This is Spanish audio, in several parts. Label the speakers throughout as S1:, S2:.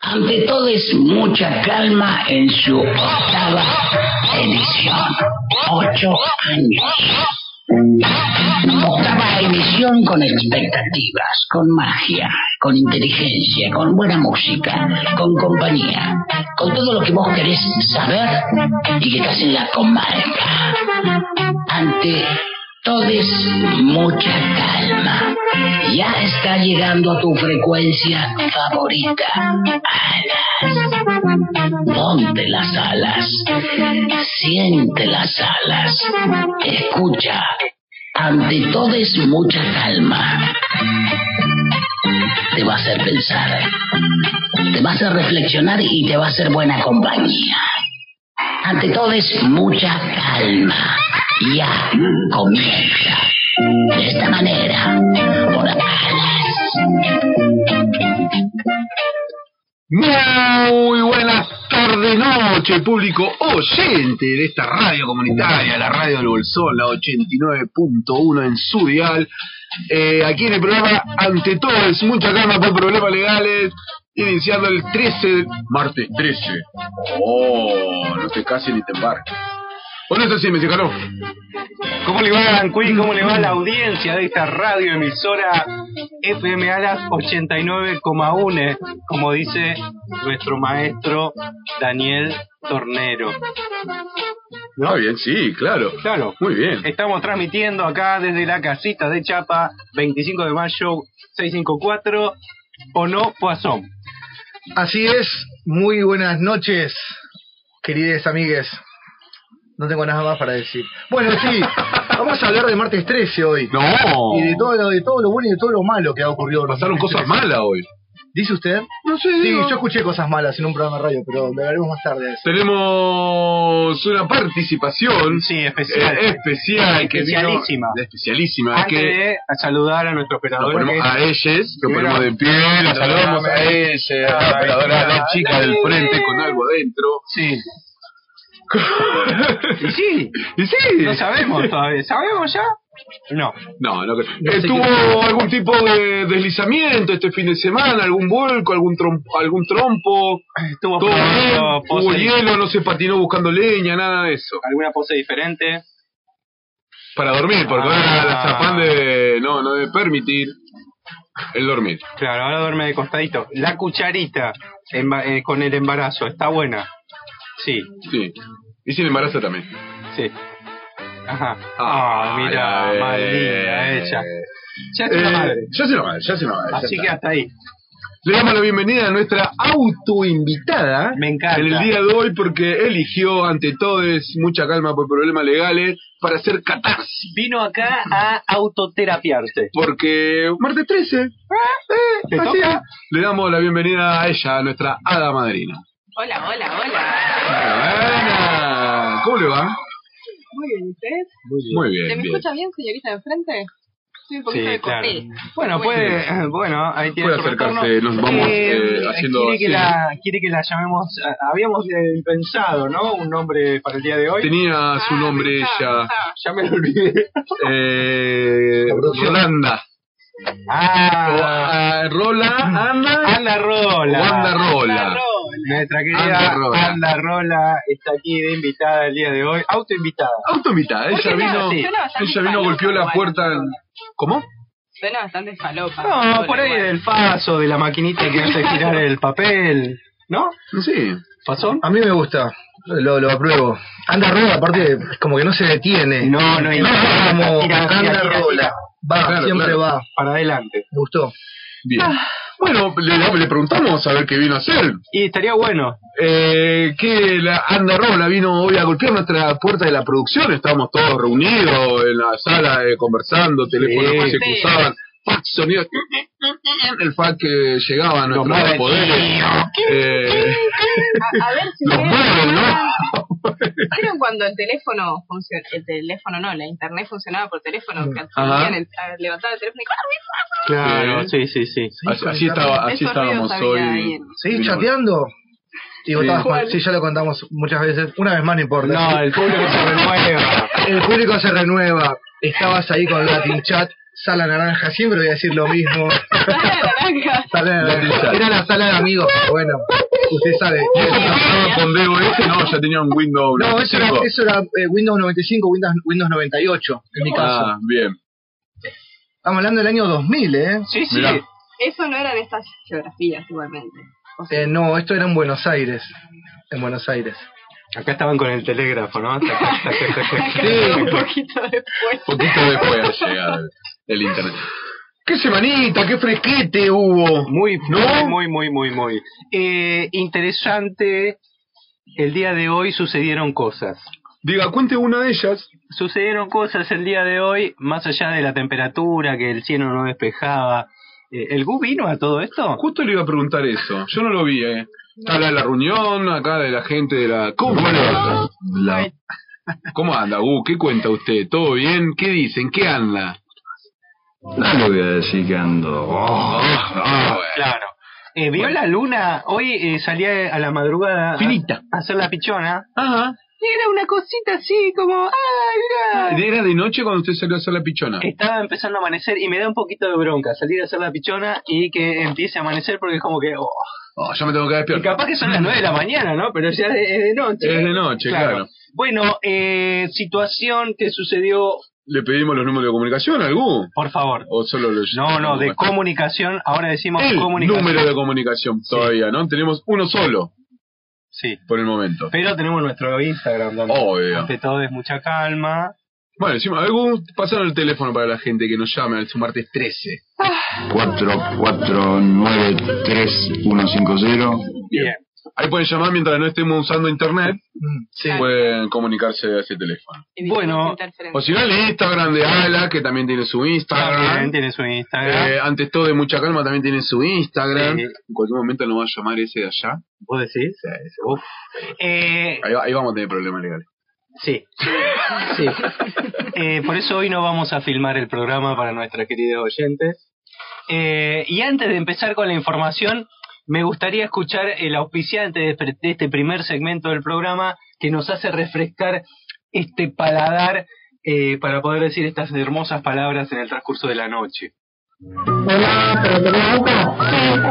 S1: Ante todo es mucha calma en su octava edición. Ocho años. Octava emisión con expectativas, con magia, con inteligencia, con buena música, con compañía, con todo lo que vos querés saber y que estás en la comarca. Ante todes mucha calma. Ya está llegando a tu frecuencia favorita. Alas. Ponte las alas. Siente las alas. Escucha. Ante todes mucha calma. Te va a hacer pensar. Te va a hacer reflexionar y te va a hacer buena compañía. Ante todes mucha calma ya comienza. De esta manera, por alas.
S2: Muy buenas tardes, noche, público oyente de esta radio comunitaria, la radio del Bolsón, la 89.1 en su dial. Eh, aquí en el programa, ante todo, es mucha calma por problemas legales, iniciando el 13 de... Martes 13. Oh, no te cases ni te embarques. Bueno, eso sí, me caló.
S3: ¿Cómo le va, Dancuy? ¿Cómo le va la audiencia de esta radio emisora FM Alas 89,1? eh? Como dice nuestro maestro Daniel Tornero.
S2: ¿No? Muy bien, sí, claro.
S3: Claro.
S2: Muy bien.
S3: Estamos transmitiendo acá desde la casita de Chapa, 25 de mayo 654, o no, Poisson.
S4: Así es, muy buenas noches, queridas amigues. No tengo nada más para decir. Bueno, sí, vamos a hablar de martes 13 hoy.
S2: No.
S4: Y de todo lo, de todo lo bueno y de todo lo malo que ha ocurrido.
S2: Pasaron cosas malas hoy.
S4: ¿Dice usted?
S2: No sé.
S4: Sí, yo escuché cosas malas en un programa de radio, pero lo hablaremos más tarde. De eso.
S2: Tenemos una participación
S3: sí, especial,
S2: eh, especial que
S3: especialísima.
S2: Vino, especialísima.
S3: Antes
S2: que
S3: de saludar a nuestro operador.
S2: Lo a ellas, lo ponemos de pie, la saludamos a ellas,
S3: eh,
S2: a la operadora, a la chica del frente con algo adentro.
S3: Sí. y sí,
S2: y sí.
S3: No sabemos todavía. ¿Sabemos ya? No.
S2: No, no, no eh, ¿Tuvo que... algún tipo de deslizamiento este fin de semana? ¿Algún vuelco? ¿Algún trompo? Algún trompo
S3: Estuvo todo
S2: bien? ¿Hubo hielo? ¿No se patinó buscando leña? Nada de eso.
S3: ¿Alguna pose diferente?
S2: Para dormir, porque ahora ah. la zapán de... No, no debe permitir el dormir.
S3: Claro, ahora duerme de costadito. La cucharita en, eh, con el embarazo, está buena. Sí.
S2: Sí. Y sin embarazo también.
S3: Sí. Ajá. Ah, oh, mira, eh, maldita ella. Ya se eh, la madre.
S2: Ya se la madre, ya se la madre.
S3: Así que hasta ahí.
S2: Le damos la bienvenida a nuestra autoinvitada.
S3: Ah, Me encanta.
S2: En el día de hoy porque eligió ante todo es mucha calma por problemas legales para hacer catarsis.
S3: Vino acá a autoterapiarse.
S2: Porque martes 13. ¿Eh?
S3: ¿Te toca?
S2: Le damos la bienvenida a ella, a nuestra hada madrina.
S5: Hola, hola, hola.
S2: Bueno, ¿Cómo le va?
S5: Muy bien, ¿usted?
S2: Muy bien. Muy bien
S5: ¿Se me
S2: bien.
S5: escucha bien, señorita de enfrente? Estoy un poquito sí, de claro.
S3: Bueno, puede, eh, bueno, ahí tiene
S2: puede acercarse, nos vamos eh, eh, haciendo
S3: quiere que,
S2: así.
S3: la, quiere que la llamemos, habíamos eh, pensado, ¿no? Un nombre para el día de hoy.
S2: Tenía su nombre
S3: ah,
S2: ella.
S3: Ah, ya me lo olvidé.
S2: eh, Rolanda.
S3: Ah,
S2: ah, Rola, Ana.
S3: Ana Rola.
S2: Wanda Rola.
S3: Ana Rola. Nuestra querida Anda Rola. Rola. está aquí de invitada el día de hoy. Autoinvitada.
S2: Autoinvitada. Ella vino, no, sí. ella vino, golpeó la puerta. En... ¿Cómo?
S5: Suena bastante falopa.
S3: No, por ahí igual. del paso, de la maquinita que hace girar el papel. ¿No?
S2: Sí.
S3: ¿Pasó?
S4: A mí me gusta. Lo, lo apruebo. Anda Rola, aparte, como que no se detiene.
S3: No, no, hay
S4: no, como tira, tira, Anda tira, Rola. Va,
S3: claro,
S4: siempre
S3: claro.
S4: va.
S3: Para adelante.
S4: Me gustó.
S2: Bien. Ah. Bueno, le, le, preguntamos a ver qué vino a hacer.
S3: Y estaría bueno.
S2: Eh, que la Anda Rola vino hoy a golpear nuestra puerta de la producción. Estábamos todos reunidos en la sala eh, conversando, teléfonos que se cruzaban. Fax, sonido. El fax que llegaba a nuestro
S3: mueven.
S2: poder. Eh,
S5: a, a, ver si
S2: los mueven, ¿no?
S5: ¿Vieron cuando el teléfono funciona, el teléfono no, la internet funcionaba por teléfono, que levantaban el teléfono y
S3: Claro, sí, sí, sí.
S2: Así, así estaba, así
S5: Esos
S2: estábamos
S5: ruidos había ahí
S2: hoy.
S5: en-
S4: ¿Seguís chateando? Y vos
S2: Sí.
S4: estabas con-
S5: ¿Cuál?
S4: sí, ya lo contamos muchas veces. Una vez más no importa.
S3: No, el público se renueva.
S4: El público se renueva. Estabas ahí con Latin Chat. Sala naranja, siempre voy a decir lo mismo.
S5: naranja.
S4: Sala naranja. Era la sala de amigos, pero bueno, usted sabe.
S2: No, con DOS no, ya tenía un Windows.
S4: No, eso era,
S2: 95.
S4: eso era eh, Windows 95, Windows, Windows 98, en mi caso.
S2: Ah, bien.
S4: Estamos hablando del año 2000, ¿eh?
S3: Sí, sí.
S2: Mirá.
S5: Eso no eran estas geografías igualmente. O sea,
S4: Eh, No, esto era en Buenos Aires. En Buenos Aires.
S3: Acá estaban con el telégrafo, ¿no?
S5: acá un poquito después.
S2: Poquito después de llegar el internet.
S4: ¡Qué semanita! ¡Qué fresquete hubo!
S3: Muy,
S4: ¿No?
S3: muy, muy, muy, muy. Eh, interesante. El día de hoy sucedieron cosas.
S2: Diga, cuente una de ellas.
S3: Sucedieron cosas el día de hoy, más allá de la temperatura, que el cielo no despejaba. Eh, ¿El GU vino a todo esto?
S2: Justo le iba a preguntar eso. Yo no lo vi, ¿eh? Está la, la reunión acá de la gente de la... ¿Cómo anda? La- ¿Cómo anda? Uh, ¿qué cuenta usted? ¿Todo bien? ¿Qué dicen? ¿Qué anda?
S6: No le voy a decir que ando. Oh,
S2: Ah, bueno.
S3: Claro. Eh, ¿Vio la luna? Hoy eh, salía a la madrugada a-
S2: Finita.
S3: A, hacer la pichona.
S2: Ajá.
S5: Era una cosita así como, ¡ay, mira!
S2: Era de noche cuando usted salió a hacer la pichona.
S3: Estaba empezando a amanecer y me da un poquito de bronca salir a hacer la pichona y que empiece a amanecer porque es como que... oh.
S2: Oh, ya me tengo que
S3: Y
S2: despertar.
S3: capaz que son las 9 de la mañana, ¿no? Pero ya es de, es de noche.
S2: Es de noche, claro.
S3: Bueno, eh, situación que sucedió,
S2: ¿Le pedimos los números de comunicación a algún?
S3: por favor.
S2: ¿O solo los...
S3: No, no, de
S2: Bueno.
S3: comunicación, ahora decimos
S2: El
S3: comunicación.
S2: número de comunicación todavía, ¿no? Tenemos uno solo
S3: Sí.
S2: por el momento.
S3: Pero tenemos nuestro Instagram, donde
S2: Obvio.
S3: ante todo es mucha calma.
S2: Bueno, encima, algún, pasaron el teléfono para la gente que nos llame al su martes 13.
S6: 4493150.
S3: Bien. Mm,
S2: Ahí pueden llamar mientras no estemos usando internet,
S4: Sí.
S5: Claro.
S2: pueden comunicarse a ese teléfono.
S5: Y
S3: Bueno,
S5: interferencia.
S2: O si no, el Instagram de Ala, que también tiene su
S3: También
S2: Instagram.
S3: tiene su Instagram.
S2: Eh, antes todo de mucha calma también tiene su Instagram.
S3: Sí.
S2: En cualquier momento nos va a llamar ese de allá.
S3: ¿Vos decís? Uf. Eh,
S2: Ahí, va- ahí vamos a tener problemas legales.
S3: sí. sí. Eh, por eso hoy no vamos a filmar el programa para nuestros queridos oyentes. Eh, y antes de empezar con la información, me gustaría escuchar el auspiciante de, pre- de este primer segmento del programa que nos hace refrescar este paladar eh, para poder decir estas hermosas palabras en el transcurso de la noche.
S1: Hola, ¿pero tenés auca?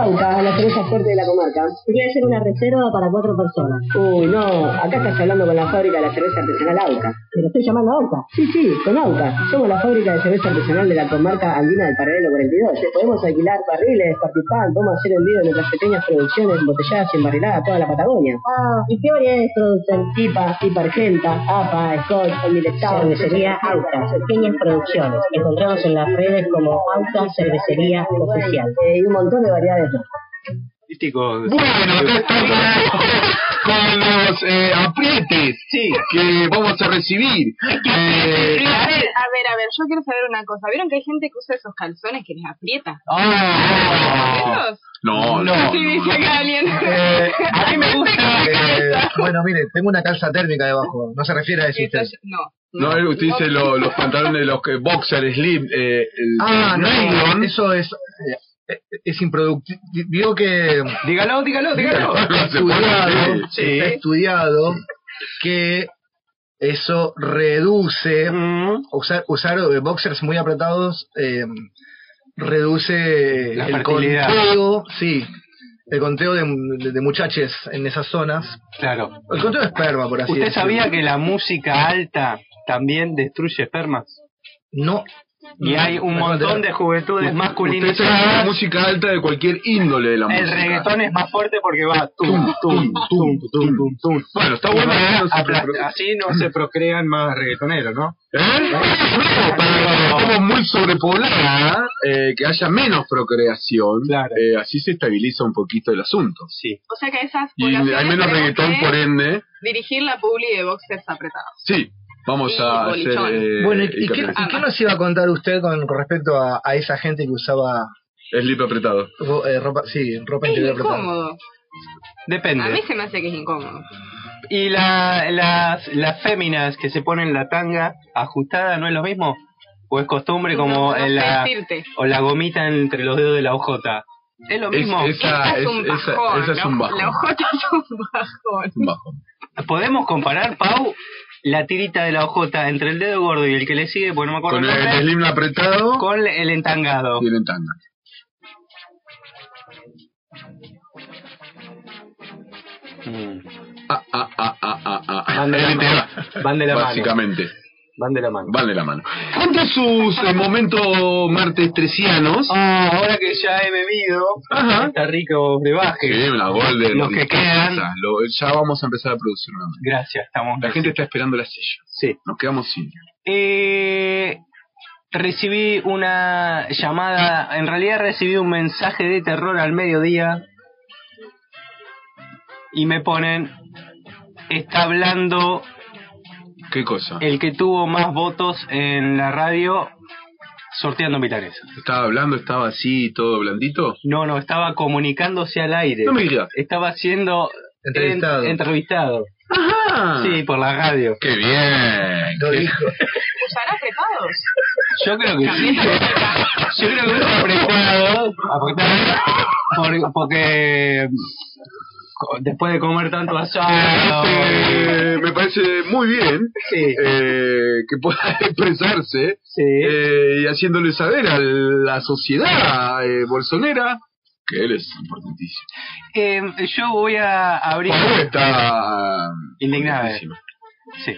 S1: Auca, la cerveza fuerte de la comarca. Quería hacer una reserva para cuatro personas. Uy, no, acá estás hablando con la fábrica de la cerveza artesanal Auca. ¿Pero estoy llamando a Auca? Sí, sí, con Auca. Somos la fábrica de cerveza artesanal de la comarca andina del Paralelo 42. Te podemos alquilar barriles, participar, podemos hacer envío de nuestras pequeñas producciones embotelladas y embarriladas a toda la Patagonia. Ah, ¿y qué variedades producen? Tipa, tipa argenta, APA, Scott, Omnilectado. Cervecería Auca, pequeñas producciones. Encontramos en las redes como Auca Cervecería Oficial. Eh, Y un montón de variedades más.
S3: Místico.
S2: Bueno, acá este, estamos con los eh, aprietes
S3: Sí.
S2: que vamos a recibir. Eh,
S5: A ver, a ver, a ver, yo quiero saber una cosa. ¿Vieron que hay gente que usa esos calzones que les aprieta?
S2: Ah,
S5: ¿Esos?
S2: no, no.
S5: Sí, dice acá alguien.
S4: Eh,
S5: a mí me gusta.
S4: Eh, bueno, mire, tengo una calza térmica debajo. No se refiere a eso usted.
S5: No.
S2: No, él- usted dice lo- los pantalones, los que boxer, slim, eh, el
S4: Ah, no,
S2: nylon.
S4: eso es... eh, Es improductivo. Digo que
S3: Dígalo, dígalo, dígalo.
S4: está
S2: Se pone
S4: estudiado,
S2: así.
S3: Sí.
S4: está estudiado que eso reduce
S3: Mm.
S4: usar, usar eh, boxers muy apretados eh, reduce
S3: La
S4: el
S3: fertilidad.
S4: conteo, sí, el conteo de, de, de muchaches en esas zonas.
S3: Claro.
S4: El conteo de esperma, por así
S3: ¿Usted
S4: decirlo.
S3: sabía que la música alta también destruye espermas?
S4: No.
S3: Y hay un
S4: Perdón,
S3: montón de
S4: te-
S3: juventudes
S2: Usted sabe la
S3: masculinizadas.
S2: música alta de cualquier índole de la
S3: El
S2: música.
S3: reggaetón es más fuerte porque va tum, tum, tum, tum, tum, tum.
S2: Bueno, está bueno.
S3: Y
S2: no se
S3: apla-
S2: preocupe.
S3: Así no se procrean más reggaetoneros, ¿no?
S2: ¿Eh? No, para- Estamos muy sobrepoblada, eh, que haya menos procreación,
S3: Claro.
S2: eh, así se estabiliza un poquito el asunto.
S3: Sí.
S5: O sea que esas
S2: Y hay
S5: poblaciones
S2: menos
S5: tenemos
S2: reggaetón,
S5: que
S2: por ende.
S5: Dirigir la publi de boxers apretados.
S2: Sí, vamos
S5: Y
S2: a hacer...
S5: bolichón.
S2: eh,
S4: Bueno, ¿y, y qué,
S2: hincapié.
S4: y qué nos iba a contar usted con, con respecto a, a esa gente que usaba
S2: Slip apretado.
S4: ro- eh, ropa, sí, ropa
S5: Es
S4: interior apretada?
S5: incómodo. A mí
S3: Depende.
S5: se me hace que es incómodo.
S3: Y la, las, las féminas que se ponen la tanga ajustada, ¿no es lo mismo? ¿O es costumbre como
S5: No, no sé
S3: la,
S5: decirte.
S3: o la gomita entre los dedos de la ojota? Es lo
S2: Es-
S3: mismo.
S2: esa,
S5: Esa es
S2: es-
S5: un
S2: esa-
S5: bajón.
S2: esa es
S5: la-
S2: un bajón.
S5: La hojota es un bajón.
S2: Un bajón.
S3: ¿Podemos comparar, Pau, la tirita de la ojota entre el dedo gordo y el que le sigue, pues no me acuerdo
S2: Con
S3: el
S2: el,
S3: nombre,
S2: slim apretado
S3: con el entangado.
S2: y el entanga. Ah, ah, ah, ah, ah, ah, ah.
S3: Van de la
S2: El
S3: mano.
S2: entanga.
S3: Van de la mano.
S2: Básicamente.
S3: Van de la mano.
S2: Van de la mano. Cuenta sus eh, momentos martes tresianos.
S3: Ah, ahora que ya he bebido,
S2: Ajá.
S3: está rico brebaje.
S2: Sí, la Golden.
S3: Los que quedan.
S2: Lo- ya vamos a empezar a producir una más.
S3: Gracias, estamos.
S2: La gente está esperando la silla.
S3: Sí.
S2: Nos quedamos sin.
S3: Eh, recibí una llamada, en realidad recibí un mensaje de terror al mediodía y me ponen, está hablando
S2: ¿Qué cosa?
S3: el que tuvo más votos en la radio sorteando milanesas.
S2: ¿Estaba hablando? ¿Estaba así, todo blandito?
S3: No, no, estaba comunicándose al aire.
S2: No me digas.
S3: Estaba siendo en-
S4: Entrevistado.
S3: entrevistado.
S2: ¡Ajá!
S3: Sí, por la radio.
S2: ¡Qué bien!
S4: Lo dijo.
S5: ¿Usarán apretados?
S3: Yo creo que sí. Yo creo que es apretado. apretado, por- porque co- después de comer tanto ah, asado.
S2: Eh, me parece muy bien
S3: Sí,
S2: eh, que pueda expresarse
S3: sí.
S2: eh, y haciéndole saber a la sociedad eh, bolsonera que él es importantísimo.
S3: Eh, yo voy a abrir.
S2: Pablo está
S3: Ah, Indignada.
S2: contentísimo.
S3: Sí,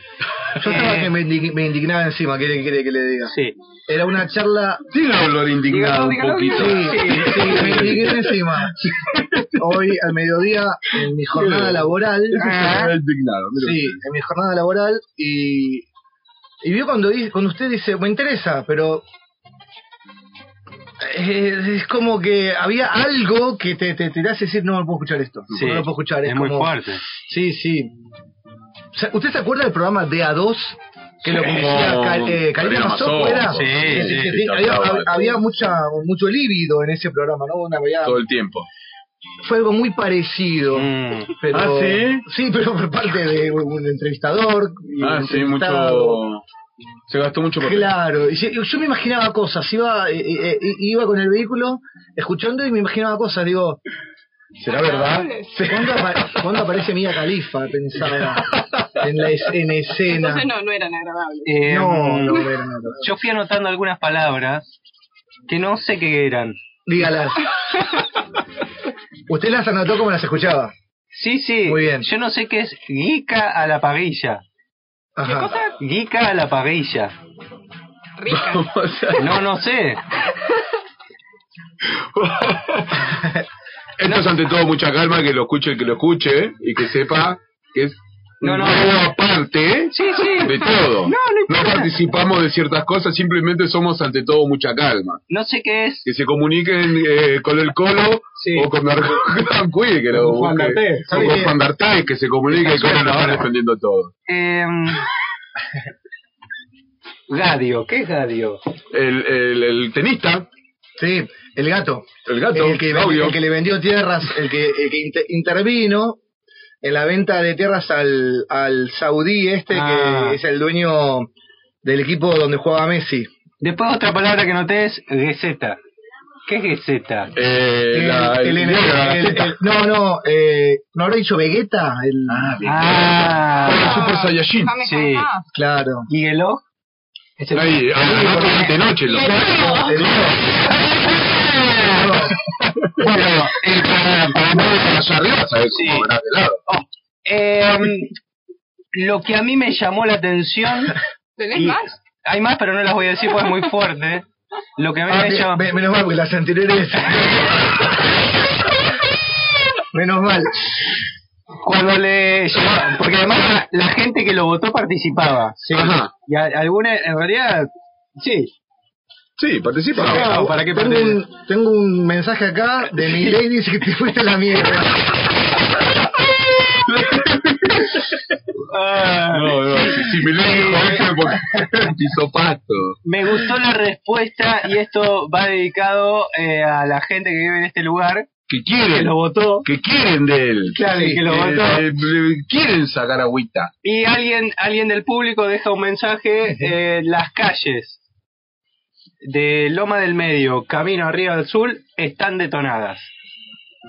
S4: Yo estaba
S3: Eh.
S4: que me, indign- me indignaba encima, ¿qué le quiere que le diga?
S3: sí.
S4: Era una charla...
S2: Tiene un olor indignado un
S3: Dígalo, dígalo,
S2: poquito.
S3: dígalo.
S4: Sí, sí, me indigné encima. Hoy, al mediodía, en mi jornada laboral...
S2: Ese es un olor indignado. mira.
S4: Sí, en mi jornada laboral y... Y vio cuando, di- cuando usted dice, me interesa, pero... Es, es como que había algo que te, te, te hace decir, no, no puedo escuchar esto.
S3: sí.
S4: No lo puedo escuchar. Es,
S3: Es muy
S4: como-
S3: fuerte.
S4: Sí, sí. O sea, ¿Usted se acuerda del programa DA2? Que lo
S2: Sí.
S4: conducía Car- eh, Karina
S2: Karina
S4: Mazzocco,
S2: Mazzocco.
S4: ¿era?
S3: Sí, sí,
S2: sí,
S4: Había,
S2: hablaba de
S4: hab-
S2: todo.
S4: había mucha, mucho líbido en ese programa, ¿no? Una variedad-
S2: Todo el tiempo.
S4: Fue algo muy parecido.
S3: Mm.
S4: Pero,
S2: Ah, ¿sí?
S4: pero por parte de un entrevistador. y
S2: Ah,
S4: un
S2: sí,
S4: entrevistado.
S2: mucho. Se gastó mucho papel.
S4: Claro, y se- yo me imaginaba cosas, iba, eh, eh, eh, iba con el vehículo escuchando y me imaginaba cosas, digo,
S2: ¿Será verdad?
S4: ¿cuándo, apa- cuándo aparece Mia Califa? Pensaba en la es- en escena.
S5: Entonces no, no eran agradables.
S3: Eh,
S4: No, no, no, no.
S3: Yo fui anotando algunas palabras que no sé qué eran.
S4: Dígalas. Usted las anotó como las escuchaba.
S3: Sí, sí.
S4: Muy bien.
S3: Yo no sé qué es guica a la parrilla.
S4: Ajá.
S3: Guica a la parrilla.
S5: Ricas.
S2: Vamos a-
S3: No, no sé.
S2: Esto es ante todo mucha calma, que lo escuche el que lo escuche y que sepa que es
S3: No,
S2: un
S3: no.
S2: juego aparte
S3: Sí, sí.
S2: de todo.
S3: No, no importa.
S2: participamos de ciertas cosas, simplemente somos ante todo mucha calma.
S3: No sé qué es.
S2: Que se comuniquen eh, con el colo
S3: Sí.
S2: o con Narco Gran Cuy, que lo
S3: Con Juan
S2: busque.
S3: D'Arté,
S2: O
S4: sí.
S2: con Juan D'Arté, que se comunique y
S3: Está
S2: con él
S3: suelto
S2: está
S3: ahora.
S2: defendiendo todo.
S3: em, gadio. ¿Qué es gadio?
S2: El, el, el tenista,
S4: Sí, el gato.
S2: el gato,
S4: El que,
S2: obvio.
S4: el que le vendió tierras, el que, el que inter- intervino en la venta de tierras al, al saudí este,
S3: Ah.
S4: que es el dueño del equipo donde jugaba Messi.
S3: Después otra palabra que noté es geseta. ¿Qué es geseta?
S2: Eh, la- el,
S4: El- el-
S2: negro, la
S4: el-
S2: teta.
S4: el- no, no, eh, ¿no habrá dicho Vegeta? El, ah,
S2: Era
S3: Ah.
S2: Super Saiyajin.
S5: Déjame
S3: Sí.
S5: contar.
S4: claro.
S3: ¿Y el o? Este Es el-
S2: Ahí, a las
S3: porque-
S2: doce de noche, lo-
S4: El-
S2: Bueno, el para, para mover para allá arriba, ¿sabes
S3: Sí.
S2: cómo verás de lado?
S3: Em, lo que a mí me llamó la atención.
S5: ¿Tenés
S3: y-
S5: más?
S3: Hay más, pero no las voy a decir porque es muy fuerte. ¿eh? Lo que a mí
S4: Ah,
S3: me
S4: me-
S3: llamó.
S4: me- menos mal, porque las anteriores. menos mal.
S3: Cuando le llamaron, porque además la, la gente que lo votó participaba. ¿sí?
S2: Ajá.
S3: Y a- alguna, en realidad, sí.
S2: Sí, participa.
S3: Claro, ¿para qué
S4: tengo,
S3: perder?
S4: un, tengo un mensaje acá de mi lady dice que te fuiste a la mierda.
S2: No, no, si, si me lo dijo eso porque piso pasto.
S3: Me gustó la respuesta y esto va dedicado eh, a la gente que vive en este lugar,
S2: ¿Qué
S3: que
S2: quieren?
S3: lo votó.
S2: ¿Qué quieren de él?
S3: Claro,
S2: Sí,
S3: que lo
S2: eh,
S3: votó.
S2: eh, eh, quieren sacar agüita.
S3: Y alguien, alguien del público deja un mensaje, eh, las calles de Loma del Medio, camino arriba del sur, están detonadas.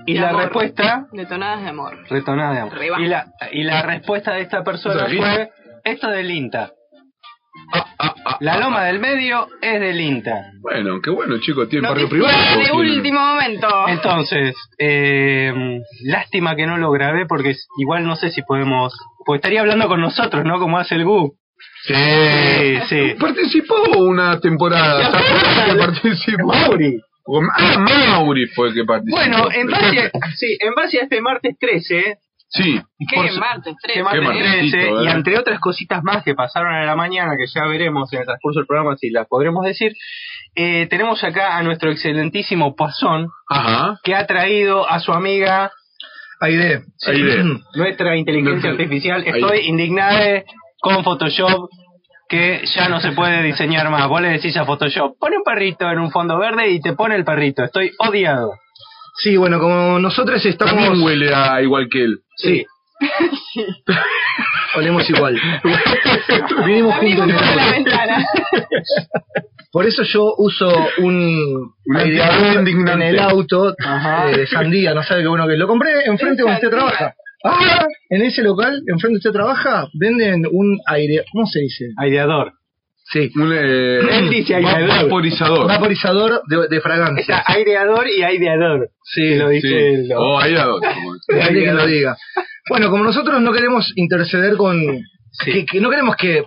S3: Y
S5: De
S3: la
S5: amor.
S3: respuesta
S5: Detonadas de amor.
S3: Retonada.
S5: Reba.
S3: Y la, y la respuesta de esta persona
S2: ¿Sabés?
S3: fue: Esto del INTA.
S2: Ah,
S3: La loma del medio es del INTA.
S2: Bueno, qué bueno, chicos, tiene
S5: Noticia
S2: barrio privado.
S5: de
S2: tienen-
S5: último momento.
S3: Entonces, eh, lástima que no lo grabé porque s- igual no sé si podemos... Pues estaría hablando con nosotros, ¿no? Como hace el Gu. Sí, sí.
S2: Participó una temporada. ¿se acuerdan que participó? Mauri. Ah, Mauri fue el que participó.
S3: Bueno, en base, a, sí, en base a este martes 13,
S2: Sí.
S5: Qué martes,
S3: este
S5: tres.
S3: martes
S2: martesito,
S3: 13, y
S2: ¿verdad?
S3: entre otras cositas más que pasaron a la mañana, que ya veremos en el transcurso del programa si las podremos decir, eh, tenemos acá a nuestro excelentísimo Poisson,
S2: Ajá.
S3: que ha traído a su amiga,
S4: Aide.
S2: Aide.
S3: nuestra
S2: Nuestra-
S3: inteligencia artificial.
S2: ahí.
S3: Estoy indignada con Photoshop, que ya no se puede diseñar más. Vos le decís a Photoshop, pone un perrito en un fondo verde y te pone el perrito. Estoy odiado.
S4: Sí, bueno, como nosotros
S2: También
S4: estamos...
S2: huele
S3: Ah,
S2: a igual que él.
S4: Sí. Olemos igual. Vivimos juntos. en
S5: Abrimos por la
S4: el-
S5: ventana.
S4: Por eso yo uso un
S2: Un
S4: aireador
S2: antiador
S4: en
S2: indignante.
S4: el auto
S3: Ajá.
S4: eh, de Sandía, no sabe qué bueno que es. Lo compré enfrente donde usted trabaja. Ah, en ese local, enfrente donde usted trabaja, venden un aire, ¿cómo se dice?
S3: Aireador.
S4: Sí,
S2: Un eh,
S3: Él dice aireador.
S2: vaporizador.
S4: vaporizador de, de fragancia.
S3: Está aireador y aireador.
S4: Sí,
S3: Lo dice
S2: Sí.
S3: el-
S2: Oh, aireador.
S4: Dejate que lo diga. Bueno, como nosotros no queremos interceder con...
S3: Sí.
S4: Que, que no queremos que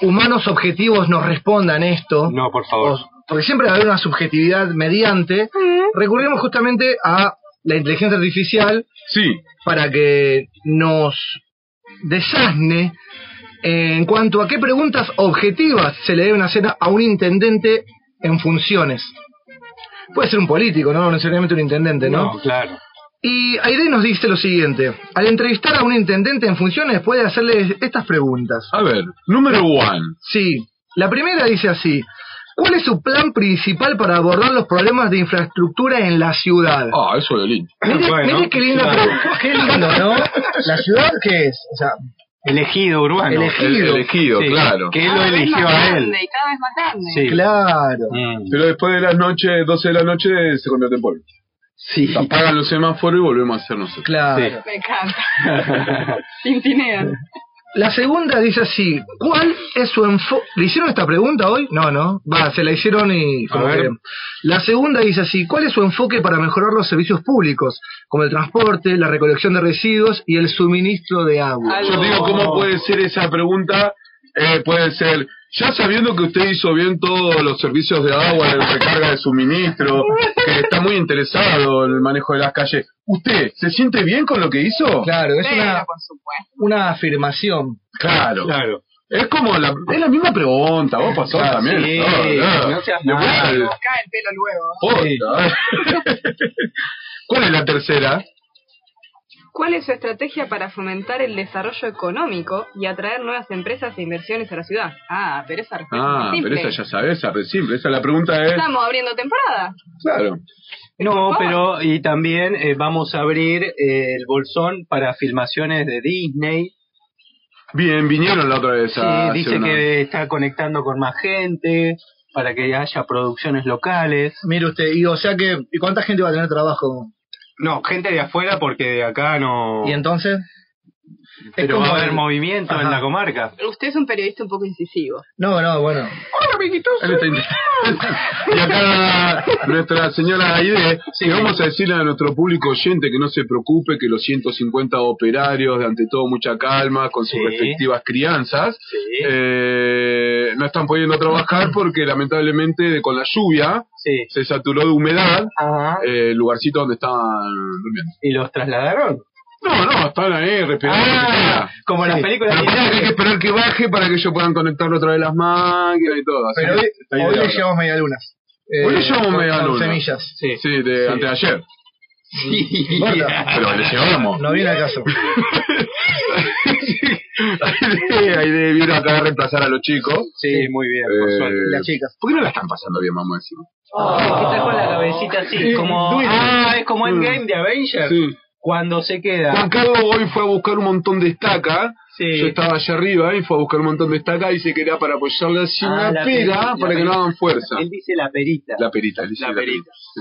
S4: humanos objetivos nos respondan esto.
S3: No, por favor.
S4: o- porque siempre va a haber una subjetividad mediante, recurrimos justamente a la inteligencia artificial
S2: Sí.
S4: para que nos desasne en cuanto a qué preguntas objetivas se le deben hacer a un intendente en funciones. Puede ser un político, no necesariamente un intendente, ¿no?
S3: claro.
S4: Y Aide nos dice lo siguiente, al entrevistar a un intendente en funciones puede hacerle estas preguntas.
S2: A ver, número one.
S4: Sí, la primera dice así, ¿cuál es su plan principal para abordar los problemas de infraestructura en la ciudad?
S2: Ah, eso de lindo.
S4: Mire,
S3: Bueno,
S4: mire qué lindo,
S3: claro.
S4: qué lindo, ¿no? ¿La ciudad qué es? O sea,
S3: Elegido urbano.
S4: Elegido.
S2: El elegido,
S3: Sí,
S2: claro.
S3: Que él lo
S5: Cada vez
S3: eligió
S5: más
S3: a él.
S5: grande, Y cada vez más grande.
S3: Sí.
S4: claro.
S3: Mm.
S2: Pero después de las noches, 12 de la noche, se convierte en polvo.
S4: Sí,
S2: Apagan los semáforos y volvemos a hacer nosotros.
S4: claro.
S3: Sí.
S5: Me encanta. Tintinean.
S4: La segunda dice así, ¿cuál es su enfoque? ¿Le hicieron esta pregunta hoy? No, no. Va, se la hicieron y... como
S3: ver.
S4: que- La segunda dice así, ¿cuál es su enfoque para mejorar los servicios públicos? Como el transporte, la recolección de residuos y el suministro de agua.
S5: Algo-
S2: Yo digo, ¿cómo puede ser esa pregunta? Eh, puede ser, ya sabiendo que usted hizo bien todos los servicios de agua, de recarga de suministro, que está muy interesado en el manejo de las calles, ¿usted se siente bien con lo que hizo?
S4: Claro, es
S5: Pero,
S4: una,
S5: por supuesto.
S4: una afirmación.
S2: Claro.
S3: Claro.
S2: Es como la, es la misma pregunta, vos pasó
S3: Ah,
S2: también.
S3: sí, no seas
S2: De vuelta al-
S3: malo.
S5: Acá el pelo luego.
S2: posta. ¿Cuál es la tercera?
S5: ¿Cuál es su estrategia para fomentar el desarrollo económico y atraer nuevas empresas e inversiones a la ciudad? Ah, pero esa respuesta
S2: Ah,
S5: es simple.
S2: pero esa ya sabes, esa es simple. Esa la pregunta ¿eh? es,
S5: Estamos abriendo temporada.
S2: claro.
S3: No,
S5: Ah.
S3: pero y también eh, vamos a abrir eh, el bolsón para filmaciones de Disney.
S2: Bien, vinieron la otra vez
S3: Sí,
S2: a hacer
S3: dice
S2: una-
S3: que está conectando con más gente para que haya producciones locales.
S4: Mire usted, y o sea que, ¿y cuánta gente va a tener trabajo?
S3: No, gente de afuera porque de acá no.
S4: ¿Y entonces? Es
S3: Pero va
S4: como
S3: a haber
S4: el-
S3: movimiento en
S4: Ajá.
S3: la comarca.
S5: Usted es un periodista un poco incisivo.
S4: No, no, bueno.
S2: Él está intentando. Y acá nuestra señora Aide, que vamos a decirle a nuestro público oyente que no se preocupe, que los 150 operarios, de ante todo mucha calma, con sus
S3: Sí.
S2: respectivas crianzas,
S3: Sí.
S2: eh, no están pudiendo trabajar porque lamentablemente con la lluvia
S3: Sí.
S2: se saturó de humedad
S3: Ajá.
S2: eh, el lugarcito donde estaban durmiendo.
S3: ¿Y los trasladaron?
S2: No, no, están ahí respirando.
S3: Ah, como en las
S4: Sí.
S3: películas
S2: Pero
S3: de
S2: pará, hay que
S3: Disney.
S2: esperar que baje para que ellos puedan conectarlo otra vez las máquinas y todo. así
S4: Pero
S2: que
S4: hoy,
S2: está ahí
S4: hoy
S2: de
S4: le
S2: ahora.
S4: llevamos media luna.
S2: Hoy le llevamos medialunas.
S4: semillas.
S3: Sí.
S2: Sí, de
S3: Sí.
S2: anteayer.
S3: Sí.
S4: Corta.
S2: Pero le llevamos.
S4: No viene al caso.
S2: Aide, Aide vino acá a reemplazar a los chicos.
S3: Sí, muy bien, por
S2: Eh,
S3: suerte.
S4: Las chicas.
S2: ¿Por qué no la están pasando bien, vamos a decir? Ah,
S3: Que está con la cabecita así, como... Ah, es como el game de Avengers.
S2: Sí.
S3: Cuando se queda...
S2: Juan Carlos hoy fue a buscar un montón de estaca.
S3: Sí.
S2: Yo estaba allá arriba eh, y fue a buscar un montón de estaca y se quería para apoyarle así
S3: Ah,
S2: una
S3: la perita,
S2: pera
S3: la
S2: para que no
S3: perita.
S2: hagan fuerza.
S3: Él dice la perita.
S2: La perita, le dice
S3: La
S2: la perita. Sí.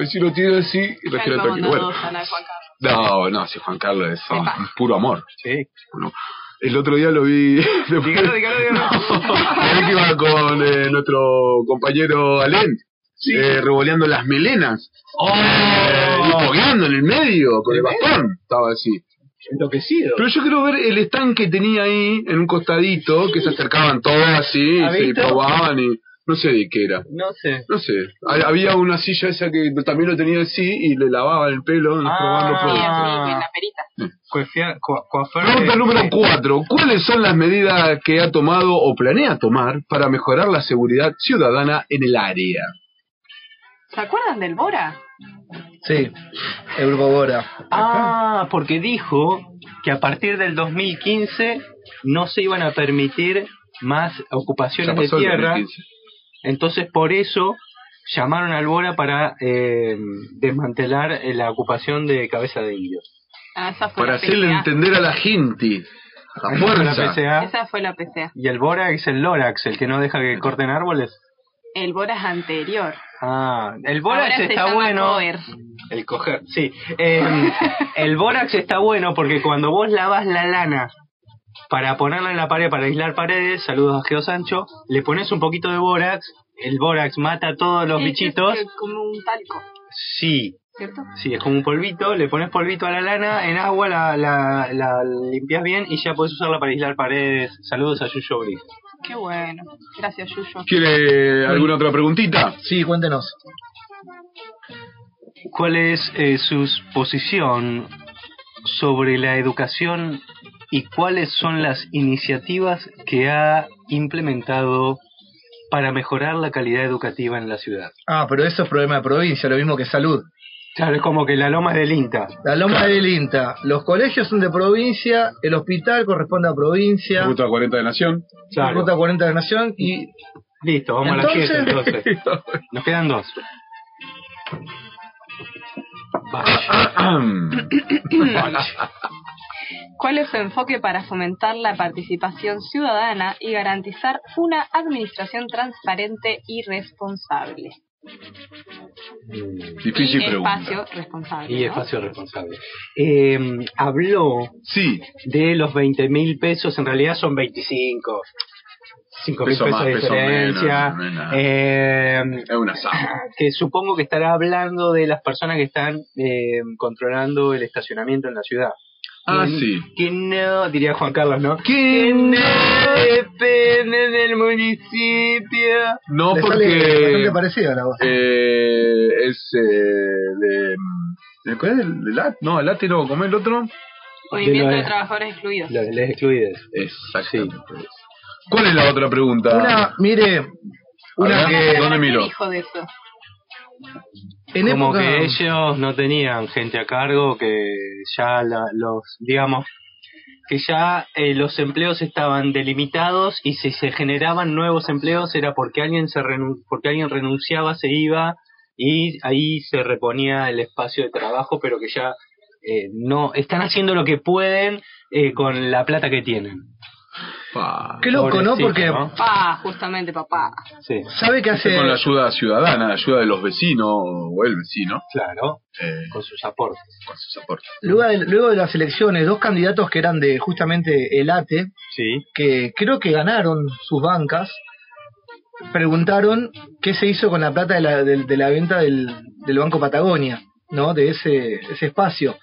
S2: Él sí lo tiene así y refiere
S5: Calma,
S2: tranquilo. Bueno,
S5: bondadosa, Ana Juan Carlos.
S2: no, no, si Juan Carlos es ah,
S5: Epa.
S2: puro amor.
S3: Sí.
S2: ¿no? El otro día lo vi.
S3: Dígalo, dígalo, dígalo.
S2: Lo vi que iba con eh, nuestro compañero Alén. eh, revoleando las melenas. Eh,
S3: Oh.
S2: y fogueando en el medio con el bastón. Estaba así.
S3: Enloquecido.
S2: Pero yo quiero ver el stand que tenía ahí en un costadito, que se acercaban todas así,
S3: ¿Ha
S2: y se
S3: visto?
S2: probaban y no sé de qué era.
S3: No sé.
S2: No sé, ha- había una silla esa que también lo tenía así y le lavaban el pelo
S3: Ah.
S2: probando
S5: en
S2: productos.
S1: Ah.
S5: la perita.
S3: Coefia- co- coafer-
S2: Pregunta
S3: eh,
S2: número 4. ¿Cuáles son las medidas que ha tomado o planea tomar para mejorar la seguridad ciudadana en el área?
S5: ¿Se acuerdan del Bora?
S4: Sí, el grupo Bora.
S3: Ah, porque dijo que a partir del 2015 no se iban a permitir más
S2: Ya
S3: ocupaciones de
S2: pasó el
S3: tierra.
S2: 2015.
S3: Entonces, por eso llamaron al Bora para eh, desmantelar eh, la ocupación de Cabeza de Indio.
S5: Ah, esa fue
S2: Para
S5: la PCA.
S2: hacerle entender a la gente, a la
S3: Entonces, La
S2: fuerza.
S3: PCA.
S5: Esa fue la PCA.
S3: Y el Bora es el Lorax, el que no deja que corten árboles.
S5: El Bora es anterior.
S3: Ah, el
S5: Ahora
S3: Borax
S5: se
S3: está
S5: llama
S3: bueno.
S5: Cover.
S3: El coger, sí. Eh, el Borax está bueno porque cuando vos lavas la lana para ponerla en la pared, para aislar paredes, saludos a Geo Sancho, le pones un poquito de Borax, el Borax mata a todos los
S5: Es- es
S3: bichitos.
S5: que- como un talco,
S3: Sí,
S5: ¿cierto?
S3: sí, es como un polvito, le pones polvito a la lana, en agua la, la, la limpias bien y ya puedes usarla para aislar paredes. Saludos a Yuyo Brick.
S5: Qué bueno. Gracias, Yuyo.
S2: ¿Quiere alguna otra preguntita?
S4: Sí, cuéntenos.
S3: ¿Cuál es eh, su posición sobre la educación y cuáles son las iniciativas que ha implementado para mejorar la calidad educativa en la ciudad?
S4: Ah, pero eso es problema de provincia, lo mismo que salud.
S3: Claro, es como que la loma es del INTA.
S4: La Loma del INTA, los colegios son de provincia, el hospital corresponde a provincia,
S2: Ruta 40 de Nación.
S4: la Ruta 40 de Nación y
S3: Listo, vamos a las 10
S4: Entonces-
S3: entonces. Nos quedan dos. Vaya.
S5: ¿Cuál es su enfoque para fomentar la participación ciudadana y garantizar una administración transparente y responsable?
S2: Difícil
S5: y
S2: pregunta.
S5: espacio responsable.
S3: Y
S5: ¿no?
S3: espacio responsable. Eh, habló
S2: Sí,
S3: de los 20 mil pesos, en realidad son 25. 5 mil
S2: Peso
S3: pesos
S2: más,
S3: de
S2: peso
S3: diferencia.
S2: menos, no es nada.
S3: Eh,
S2: es una samba.
S3: que supongo que estará hablando de las personas que están eh, controlando el estacionamiento en la ciudad.
S2: Ah,
S3: Que-
S2: sí.
S3: Que no, diría Juan Carlos, ¿no? eh,
S2: Que no
S3: depende del municipio.
S2: No,
S4: le sale
S2: porque
S4: bastante parecido a la voz.
S2: eh, es eh, de, de- ¿cuál es el, de la- no, el late no, ¿cómo es el otro?
S5: Movimiento
S3: de
S5: de,
S3: lo-
S5: trabajadores excluidos.
S3: Los les excluides.
S2: Exactamente. ¿Cuál es la otra pregunta?
S4: Una, mire,
S2: una
S4: una que
S2: ¿Dónde
S5: ¿Qué
S2: miro?
S5: dijo de eso?
S4: en
S3: Como
S4: época...
S3: que ellos no tenían gente a cargo, que ya la- los, digamos, que ya eh, los empleos estaban delimitados y si se generaban nuevos empleos era porque alguien se renu- porque alguien renunciaba, se iba y ahí se reponía el espacio de trabajo, pero que ya eh, no están haciendo lo que pueden eh, con la plata que tienen.
S2: Pa,
S4: Qué loco, ¿no?
S3: Pobrecito,
S4: Porque
S3: ¿no?
S5: Papá, justamente papá.
S3: Sí,
S4: sabe que hace...
S2: Este con la ayuda ciudadana, la ayuda de los vecinos o el vecino,
S3: claro,
S2: eh,
S3: con sus aportes.
S2: con sus aportes.
S4: Luego de, luego de las elecciones, dos candidatos que eran de justamente el ATE,
S3: Sí.
S4: que creo que ganaron sus bancas, preguntaron qué se hizo con la plata de la, del- de la venta del, del Banco Patagonia, ¿no? De ese, ese espacio.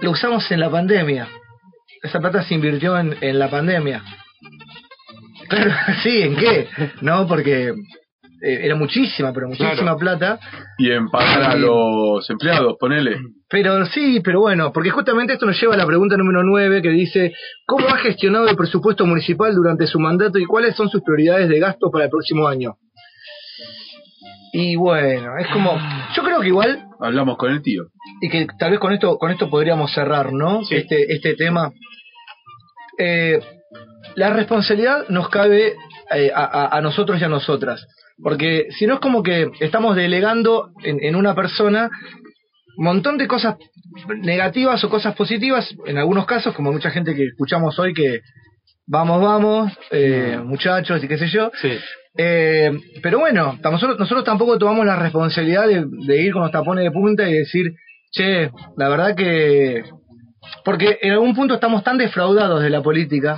S4: Lo usamos en la pandemia. Esa plata se invirtió en, en la pandemia. Claro, sí, ¿en qué? No, porque eh, era muchísima, pero muchísima
S3: Claro.
S4: plata.
S2: Y en pagar a
S4: Sí.
S2: los empleados, ponele.
S4: Pero sí, pero bueno, porque justamente esto nos lleva a la pregunta número 9 que dice, ¿cómo ha gestionado el presupuesto municipal durante su mandato y cuáles son sus prioridades de gasto para el próximo año? Y bueno, es como, yo creo que igual,
S2: Hablamos con el tío.
S4: y que tal vez con esto, con esto podríamos cerrar, ¿no?
S3: Sí.
S4: Este, este tema. Eh, la responsabilidad nos cabe eh, a, a- a nosotros y a nosotras. Porque si no es como que estamos delegando en, en una persona un montón de cosas negativas o cosas positivas, en algunos casos, como mucha gente que escuchamos hoy que vamos, vamos, eh, muchachos y qué sé yo.
S3: Sí.
S4: Eh, pero bueno, tam- nosotros, nosotros tampoco tomamos la responsabilidad de, de ir con los tapones de punta y decir, che, la verdad que Porque en algún punto estamos tan defraudados de la política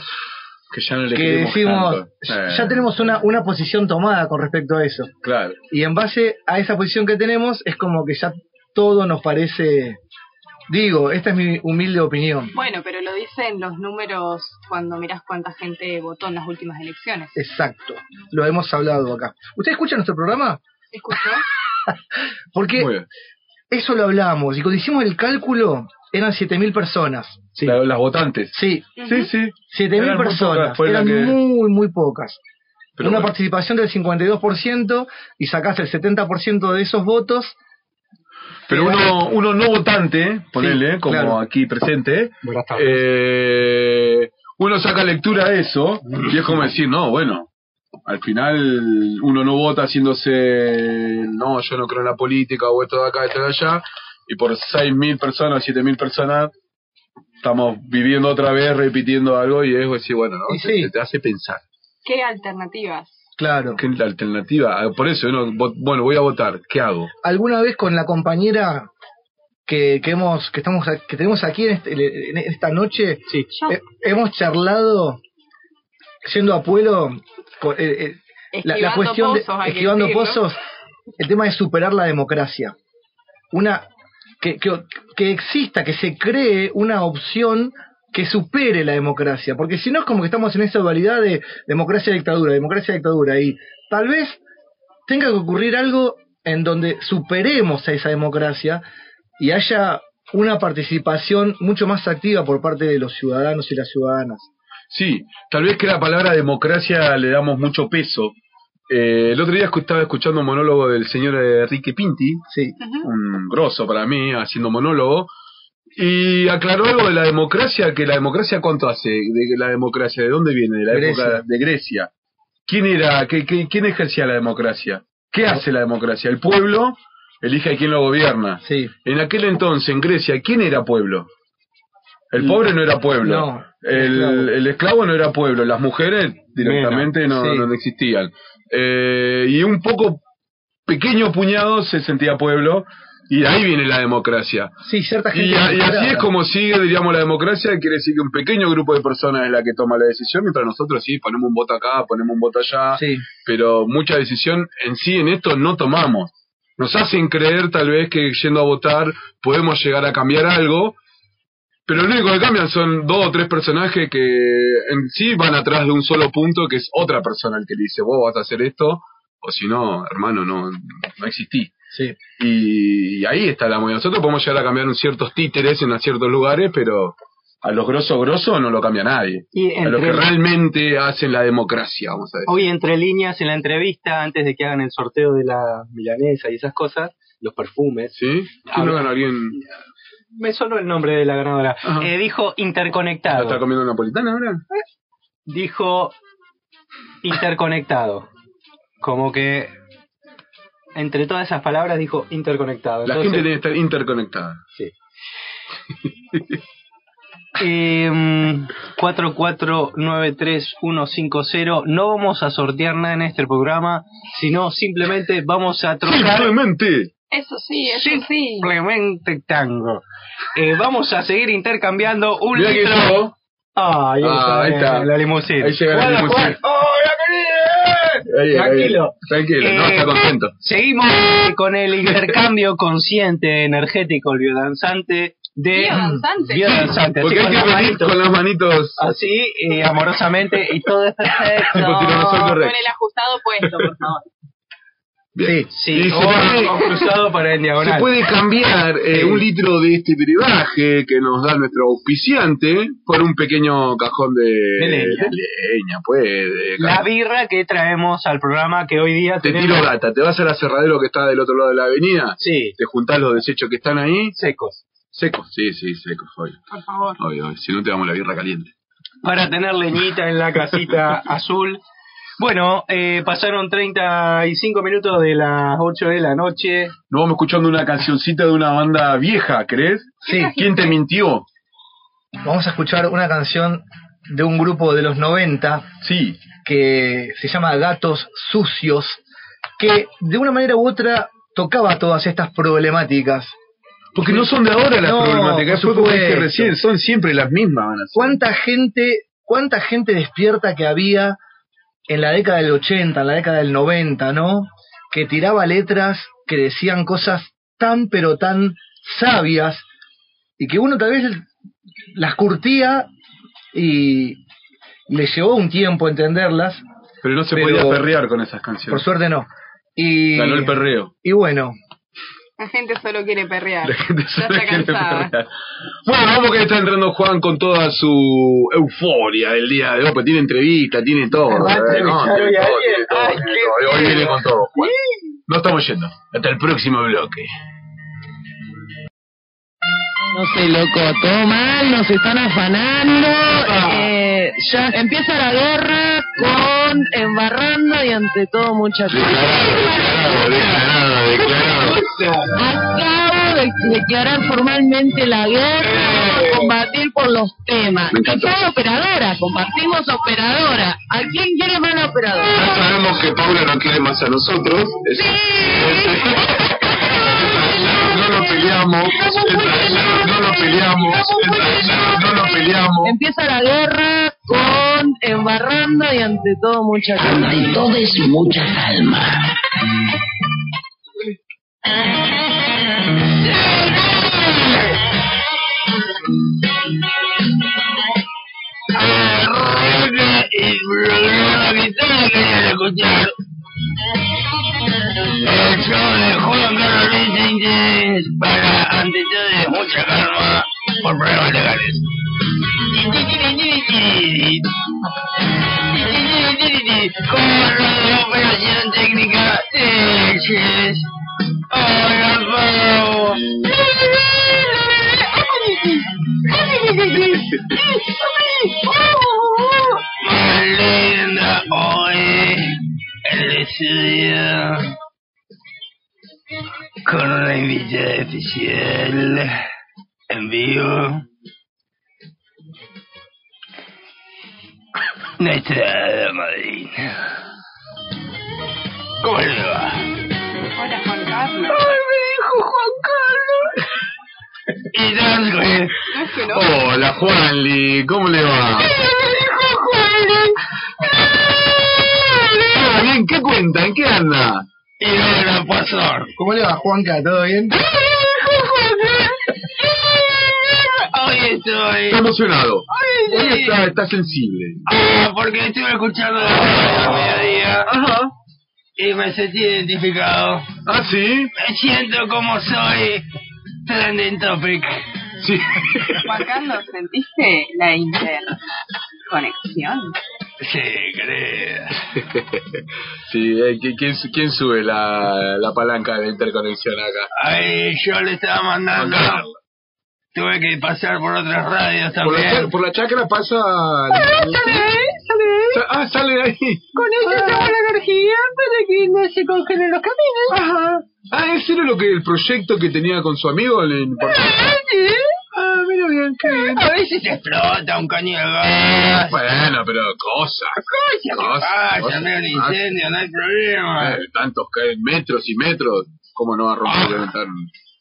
S2: Que ya no le
S4: que
S2: creemos
S4: decimos,
S2: tanto. Eh,
S4: ya tenemos una, una posición tomada con respecto a eso.
S2: Claro.
S4: Y en base a esa posición que tenemos, es como que ya todo nos parece... Digo, esta es mi humilde opinión.
S5: Bueno, pero lo dicen los números cuando mirás cuánta gente votó en las últimas elecciones.
S4: Exacto, lo hemos hablado acá. ¿Usted escucha nuestro programa?
S5: ¿Escuchó?
S2: Muy
S4: Porque
S2: bien.
S4: eso lo hablamos y cuando hicimos el cálculo eran 7.000 personas. Sí,
S2: La- las votantes.
S4: sí,
S5: Ujú.
S2: sí.
S4: 7.000
S2: Eran muy pocas,
S4: personas.
S2: fue la
S4: Eran
S2: que-
S4: muy, muy pocas.
S2: Pero
S4: Una
S2: bueno.
S4: participación del 52% y sacaste el 70% de esos votos. Eh,
S2: Pero uno, uno no votante, ponele,
S4: Sí,
S2: como
S4: claro.
S2: aquí presente,
S3: Buenas tardes.
S2: eh, uno saca lectura de eso
S4: Mm.
S2: y es como decir, no, bueno, al final uno no vota haciéndose, no, yo no creo en la política o esto de acá, esto de allá, y por 6.000 personas, 7.000 personas, estamos viviendo otra vez, repitiendo algo y es decir, bueno, ¿no?
S4: Y
S2: Te-
S4: sí.
S2: te- te hace pensar.
S5: ¿Qué alternativas?
S4: Claro.
S2: ¿Qué alternativa? Ah, Por eso, ¿no? Vo- bueno, voy a votar, ¿qué hago?
S4: alguna vez con la compañera que, que hemos que estamos que tenemos aquí en, este- en esta noche
S5: Yo,
S4: he- hemos charlado yendo a pueblo co- eh, eh, la, la
S5: Esquivando
S4: cuestión de-
S5: pozos, hay que
S4: esquivando
S5: decirlo.
S4: pozos el tema de superar la democracia una que, que, que exista que se cree una opción que supere la democracia porque si no es como que estamos en esa dualidad de democracia dictadura democracia dictadura y tal vez tenga que ocurrir algo en donde superemos a esa democracia y haya una participación mucho más activa por parte de los ciudadanos y las ciudadanas.
S2: Sí, tal vez que la palabra democracia le damos mucho peso. Eh, el otro día escu- estaba escuchando un monólogo del señor Enrique Pinti,
S4: Sí,
S5: Ujú.
S2: un grosso para mí, haciendo monólogo, y aclaró algo de la democracia, que la democracia cuánto hace, de que la democracia, de dónde viene, de la
S4: Grecia.
S2: época de Grecia. ¿Quién era, qué- qué- quién ejercía la democracia? ¿Qué hace la democracia? El pueblo elige a quién lo gobierna.
S4: sí,
S2: En aquel entonces, en Grecia, ¿quién era pueblo? El pobre no era pueblo.
S4: No,
S2: el,
S4: el
S2: el esclavo.
S4: esclavo.
S2: no era pueblo. Las mujeres directamente no,
S4: sí.
S2: no existían. Eh, y un poco, pequeño puñado se sentía pueblo. Y de ahí viene la democracia.
S4: sí, cierta gente.
S2: Y, a- y así
S4: preparada.
S2: es como sigue, diríamos, la democracia. que Quiere decir que un pequeño grupo de personas es la que toma la decisión, mientras nosotros sí ponemos un voto acá, ponemos un voto allá
S4: Sí,
S2: pero mucha decisión en sí en esto no tomamos. Nos hacen creer tal vez que yendo a votar podemos llegar a cambiar algo, pero lo único que cambian son dos o tres personajes que en sí van atrás de un solo punto, que es otra persona el que le dice, vos vas a hacer esto, o si no, hermano, no, no existí.
S4: sí.
S2: Y, y ahí está la moneda. Nosotros podemos llegar a cambiar un ciertos títeres en ciertos lugares, pero a los grosos grosos no lo cambia nadie.
S3: Y
S2: A los
S3: entre-
S2: que realmente hacen la democracia, vamos a decir.
S3: Hoy entre líneas en la entrevista, antes de que hagan el sorteo de la milanesa y esas cosas, los perfumes,
S2: ¿Sí?
S3: Ah,
S2: Uno
S3: bueno.
S2: con alguien
S3: me sonó el nombre de la ganadora,
S2: Ajá.
S3: Eh, dijo
S2: ¿No
S3: interconectado,
S2: está comiendo napolitana ahora?
S3: dijo interconectado, como que entre todas esas palabras dijo interconectado.
S2: La
S3: Entonces,
S2: gente debe estar interconectada.
S3: Eh, 4493150. No vamos a sortear nada en este programa, sino simplemente vamos a trocar
S2: Simplemente.
S5: Eso sí, eso sí.
S3: simplemente tango. Eh, vamos a seguir intercambiando un
S2: Mira que
S3: litro.
S2: yo.
S3: Ah, ahí,
S2: Ah, ahí
S3: está.
S2: está.
S3: La limusina.
S2: Ahí llega la
S3: Hola,
S2: limusina.
S3: Juan. Hola, querido.
S2: Ahí, ahí,
S3: Tranquilo.
S2: ahí. Tranquilo, no,
S3: Eh,
S2: está contento.
S3: Seguimos con el intercambio consciente, energético, biodanzante de.
S5: Biodanzante.
S3: Biodanzante, así
S2: Porque hay
S3: con
S2: que
S3: las
S2: venir
S3: manitos.
S2: con las manitos.
S3: así eh, amorosamente y todo es perfecto.
S2: Tipo tiranosaurio
S5: con
S2: Rex.
S5: el ajustado puesto, por favor.
S2: Bien.
S3: Sí,
S2: Y se
S3: o,
S2: puede-
S3: o cruzado para el
S2: Se
S3: diagonal.
S2: puede cambiar eh,
S3: Sí.
S2: un litro de este brebaje que nos da nuestro auspiciante por un pequeño cajón de,
S3: De leña.
S2: de leña, pues. de-
S3: La birra que traemos al programa que hoy día
S2: te
S3: tenemos
S2: tiro gata, te vas al aserradero que está del otro lado de la avenida,
S3: sí,
S2: te juntás los desechos que están ahí,
S3: secos.
S2: secos, sí, sí, secos, obvio,
S5: Por favor.
S2: obvio, obvio. si no te damos la birra caliente.
S3: Para tener leñita en la casita azul. Bueno, eh, pasaron 35 minutos de las 8 de la noche.
S2: Nos vamos escuchando una cancioncita de una banda vieja, ¿crees?
S4: Sí.
S2: ¿Quién te mintió?
S4: Vamos a escuchar una canción de un grupo de los 90
S2: Sí.
S4: que se llama Gatos Sucios, que de una manera u otra tocaba todas estas problemáticas
S7: Porque no son de ahora las
S4: No,
S7: problemáticas,
S4: por
S7: fue como dije
S4: supuesto.
S7: recién, son siempre las mismas. van a ser.
S4: ¿Cuánta gente, cuánta gente despierta que había en la década del 80, en la década del 90, ¿no? Que tiraba letras que decían cosas tan pero tan sabias y que uno tal vez las curtía y le llevó un tiempo entenderlas,
S2: Pero no se
S4: Pero-
S2: podía perrear con esas
S4: por
S2: canciones.
S4: suerte no. Y,
S2: Ganó el perreo.
S4: y bueno,
S5: La gente solo quiere perrear.
S2: La gente
S5: Ya
S2: solo
S5: está
S2: quiere
S5: cansada.
S2: perrear. Bueno, vamos que está entrando Juan con toda su euforia del día de hoy, pues tiene entrevista, tiene todo.
S8: Va a
S2: ¿eh? No,
S8: entrevistar hoy
S2: tiene
S8: a
S2: todo,
S8: alguien. eh. Ay,
S2: tiene todo, tiene
S8: qué
S2: todo. Y Hoy
S8: miedo.
S2: viene con todo. Juan. No estamos yendo. Hasta el próximo bloque.
S1: No sé, loco, todo mal, nos están afanando.
S2: Ah.
S1: eh, ya empieza la guerra con embarrando y ante todo mucha
S2: Declarado, declarado, declarado.
S1: Acabo de declarar formalmente la guerra, combatir por los temas.
S2: Eh. Me
S1: Y
S2: encantó.
S1: cada operadora, compartimos operadora. ¿A quién quiere más la operadora?
S2: Ya sabemos que Paula no quiere más a nosotros. Eso- No lo peleamos, no lo peleamos, no lo peleamos.
S1: Empieza la guerra con embarrando y ante todo mucha
S9: Ante todo es mucha calma.
S6: con una invitada especial en vivo. Nuestra dama madrina. ¿Cómo le va?
S5: Hola, Juan Carlos.
S6: Y tanto, eh.
S5: No es que no.
S2: Hola Juanli, ¿cómo le va? Ah, bien, ¿qué cuenta? ¿En qué anda?
S6: Y ahora pasó.
S4: ¿cómo le va Juanca? ¿Todo bien?
S6: Hoy estoy.
S2: Está emocionado. Hoy está, está sensible.
S6: Ah, porque estuve escuchando la radio al mediodía. Y me sentí identificado.
S2: ¿Ah, sí?
S6: Me siento como soy. Trending topic.
S2: Sí.
S5: Juan Carlos, ¿sentiste la interconexión?
S6: Sí, querida.
S2: Sí, eh, ¿qui- ¿quién, su- quién sube la, la palanca de interconexión acá?
S6: Ahí yo le estaba mandando. Tuve que pasar por otras radios
S2: Por la, cha-
S6: también.
S2: por la chacra pasa...
S6: Ah,
S2: Sa- Ah, sale de ahí.
S1: Con eso tenemos la energía para que no se congelen los caminos.
S2: Ajá. Ah, ¿ese era lo que el proyecto que tenía con su amigo? El- Ah, mira bien, qué bien.
S6: A veces explota un caño de gas.
S2: Bueno, pero cosas. Cosas.
S6: Ah,
S2: cosas.
S6: llamé a un
S2: Ah,
S6: incendio, no hay problema.
S2: eh, tantos que hay, metros y metros. ¿Cómo no va a romper levantar?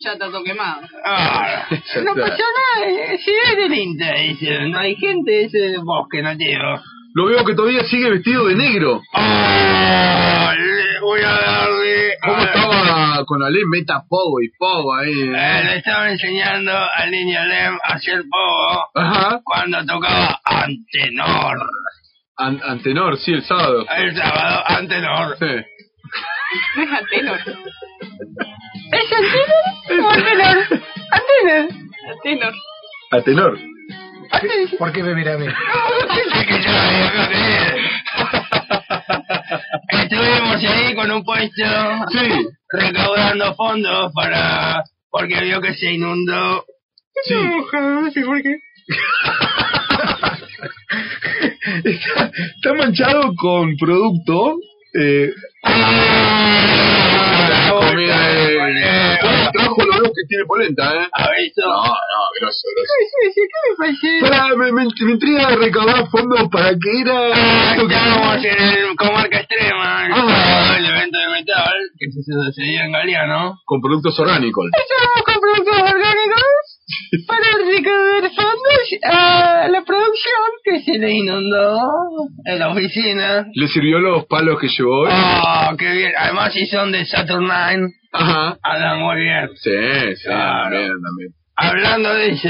S5: Ya está todo quemado.
S6: Ah, no pasó nada, eh, si es del INTA, dice, no hay gente, es el bosque nativo.
S2: Lo veo que todavía sigue vestido de negro.
S6: Ah, le voy a darle... a
S2: ¿Cómo
S6: ver.
S2: estaba con la ley meta pogo y pogo ahí?
S6: Eh, le estaba enseñando al niño Lem a hacer pogo
S2: Ajá.
S6: cuando tocaba ¡Ah, Antenor.
S2: An- Antenor, sí, el sábado.
S6: El sábado, Antenor.
S2: Sí.
S5: No es Atenor. Atenor.
S2: Antenor.
S4: ¿Por qué me mira a mí?
S6: Pensé que yo lo había conseguido. Estuvimos ahí con un puesto
S2: Sí.
S6: recaudando fondos para... porque vio que se inundó
S2: Sí. está, está manchado con producto. Eh, la
S6: Ah,
S2: comida
S6: eh,
S2: de. Bueno, trajo los dos que tiene polenta, ¿eh?
S6: aviso.
S2: No, no, grosso, grosso. Pará, me, me, me intriga recabar fondos para que era.
S6: Estábamos en el Comarca Extrema, el
S2: Ah.
S6: evento de metal, que se Eso sería en galeano.
S2: Con productos orgánicos.
S1: Estamos con productos orgánicos para recaudar fondos a la producción que se le inundó en la oficina.
S2: ¿Le sirvió los palos que llevó hoy?
S6: Oh, qué bien. Además, si son de Saturnine,
S2: Ajá.
S6: andan muy bien.
S2: Sí, sí,
S6: Claro.
S2: también, también.
S6: Hablando de eso,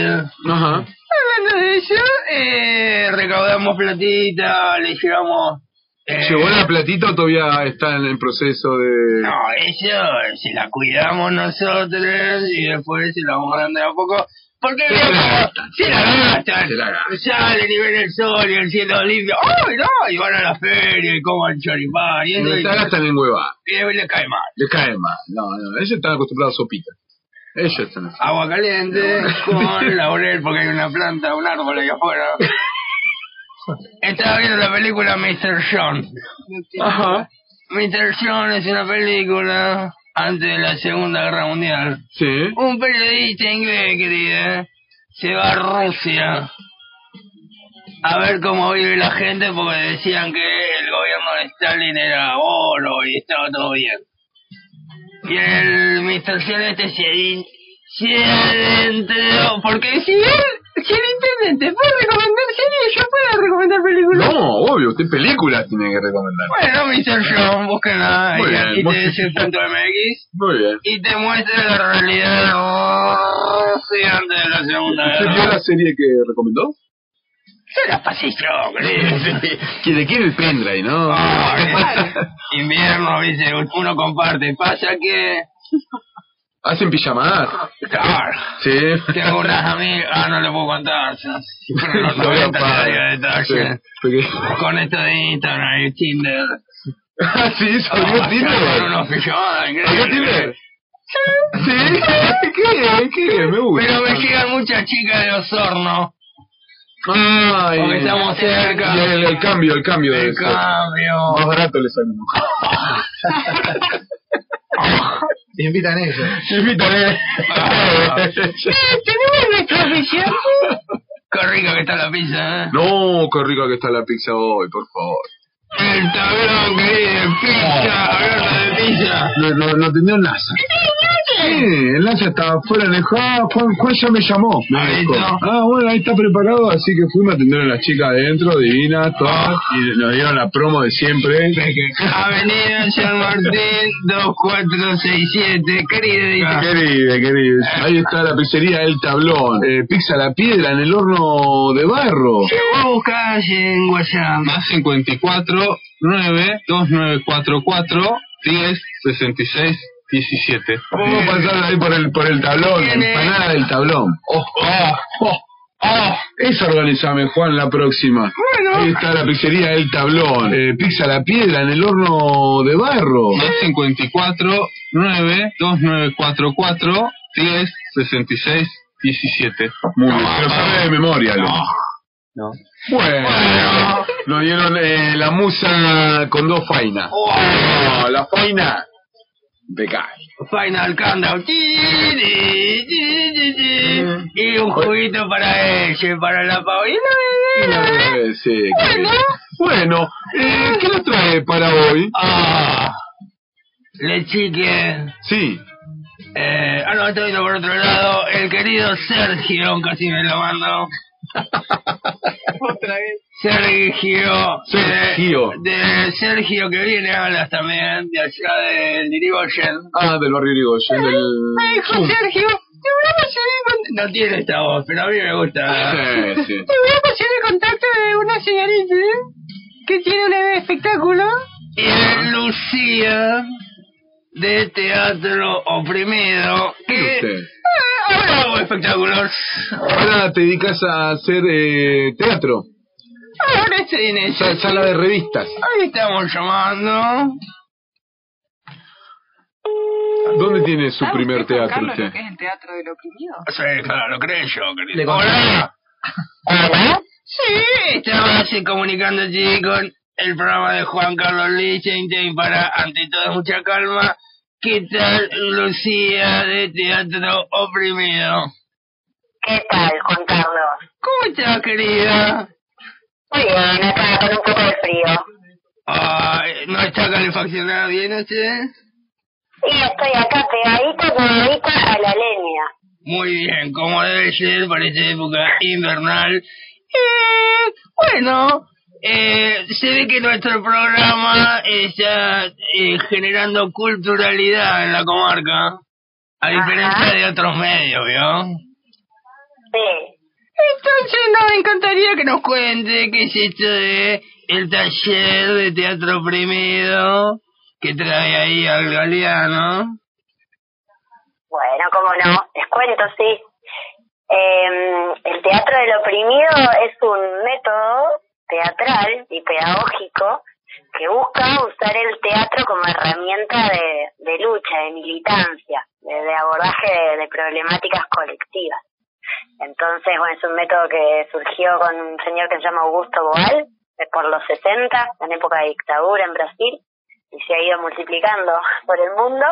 S2: Ajá.
S6: hablando de eso, eh, recaudamos platita, le llevamos. eh,
S2: ¿Llegó la platita o todavía está en el proceso de...?
S6: No, eso se la cuidamos nosotros y después se la vamos dando de a poco. Porque
S2: Se
S6: viejo,
S2: la gastan.
S6: se la gastan.
S2: Se la gastan.
S6: Salen y ven el sol y el cielo limpio. ¡Ay, no! Y van a la feria y coman choripán. Y,
S2: No
S6: eso,
S2: se
S6: y,
S2: gastan en hueva.
S6: y después le cae mal.
S2: Le cae mal. No, no. Ellos están acostumbrados a sopita. Ellos están así.
S6: Agua caliente con laurel porque hay una planta, un árbol ahí afuera. Estaba viendo la película Mr. John.
S2: Ajá.
S6: Mr. John es una película antes de la Segunda Guerra Mundial.
S2: Sí.
S6: Un periodista inglés, querida, se va a Rusia a ver cómo vive la gente porque decían que el gobierno de Stalin era oro y estaba todo bien. Y el Mr. Celeste se, di- se adentró, porque si él, si el intendente puede recomendar series, yo puedo recomendar películas.
S2: No, obvio. Usted películas tiene que recomendar.
S6: Bueno, Mr. John, busquen a
S2: Muy bien, muy bien.
S6: ITDC.mx
S2: Muy bien.
S6: y te muestra la realidad de Rusia antes de la segunda
S2: ¿Usted vio
S6: guerra.
S2: la serie que recomendó?
S6: Se la pasé yo, querido.
S2: Que le quiere el pendrive, ¿no?
S6: Ah, Invierno, viste, uno comparte. Pasa que.
S2: Hacen pijamadas.
S6: Claro,
S2: Sí.
S6: tengo unas amigas. Ah, no le puedo contar. Si fueron los 90
S2: para.
S6: te daría detalles.
S2: Sí, porque-
S6: Con esto de Instagram y Tinder.
S2: Ah, sí, salió
S6: Ah,
S2: Tinder.
S6: sacaron unos pijamas
S2: ¿Salió
S6: increíbles.
S2: Tinder? Sí. Qué bien, qué bien. Me gusta.
S6: Pero me llegan muchas chicas de Osorno.
S2: Ay.
S6: Porque estamos cerca.
S2: Y el, el cambio, el cambio de
S6: El
S2: eso.
S6: cambio.
S2: Más barato le sale.
S4: Te invitan ellos.
S2: Invítale.
S6: Ah,
S1: ¿Tenemos nuestra oficina?
S6: Qué rica que está la pizza, ¿eh?
S2: No, qué rica que está la pizza hoy, por favor.
S6: El tablón, querido, pizza, hablando de pizza.
S2: Lo, lo, lo atendió Nasa. Sí, el Nasa estaba fuera de Juan, Juan, Juan ya me llamó. Me
S6: Ahí
S2: dijo,
S6: está.
S2: Ah, bueno, ahí está preparado, así que fuimos a atender a las chicas adentro, divinas, todas, y nos dieron la promo Ah. de siempre. Ah,
S6: Avenida San Martín 2467, querido.
S2: Querida, querida. Ahí está la pizzería El Tablón. Eh, pizza a la piedra en el horno de barro.
S6: Vos buscás en WhatsApp.
S10: Más 54 9 2944 10 66 17.
S2: Vamos a pasar ahí por el, por el tablón,
S6: ¿Quién es?
S2: empanada del tablón. Oh, oh, oh. Esa organizame, Juan, la próxima.
S6: Bueno.
S2: Ahí está la pizzería El Tablón. Eh, pizza a la piedra en el horno de barro.
S10: Más 54 9 2944 10 66 17.
S2: Muy bien, se lo sabe de memoria, Lu.
S6: No.
S2: Bueno, nos dieron eh, la musa con dos fainas. No, la faina. Impecable.
S6: Final Countdown. Ti, ti, ti, ti, ti. Y un juguito para ella, para la Paulina.
S2: Eh, sí, qué bien. bueno, eh, ¿qué nos trae para hoy?
S6: Ah, le chique.
S2: Sí,
S6: Eh, ah, no, estoy viendo por otro lado. El querido Sergio, casi me lo mando. Sergio.
S2: Sergio.
S6: De, de Sergio que viene hablas también, de allá del Dirigoyen.
S2: Ah, del barrio Irigoyen, del...
S6: Dijo Sergio, te voy a pasar el con- No tiene esta voz, pero a mí me gusta.
S2: Sí, sí.
S1: Te voy a pasar el contacto de una señorita que tiene un espectáculo.
S6: Y el Lucía de Teatro Oprimido, que
S2: Mire usted.
S6: Ah, ahora hago espectáculos.
S2: Ahora te dedicas a hacer eh, teatro,
S6: Ahora este dinero.
S2: sa- sala de revistas.
S6: Ahí estamos llamando.
S2: ¿Dónde tiene su
S11: ¿Sabe
S2: primer
S11: usted, Juan
S2: teatro
S11: Carlos, lo
S2: usted?
S11: que es el teatro del oprimido?
S6: Sí, claro, lo creo yo,
S4: Le
S6: querido.
S4: conté.
S6: Hola. ¿Hola? Sí, estamos así comunicándote con el programa de Juan Carlos Lichtenstein para, ante todo, mucha calma. ¿Qué tal, Lucía, de Teatro Oprimido?
S12: ¿Qué tal, Juan Carlos?
S6: ¿Cómo estás, querida?
S12: Muy bien, acá con un poco de frío.
S6: Ah, eh, Ay, ¿No está calefaccionada bien usted?
S12: Sí, y estoy acá pegadita, pegadita a la leña.
S6: Muy bien, como debe ser para esta época invernal. Eh, bueno, eh, se ve que nuestro programa está eh, generando culturalidad en la comarca, a diferencia de otros medios, ¿vio?
S12: Sí.
S6: Entonces nos encantaría que nos cuente qué es esto de el taller de teatro oprimido que trae ahí al Galeano.
S12: Bueno, cómo no, les cuento, sí. Eh, el teatro del oprimido es un método teatral y pedagógico que busca usar el teatro como herramienta de, de lucha, de militancia, de, de abordaje de- de problemáticas colectivas. Entonces, bueno, es un método que surgió con un señor que se llama Augusto Boal, eh, por los 60, en época de dictadura en Brasil, y se ha ido multiplicando por el mundo.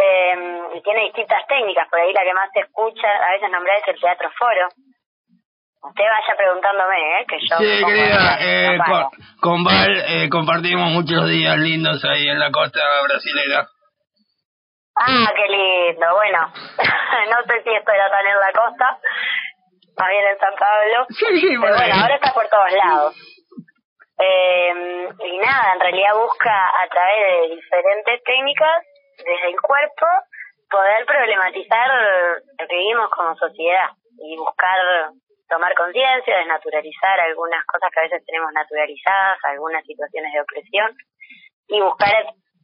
S12: Eh, y tiene distintas técnicas, por ahí la que más se escucha, a veces nombrada es el teatro foro. Usted vaya preguntándome, ¿eh? Que yo...
S6: Sí,
S12: me pongo
S6: querida,
S12: a-
S6: eh,
S12: no paro.
S6: con, con Val eh, compartimos muchos días lindos ahí en la costa brasilera.
S12: Ah, qué lindo. Bueno, no sé si esto era tan en la costa, más bien en San Pablo. Pero bueno, ahora está por todos lados. Eh, y nada, en realidad busca a través de diferentes técnicas, desde el cuerpo, poder problematizar lo que vivimos como sociedad y buscar tomar conciencia, desnaturalizar algunas cosas que a veces tenemos naturalizadas, algunas situaciones de opresión y buscar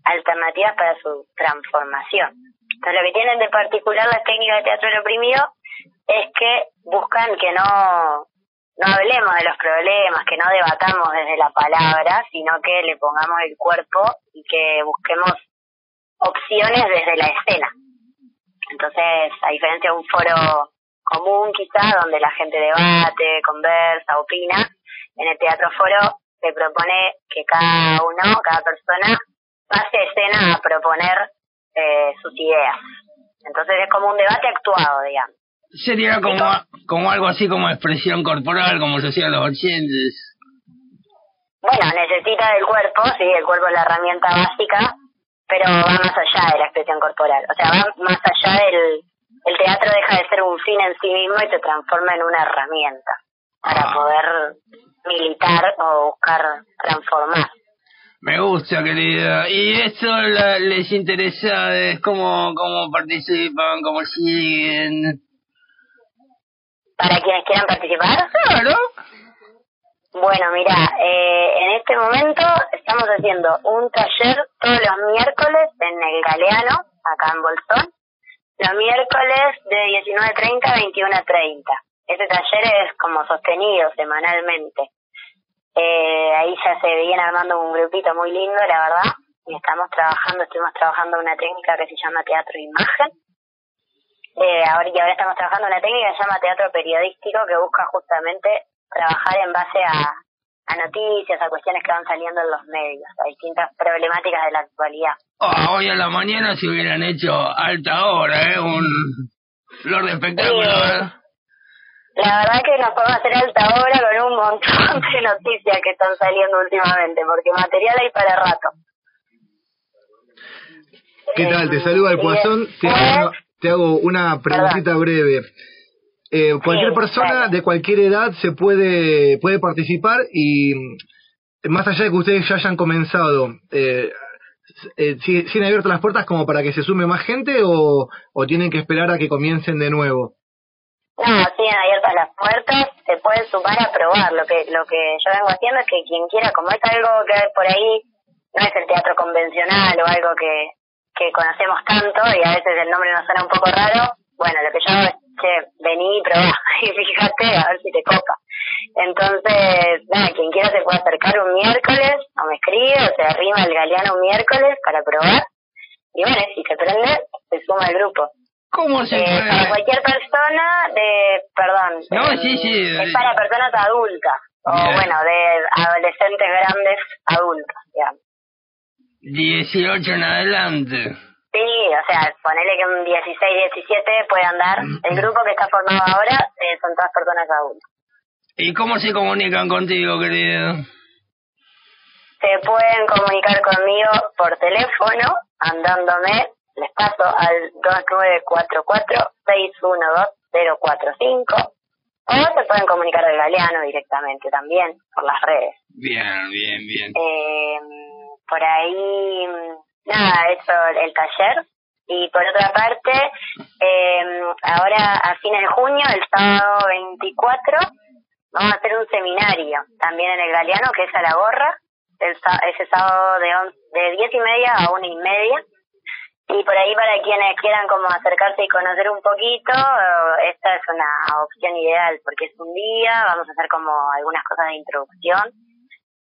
S12: alternativas para su transformación. Entonces, lo que tienen de particular las técnicas de teatro del oprimido es que buscan que no, no hablemos de los problemas, que no debatamos desde la palabra, sino que le pongamos el cuerpo y que busquemos opciones desde la escena. Entonces, a diferencia de un foro común quizá, donde la gente debate, conversa, opina, en el teatro foro se propone que cada uno, cada persona, pase a escena a proponer eh, sus ideas. Entonces es como un debate actuado, digamos.
S6: Sería como, como algo así como expresión corporal, como se hacía en los ochentas.
S12: Bueno, necesita del cuerpo, sí, el cuerpo es la herramienta básica, pero va más allá de la expresión corporal. O sea, va más allá del... El teatro deja de ser un fin en sí mismo y se transforma en una herramienta para poder militar o buscar transformar.
S6: Me gusta, querida. ¿Y eso la- les interesa? Es ¿Cómo, ¿Cómo participan? ¿Cómo siguen?
S12: ¿Para quienes quieran participar?
S6: Claro.
S12: Bueno, mira, eh, en este momento estamos haciendo un taller todos los miércoles en el Galeano, acá en Bolsón. Los miércoles de 19.30 a 21.30. Este taller es como sostenido semanalmente. Eh, ahí ya se viene armando un grupito muy lindo, la verdad. Y estamos trabajando, estuvimos trabajando una técnica que se llama teatro imagen. Eh, ahora, y ahora estamos trabajando una técnica que se llama teatro periodístico, que busca justamente trabajar en base a, a noticias, a cuestiones que van saliendo en los medios, a distintas problemáticas de la actualidad.
S6: Ah, hoy a la mañana se hubieran hecho alta hora, ¿eh? Un flor de espectáculo, ¿eh?
S12: La verdad que nos podemos hacer alta obra con un montón de noticias que están saliendo últimamente, porque material hay para rato.
S4: ¿Qué tal? Te saluda el Poisson. Te hago, te hago una preguntita breve. Eh, cualquier persona de cualquier edad se puede, puede participar y mm, más allá de que ustedes ya hayan comenzado, eh, eh, ¿si- ¿siguen abiertas las puertas como para que se sume más gente o, o tienen que esperar a que comiencen de nuevo?
S12: No, siguen abiertas las puertas, se pueden sumar a probar. Lo que lo que yo vengo haciendo es que quien quiera, como es algo que por ahí no es el teatro convencional o algo que, que conocemos tanto y a veces el nombre nos suena un poco raro, bueno, lo que yo hago es, che, vení y probá y fíjate a ver si te copa. Entonces, nada, quien quiera se puede acercar un miércoles o me escribe o se arrima el galeano un miércoles para probar. Y bueno, si se prende, se suma al grupo.
S6: ¿Cómo
S12: se Para cualquier persona de... Perdón.
S6: No,
S12: em,
S6: sí, sí,
S12: Es
S6: eh.
S12: para personas adultas. O
S6: Bien.
S12: bueno, de adolescentes grandes adultos, digamos.
S6: 18 en adelante.
S12: Sí, o sea, ponele que un 16, 17 puede andar.
S6: Mm.
S12: El grupo que está formado ahora eh, son todas personas adultas.
S6: ¿Y cómo se comunican contigo, querido?
S12: Se pueden comunicar conmigo por teléfono, andándome Les paso al 2944-612-045 o se pueden comunicar al Galeano directamente también por las redes.
S6: Bien, bien, bien.
S12: Eh, por ahí, mm, nada, eso, el taller. Y por otra parte, eh, ahora a fines de junio, el sábado 24, vamos a hacer un seminario también en el Galeano, que es a la gorra, el, sá- ese sábado de, on- de 10 y media a 1 y media. Y por ahí para quienes quieran como acercarse y conocer un poquito, eh, esta es una opción ideal porque es un día, vamos a hacer como algunas cosas de introducción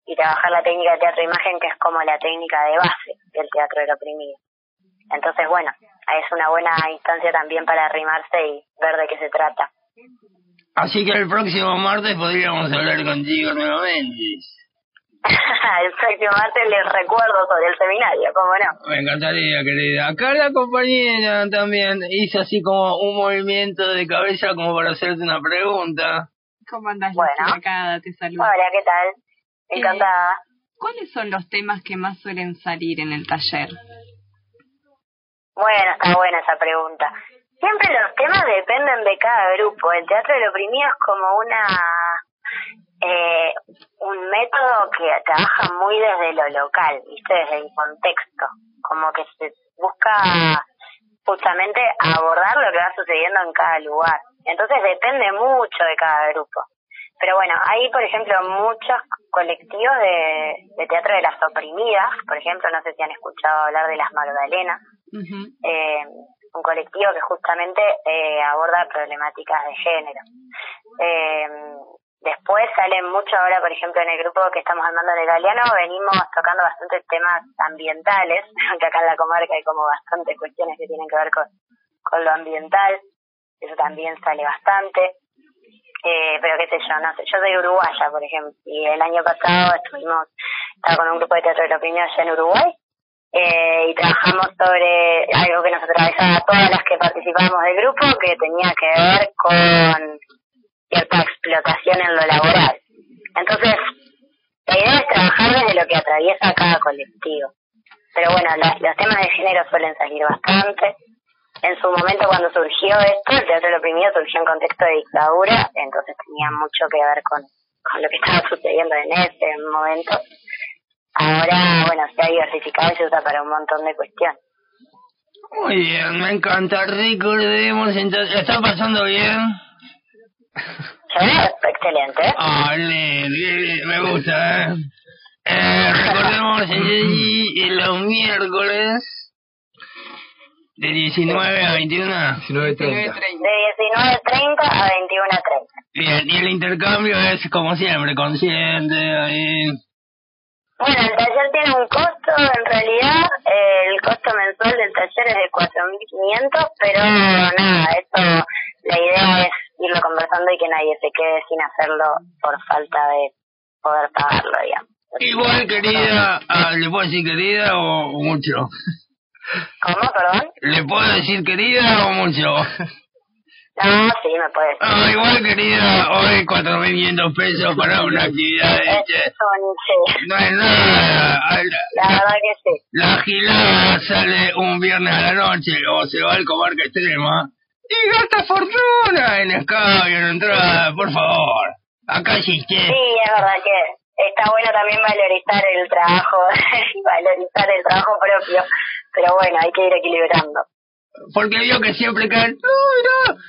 S12: y trabajar la técnica de teatro e imagen que es como la técnica de base del teatro del oprimido. Entonces, bueno, es una buena instancia también para arrimarse y ver de qué se trata.
S6: Así que el próximo martes podríamos hablar contigo nuevamente.
S12: el próximo martes les recuerdo sobre el seminario, como no.
S6: Me encantaría, querida. Acá la compañera también hizo así como un movimiento de cabeza como para hacerte una pregunta.
S5: ¿Cómo andás,
S12: Bueno.
S5: Lucía? Te saludo. Eh,
S12: Hola, ¿qué tal? Encantada.
S5: ¿Cuáles son los temas que más suelen salir en el taller?
S12: Bueno, está buena esa pregunta. Siempre los temas dependen de cada grupo. El teatro del oprimido es como una eh, un método que trabaja muy desde lo local, ¿viste? desde el contexto. Como que se busca justamente abordar lo que va sucediendo en cada lugar. Entonces depende mucho de cada grupo. Pero bueno, hay, por ejemplo, muchos colectivos de, de teatro de las oprimidas. Por ejemplo, no sé si han escuchado hablar de las Magdalenas eh, un colectivo que justamente eh, aborda problemáticas de género. Eh, después salen mucho ahora, por ejemplo, en el grupo que estamos andando en el Galeano, venimos tocando bastantes temas ambientales, que acá en la comarca hay como bastantes cuestiones que tienen que ver con, con lo ambiental, eso también sale bastante. Eh, pero qué sé yo, no sé, yo soy uruguaya, por ejemplo, y el año pasado estuvimos, estaba con un grupo de teatro de la opinión allá en Uruguay, eh, y trabajamos sobre algo que nos atravesaba a todas las que participábamos del grupo, que tenía que ver con cierta explotación en lo laboral. Entonces, la idea es trabajar desde lo que atraviesa cada colectivo. Pero bueno, los, los temas de género suelen salir bastante. En su momento, cuando surgió esto, el teatro del oprimido surgió en contexto de dictadura, entonces tenía mucho que ver con, con lo que estaba sucediendo en ese momento ahora, bueno, se ha diversificado y se usa para un montón de cuestiones.
S6: Muy bien, me encanta. Recordemos entonces. ¿la ¿Está pasando bien?
S12: Excelente.
S6: Ah, bien, bien, me gusta, ¿eh? Eh, recordemos entonces, y eh, los miércoles de 19 a 21. 19
S12: De 19.30 a 21.30.
S6: Bien, y el intercambio es como siempre, consciente, ahí.
S12: Bueno, el taller tiene un costo, en realidad, eh, el costo mensual del taller es de 4.500, pero nada, eso, la idea es irlo conversando y que nadie se quede sin hacerlo por falta de poder pagarlo, digamos.
S6: Igual, querida, ah, ¿le puedo decir querida o mucho?
S12: ¿Cómo, perdón?
S6: ¿Le puedo decir querida o mucho?
S12: No, sí, me puedes.
S6: Ah, igual, querida, hoy 4.500 pesos para una actividad
S12: Eh.
S6: de... No es nada. Al-
S12: La verdad que sí.
S6: La gilada sale un viernes a la noche o se va al comarca extrema y gasta fortuna en escabio, en entrada, por favor. Acá existe.
S12: Sí, es verdad que está bueno también valorizar el trabajo, valorizar el trabajo propio, pero bueno, hay que ir equilibrando.
S6: Porque vio que siempre caen. No, mirá.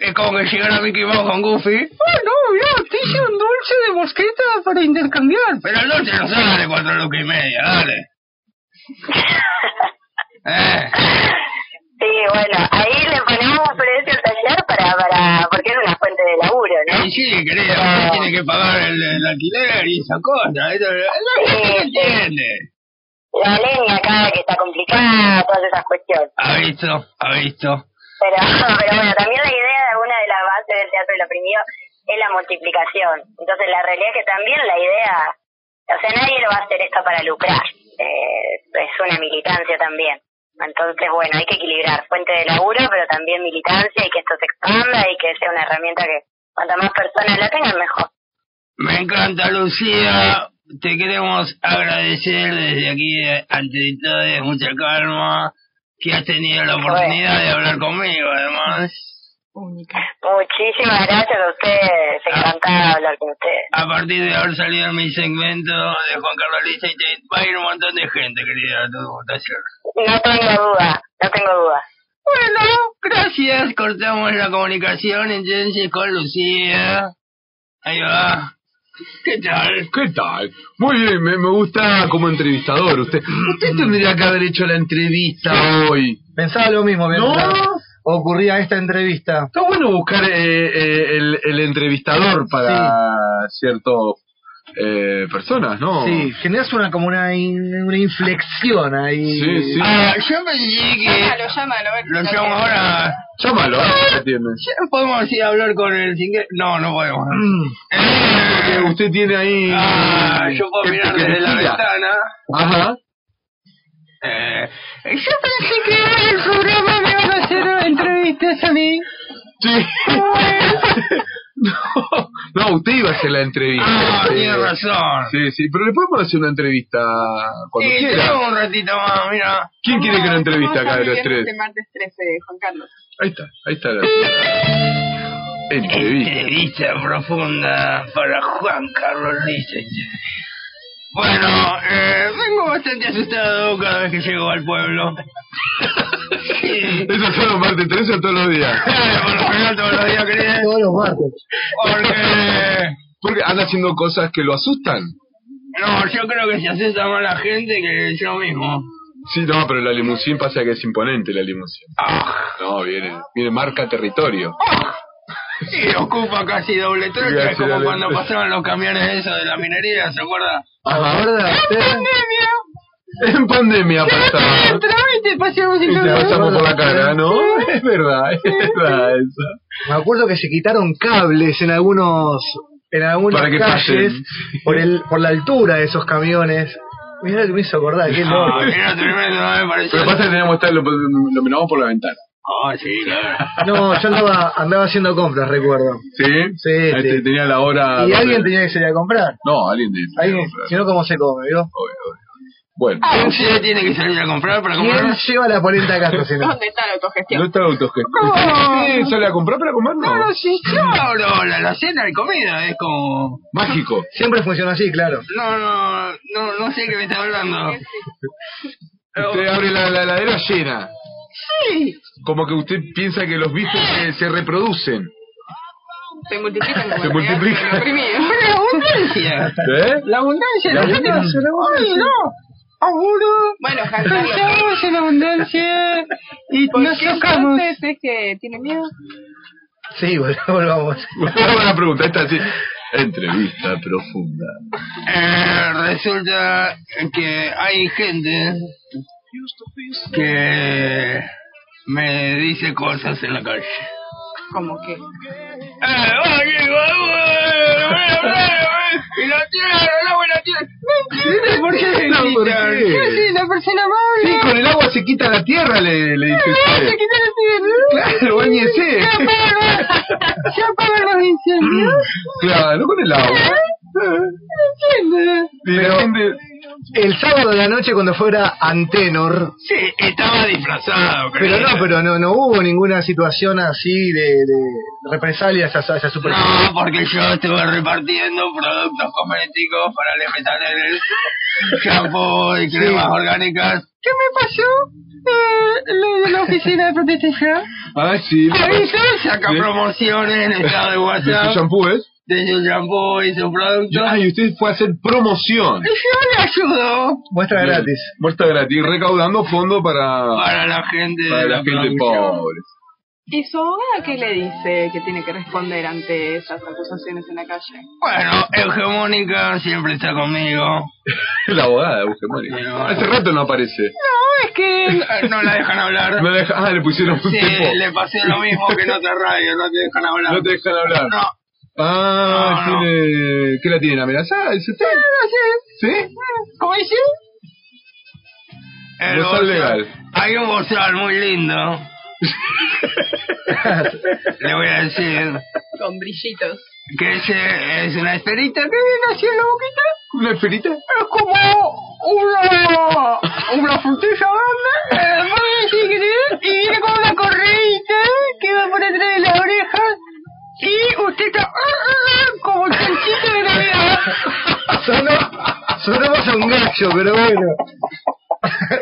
S6: Es como que llegaron a Mickey Mouse con Goofy. Ah, no, mirá, te hice un dulce de mosqueta para intercambiar. Pero el dulce no sale cuatro lucas y media, dale.
S12: Sí, bueno, ahí le ponemos precio al taller para, para, porque es una fuente de laburo, ¿no? Ah.
S6: Y sí, querida, uno tiene que pagar el, el alquiler y esa cosa. Esto, la gente no entiende.
S12: La leña acá que está complicada, todas esas cuestiones.
S6: Ha visto, ha visto.
S12: Pero, pero bueno, también la idea de una de las bases del teatro del oprimido es la multiplicación. Entonces la realidad es que también la idea, o sea, nadie lo va a hacer esto para lucrar. Eh, es una militancia también. Entonces, bueno, hay que equilibrar fuente de laburo, pero también militancia y que esto se expanda y que sea una herramienta que cuantas más personas la tengan, mejor.
S6: Me encanta, Lucía. Te queremos agradecer desde aquí, eh, ante todo, mucha calma. que has tenido la oportunidad de hablar conmigo, además.
S12: Muchísimas gracias a ustedes. Encantada de hablar con ustedes.
S6: A partir de haber salido en mi segmento de Juan Carlos Liza, y te va a ir un montón de gente, querida, a tu votación.
S12: No tengo duda, no tengo duda.
S6: Bueno, gracias. Cortamos la comunicación entonces con Lucía. Ahí va. ¿Qué tal?
S2: ¿Qué tal? Muy bien, me, me gusta como entrevistador usted.
S6: Mm.
S2: Usted tendría que haber hecho la entrevista hoy.
S4: Pensaba lo mismo mientras
S2: No.
S4: ocurría esta entrevista.
S2: Está bueno buscar eh, eh, el, el entrevistador para ciertos eh, personas, ¿no?
S4: Sí, generas una como una, in- una inflexión ahí.
S2: Sí, sí.
S6: Ah, yo pensé que...
S5: Llámalo, llámalo. a ver
S6: Lo
S5: si
S6: llamo
S5: lo-
S6: ahora. Ah,
S2: Llámalo, ¿eh? a ver si atiende.
S6: ¿Ya podemos ir a hablar con el single? No, no podemos.
S2: Mm.
S6: Eh.
S2: Porque usted tiene ahí.
S6: Ah, yo puedo
S2: gente
S6: mirar
S2: que
S6: desde la
S2: vigila.
S6: ventana.
S2: Ajá.
S6: Eh, yo pensé que en el programa me iban a hacer entrevistas a mí.
S2: Sí. no, no, usted iba a hacer la entrevista.
S6: Ah,
S2: Sí.
S6: tiene razón.
S2: Sí, sí, pero le podemos hacer una entrevista cuando
S6: Sí,
S2: quiera.
S6: tenemos un ratito más, mira.
S2: ¿Quién quiere que la entrevista acá de los
S5: Viernes
S6: este
S2: tres?
S5: de martes 13, Juan Carlos.
S2: Ahí está, ahí está la entrevista.
S6: Entrevista profunda para Juan Carlos Licenger. Bueno, eh, vengo bastante asustado cada vez que llego al pueblo. Sí.
S2: Eso solo martes 13 o todos los días.
S6: Por lo general todos los días, querida,
S4: Todos los martes.
S6: Porque...
S2: Porque anda haciendo cosas que lo asustan.
S6: No, yo creo que se asusta más la gente que yo mismo.
S2: Sí, no, pero la limusín pasa que es imponente la limusín.
S6: Ah,
S2: No, viene, viene marca territorio.
S6: sí, ocupa casi doble trocha,
S2: Casi
S6: es como
S2: doble
S6: cuando
S2: trocha. Ah,
S6: pasaban los camiones esos de la minería, ¿se acuerda?
S4: ¿Recuerda usted?
S2: En pandemia pasaba.
S6: Trámite, pasemos
S2: Y Ah, te pasamos por la cara, ¿no? Es verdad, es verdad eso.
S4: Me acuerdo que se quitaron cables en algunos en algunas
S2: Para que
S4: calles
S2: pasen.
S4: por el por la altura de esos camiones. Mira lo que me hizo acordar,
S2: Ah,
S4: qué loco.
S6: No, era tremendo, no me pareció.
S2: Pero pasa que teníamos que estar, lo, lo miramos por la ventana.
S6: Ah, sí, claro.
S4: No, yo andaba andaba haciendo compras, recuerdo.
S2: ¿Sí?
S4: Sí,
S2: Ahí
S4: sí.
S2: te- Tenía la hora.
S4: Y
S2: donde-
S4: alguien tenía que salir a comprar.
S2: Ah, No, alguien tenía.
S4: Alguien, si no cómo se come, ¿vio?
S2: Obvio, obvio. Bueno,
S6: Ah, usted tiene que salir a comprar para
S4: ¿Quién
S6: comprar.
S4: lleva la polenta a casa si no?
S5: ¿Dónde está la autogestión?
S2: no está autogestión. ¿Usted sale a comprar para comer? No.
S6: No, sí, claro, la, la cena y comida es como...
S2: Mágico.
S4: Siempre funciona así, claro.
S6: No, no, no, no sé qué me está hablando.
S2: Usted abre la, la heladera llena.
S6: Sí.
S2: Como que usted piensa que los bifes se, se reproducen.
S5: Se multiplican como
S2: Se
S5: el
S2: multiplican.
S5: pedazo del oprimido.
S6: Pero la
S2: ¿Eh?
S6: abundancia. La abundancia
S2: La
S6: de la gente.
S2: abundancia,
S6: Ay, no.
S2: Ah,
S6: Aburo.
S5: Bueno, Juan Carlos,
S6: en abundancia y
S5: ¿por qué entonces es que tiene miedo?
S4: Sí, vol- volvamos.
S2: Una pregunta, esta sí. Entrevista profunda.
S6: Eh, resulta que hay gente que me dice cosas en la calle.
S5: Como que...
S6: Eh, oye, guau, guau, guau, y la tierra, el agua y la tierra. Mentira, ¿por qué me
S2: No, ¿por
S6: gritan?
S2: qué?
S6: Yo soy una persona amable.
S2: Sí, con el agua se quita la tierra, le, le dije
S6: Ah, se
S2: usted.
S6: quita la tierra.
S2: Claro, bañese.
S6: Se apagan los- se apagan los Eh, incendios.
S2: Claro, Mm, con el agua.
S6: No entiendo.
S2: Y la gente-
S4: El sábado de la noche cuando fuera Antenor,
S6: Sí, estaba disfrazado.
S4: Pero no, pero no, no hubo ninguna situación así de, de represalias hacia, hacia su
S6: No, porque yo estuve repartiendo productos cosméticos para vegetales, shampoo y cremas orgánicas. ¿Qué me pasó? Eh, lo de la oficina de protección.
S2: Ah, sí.
S6: Aviso, saca
S2: Sí.
S6: promociones en el estado de
S2: ¿De su
S6: WhatsApp
S2: shampoo es?
S6: de su shampoo y su producto.
S2: Ah, y usted fue a hacer promoción.
S6: Y yo le ayudo
S4: Muestra
S2: Bien.
S4: gratis.
S2: Muestra gratis, recaudando fondos para,
S6: para la gente de
S2: para la gente
S6: producción.
S2: pobre.
S5: ¿Y su abogada qué le dice que tiene que responder ante esas acusaciones en la calle?
S6: Bueno, hegemónica siempre está conmigo.
S2: La abogada de Busquemari.
S6: Pero-
S2: Hace rato no aparece.
S6: No, es que no la dejan hablar.
S2: No deja- ah, le pusieron un
S6: Sí,
S2: cepo.
S6: le pasé lo mismo que en otra radio, no te dejan hablar.
S2: No te dejan hablar.
S6: No.
S2: Ah,
S6: No, no.
S2: tiene- ¿qué la tienen amenazada? ¿Es usted? ¿Sí?
S6: ¿Cómo dice? El
S2: Bozal
S6: bozal.
S2: legal.
S6: Hay un bozal muy lindo. Le voy a decir
S5: Con brillitos.
S6: que ese es una esferita que viene así en la boquita.
S2: ¿Una esferita?
S6: Es como
S13: una, una frutilla grande, eh, vos decís que y viene con una correita que va por atrás de las orejas, y usted está ah, como el chanchito de Navidad.
S4: Sonó, sonamos a un gallo, pero bueno.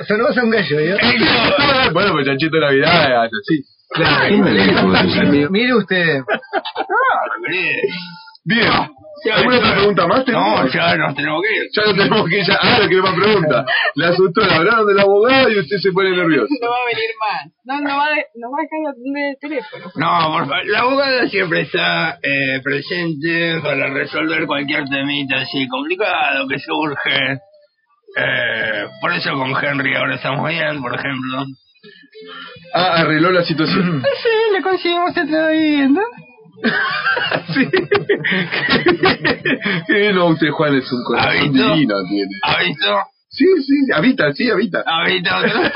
S4: sonamos a un gallo, ¿eh? ¿yo?
S2: Bueno, pues chanchito de Navidad, es así.
S4: eh, Claro. Mire usted.
S2: Bien. ¿Alguna otra pregunta más?
S4: No,
S2: ya nos tenemos que ir. Ya nos tenemos que ir. Ya. Ah, no quiero más preguntas. Le asustó, le hablaron del abogado y usted se pone nervioso.
S5: No va a venir más. No, no va, de- no va a dejar de atender el teléfono.
S6: No, por favor, la abogada siempre está eh, presente para resolver cualquier temita así complicado que surge. Eh, por eso con Henry ahora estamos bien, por ejemplo.
S2: Ah, arregló la situación.
S13: Sí, le conseguimos otra vivienda.
S2: Eh, no, usted, Juan, es un corazón
S6: ¿Habito?
S2: divino. Tiene.
S6: ¿Habito?
S2: Sí, sí, habita, sí, habita.
S6: Habita otra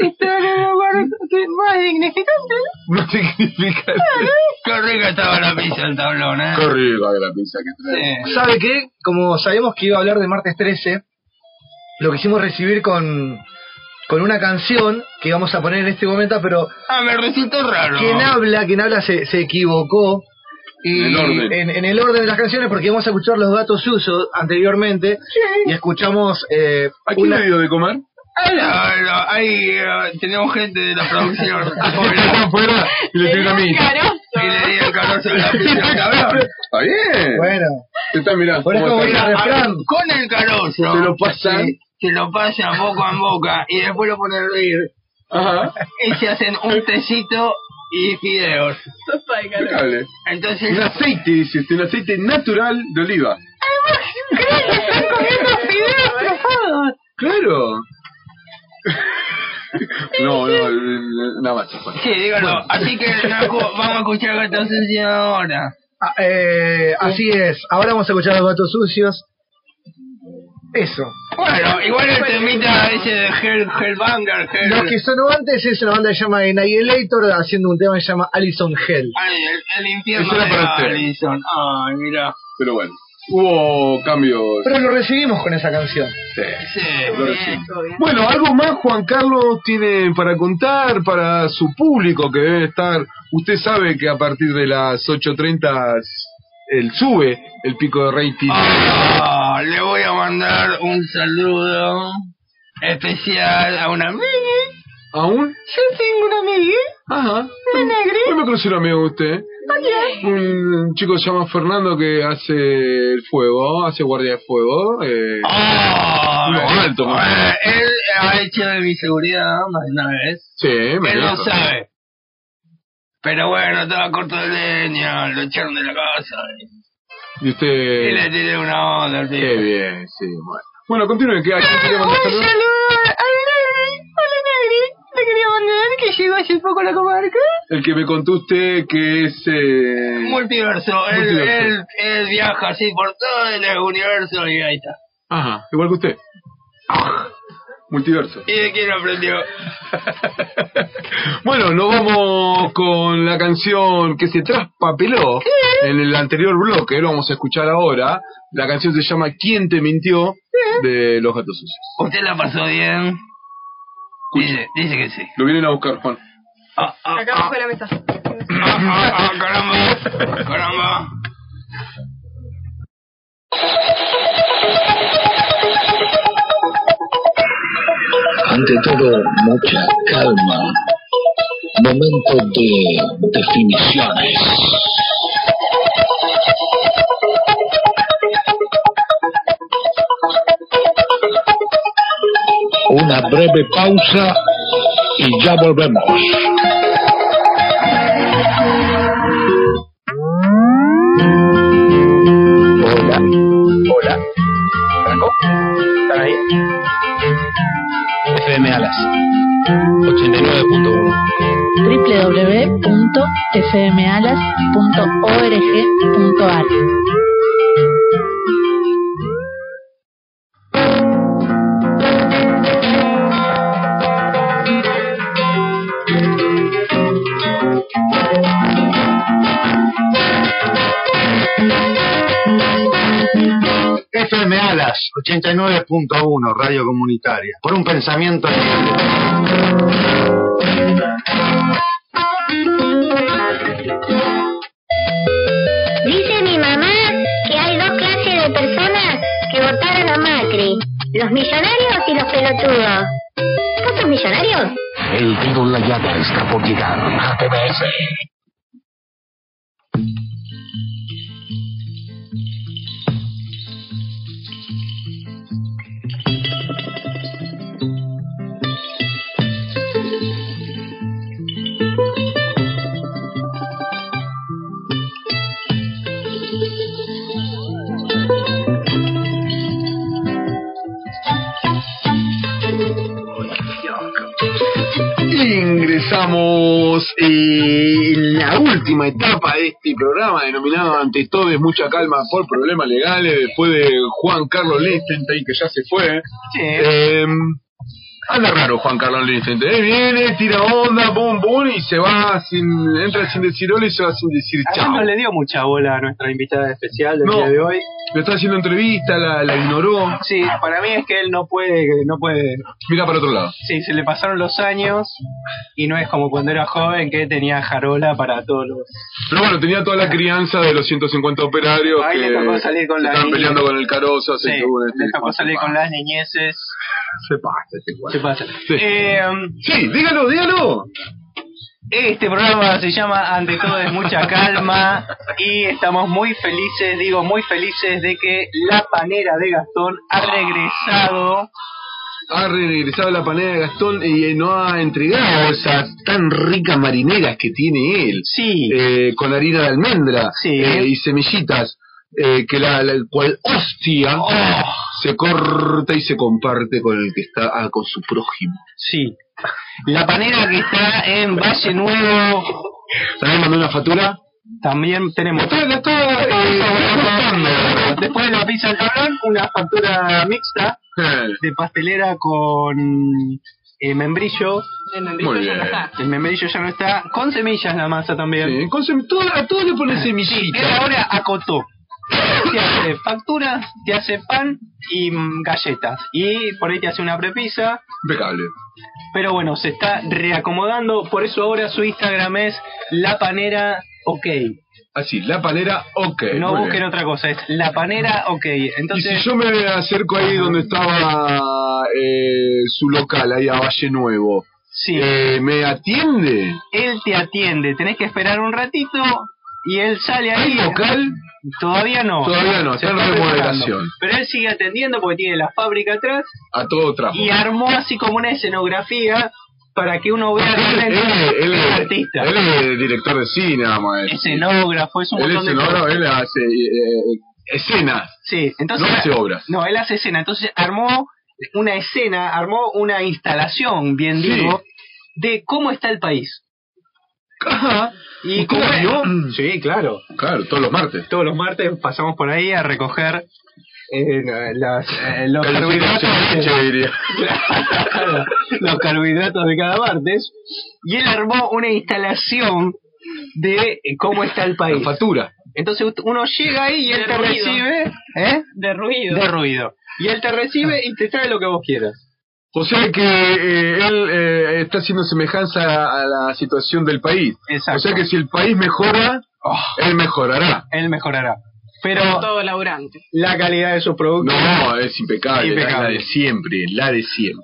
S13: Estaba en un lugar más dignificante.
S2: No significa.
S6: Qué rica estaba la pizza el tablón, ¿eh?
S2: Qué rica de la pizza que trae.
S4: ¿Sabe qué? Como sabemos que iba a hablar de martes 13, lo quisimos recibir con, con una canción que vamos a poner en este momento, pero
S6: Ah, me resultó raro.
S4: quien habla, quien habla se, se equivocó. Y
S6: El orden.
S4: En, en el orden de las canciones, porque vamos a escuchar los gatos usos anteriormente y escuchamos. Eh, ¿A
S2: quién le dio de comer?
S6: Ah, no, no, ahí eh, tenemos gente de la producción.
S2: afuera y le tiran a mí.
S6: Y le di el carozo de la pizza, cabrón.
S2: Está bien.
S4: Bueno.
S2: Te está mirando.
S6: Por eso
S2: cómo
S6: voy
S2: está.
S6: a refrán. Con Ah, el carozo.
S2: Se lo pasan.
S6: Sí, Se lo pasan boca en boca y después lo ponen a hervir.
S2: Ajá.
S6: Y se hacen un tecito y fideos.
S2: Impecable.
S6: Entonces.
S2: Un aceite, dice usted, un aceite natural de oliva.
S13: Están comiendo fideos trofados.
S2: Claro. No, no, nada más. Juan.
S6: Sí, dígalo. Así que, Naco, vamos a escuchar Gato Sucio ahora.
S4: Ah, eh, así es, ahora vamos a escuchar los gatos sucios. Eso.
S6: Bueno, igual el temita ese de Hell, Hellbanger, Hell.
S4: Lo que sonó antes es una banda que se llama Annihilator haciendo un tema que se llama Allison Hell.
S6: Ay, el, el infierno
S2: Eso era
S6: de
S2: para usted.
S6: Allison. Ay, mira.
S2: Pero bueno, hubo cambios.
S4: Pero lo recibimos con esa canción.
S2: Sí.
S6: Lo recibimos.
S2: Bueno, algo más Juan Carlos tiene para contar para su público que debe estar. Usted sabe que a partir de las 8.30 el sube el pico de rating.
S6: Ah, le voy a mandar un saludo especial a una amiga.
S2: ¿A un?
S13: Yo tengo una amiga.
S2: Ajá.
S13: Una negra.
S2: Hoy me conoció un amigo de usted.
S13: Oye.
S2: Un chico que se llama Fernando que hace el fuego, hace guardia de fuego. Eh, uno alto, muy
S6: Ah, Eh, él ha hecho de mi seguridad más de una vez.
S2: Sí, me
S6: Él lo
S2: dijo.
S6: sabe. Pero bueno, estaba corto de leña, lo echaron de la casa.
S2: Y
S6: Y le
S2: usted...
S6: tiré una onda al tipo.
S2: Qué bien, sí, bueno. Bueno, continúen, que hay que
S13: Un
S2: mandar
S13: saludo
S2: saludos.
S13: al Negri. Hola Negri. Te quería mandar que llegó hace poco a la comarca.
S2: El que me contó usted que es... eh,
S6: Multiverso, él,
S2: Multiverso.
S6: Él, él viaja así por todo el universo y ahí está.
S2: Ajá, igual que usted. Multiverso.
S6: ¿Y de quién aprendió?
S2: Bueno, nos vamos con la canción que se traspapeló en el anterior bloque, lo vamos a escuchar ahora. La canción se llama ¿Quién te mintió? de Los Gatos Sucios.
S6: ¿Usted la pasó bien? Dice, dice que sí.
S2: Lo vienen a buscar, Juan.
S5: Acá
S4: ah.
S5: abajo de la mesa.
S6: Ah, ah, caramba, caramba.
S1: Ante todo, mucha calma. Momento de definiciones. Una breve pausa y ya volvemos.
S14: Hola. Hola. ¿Franco? ¿Están ahí? FM Alas. 89.1.
S15: www.fmalas.org.ar
S4: FM
S16: Malas, 89.1, radio comunitaria. Por un pensamiento
S17: Dice mi mamá que hay dos clases de personas que votaron a Macri. Los millonarios y los pelotudos. ¿Vos sos millonario?
S1: El dedo en la llaga está por llegar a TBS.
S18: Ingresamos eh, en la última etapa de este programa denominado Ante todo es mucha calma por problemas legales después de Juan Carlos Lichtenstein que ya se fue. Eh, anda raro Juan Carlos Lichtenstein. Eh, viene, tira onda, pum pum y se va sin entra sin decir hola y se va sin decir
S3: Además,
S18: chao.
S3: no le dio mucha bola a nuestra invitada especial del
S18: No.
S3: día de hoy.
S18: Le está haciendo entrevista, la, la ignoró.
S3: Sí, para mí es que él no puede, no puede.
S18: Mira para otro lado.
S3: Sí, se le pasaron los años y no es como cuando era joven que tenía jarola para todos los.
S2: Pero bueno, tenía toda la crianza de los 150 operarios
S3: Ahí
S2: que
S3: le tocó salir con
S2: se
S3: la
S2: estaban
S3: niña.
S2: peleando con el Carosa,
S3: Sí,
S2: se tuvo
S3: le
S18: este,
S3: tocó salir con las niñeces. Eh,
S18: Se pasa, se pasa.
S2: Sí.
S18: sí, dígalo, dígalo.
S3: Este programa se llama Ante todo es mucha calma y estamos muy felices, digo muy felices de que la panera de Gastón ha regresado.
S18: ha regresado la panera de Gastón y eh, no ha entregado esas tan ricas marineras que tiene él. eh,
S3: Sí.
S18: con harina de almendra eh, y semillitas, eh, que la, la- cual hostia
S3: Oh.
S18: se corta y se comparte con el que está ah, con su prójimo.
S3: Sí. La panera que está en Valle Nuevo.
S18: ¿También mandó una factura?
S3: También tenemos. Después de la pizza del tablón, una factura mixta de pastelera con eh, membrillo. El
S18: membrillo Muy ya no bien. está.
S3: El membrillo ya no está. Con semillas la masa también.
S18: Sí, con sem- toda- a todo le pone
S3: semillitas. Él ahora acotó. Te hace facturas, te hace pan y mm, galletas. Y por ahí te hace una prepisa.
S2: Impecable.
S3: Pero bueno, se está reacomodando, por eso ahora su Instagram es La Panera OK.
S2: Así, La Panera OK.
S3: No
S2: muy
S3: busquen
S2: bien.
S3: otra cosa, es La Panera OK. Entonces,
S2: Y si yo me acerco ahí donde estaba eh, su local, ahí a Valle Nuevo, eh, ¿me atiende?
S3: él te atiende, tenés que esperar un ratito y él sale ahí.
S2: local?
S3: Todavía no.
S2: Todavía no,
S3: Se
S2: está en remodelación.
S3: preparando. Pero él sigue atendiendo porque tiene la fábrica atrás
S2: A todo trapo.
S3: y armó así como una escenografía para que uno vea
S2: Él,
S3: realmente
S2: es- él
S3: el
S2: es-
S3: artista.
S2: él es director de cine, vamos a decir.
S3: Escenógrafo, es un
S2: Él es
S3: montón de
S2: escenógrafo,
S3: cosas.
S2: él hace eh, eh, escenas.
S3: Sí, entonces.
S2: No hace obras.
S3: No, él hace escena. Entonces armó una escena, armó una instalación, bien
S2: Sí.
S3: digo, de cómo está el país. ¿Y
S2: ¿Usted
S3: cómo
S2: la
S3: es?
S2: vio?
S3: Sí, claro.
S2: Claro, todos los martes.
S3: Todos los martes pasamos por ahí a recoger eh, las, eh, los
S2: Calcetines
S3: carbohidratos.
S2: de leche, diría.
S3: Claro, los carbohidratos de cada martes. Y él armó una instalación de eh, cómo está el país.
S2: factura.
S3: Entonces ut- uno llega ahí y él
S5: De
S3: te
S5: ruido.
S3: recibe. ¿Eh?
S5: De ruido.
S3: De ruido. Y él te recibe y te trae lo que vos quieras.
S2: O sea que eh, él eh, está haciendo semejanza a la situación del país.
S3: Exacto. Ah.
S2: O sea que si el país mejora, él mejorará.
S3: Él mejorará. Pero
S5: Todo laburante.
S3: la calidad de sus productos.
S2: No, es impecable.
S3: Impecable.
S2: La de siempre, la de siempre.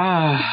S4: Ah.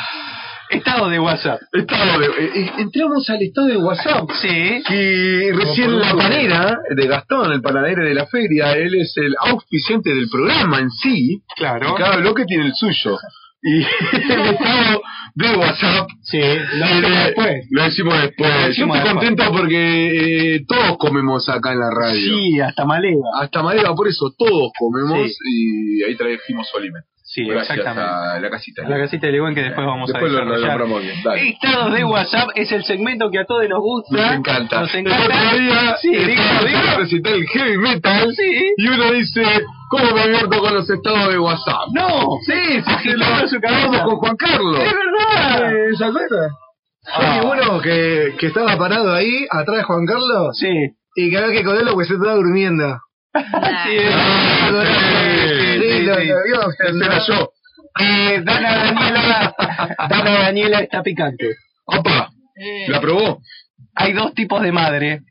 S3: Estado de WhatsApp.
S2: Estado de, eh, eh, entramos al estado de WhatsApp.
S3: Sí.
S2: Que recién la panera de Gastón, el panadero de la feria, él es el auspiciante del programa en sí.
S3: Claro.
S2: Y cada bloque tiene el suyo. Y el estado este de WhatsApp.
S3: Sí, lo decimos
S2: eh,
S3: después.
S2: Lo decimos después.
S3: Lo decimos
S2: Yo estoy
S3: después.
S2: contento porque eh, todos comemos acá en la radio.
S3: Sí, hasta Maleva.
S2: Hasta Mareva, por eso todos comemos y ahí trajimos su alimento.
S3: Sí,
S2: Gracias
S3: exactamente.
S2: a la casita.
S3: La casita de Ligüen que después vamos
S2: Después
S3: a
S2: lo- lo
S3: desarrollar.
S2: nombramos bien, dale.
S3: Estados de WhatsApp es el segmento que a todos nos gusta.
S2: Nos encanta.
S3: ¿eh? Nos
S2: El
S3: encanta.
S2: otro día
S3: Sí,
S2: estaba
S3: dígalo,
S2: haciendo un
S3: dígalo.
S2: recital de heavy metal
S3: Sí.
S2: y uno dice, ¿cómo me abierto con los estados de WhatsApp?
S3: No.
S2: Sí, sí, sí, lo
S3: Agitando su cabeza.
S2: hablamos con Juan Carlos.
S4: ¡Es verdad!
S2: Eh,
S4: ¿Se acuerda? Oye, bueno, que, que estaba parado ahí, atrás de Juan Carlos.
S3: Sí.
S4: Y que había que cogerlo porque se estaba durmiendo.
S3: Sí, lo- lo vio usted, ¿no? Eh, Dana Daniela, Dana Daniela está picante. Eh,
S2: Opa, ¿la probó?
S3: Hay dos tipos de madre.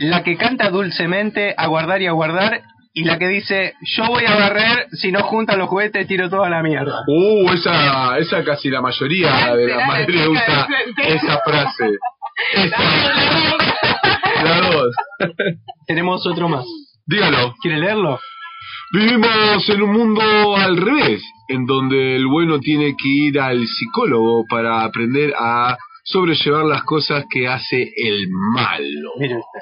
S3: La que canta dulcemente, aguardar y aguardar, y la que dice, yo voy a barrer, si no juntan los juguetes tiro toda la mierda.
S2: Uh, esa, esa casi la mayoría de las madres usa esa frase. Esa. La dos.
S3: Tenemos otro más.
S2: Dígalo.
S3: ¿Quiere leerlo?
S2: Vivimos en un mundo al revés, en donde el bueno tiene que ir al psicólogo para aprender a sobrellevar las cosas que hace el malo.
S3: Mire usted.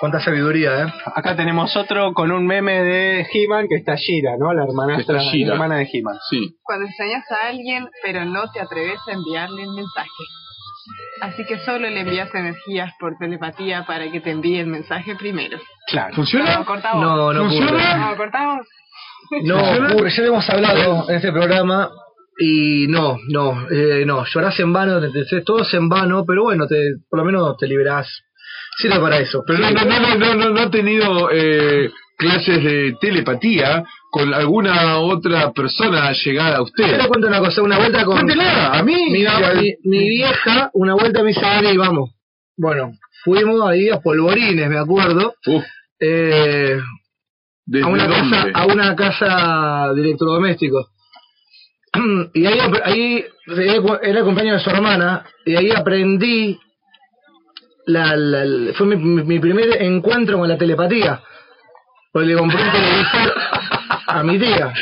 S3: Cuánta sabiduría, ¿eh? Acá tenemos otro con un meme de He-Man que está Shira, ¿no? La hermanastra,
S2: Está She-Ra.
S3: la hermana de He-Man.
S2: Sí.
S19: Cuando extrañas a alguien, pero no te atreves a enviarle un mensaje. Así que solo le envías energías por telepatía para que te envíe el mensaje primero.
S3: Claro.
S19: ¿Funciona? No, cortamos.
S4: No, no
S19: ¿Funciona? Ah,
S4: ¿Funciona?
S19: No, cortamos.
S4: No, ocurre, ya lo hemos hablado en este programa y no, no, eh, no, llorás en vano, te, te- todo es en vano, pero bueno, te, por lo menos te liberás. Sirve para eso.
S2: Pero no, no, no, no, no, no ha tenido eh, clases de telepatía con alguna otra persona llegada a usted.
S4: Yo te cuento una cosa, una vuelta con...
S2: Cuéntela, a mí.
S4: Mi,
S2: A mí.
S4: mi- mi vieja, una vuelta me dice, "Dani, vamos. Bueno, fuimos ahí a Polvorines, me acuerdo. Eh, a, una casa,
S14: dónde?
S4: a una casa de electrodomésticos. Y ahí, ap- ahí era cu- era el cumpleaños de su hermana, y ahí aprendí, la, la- la- fue mi, mi- mi primer encuentro con la telepatía. Porque le compré un televisor a mi tía.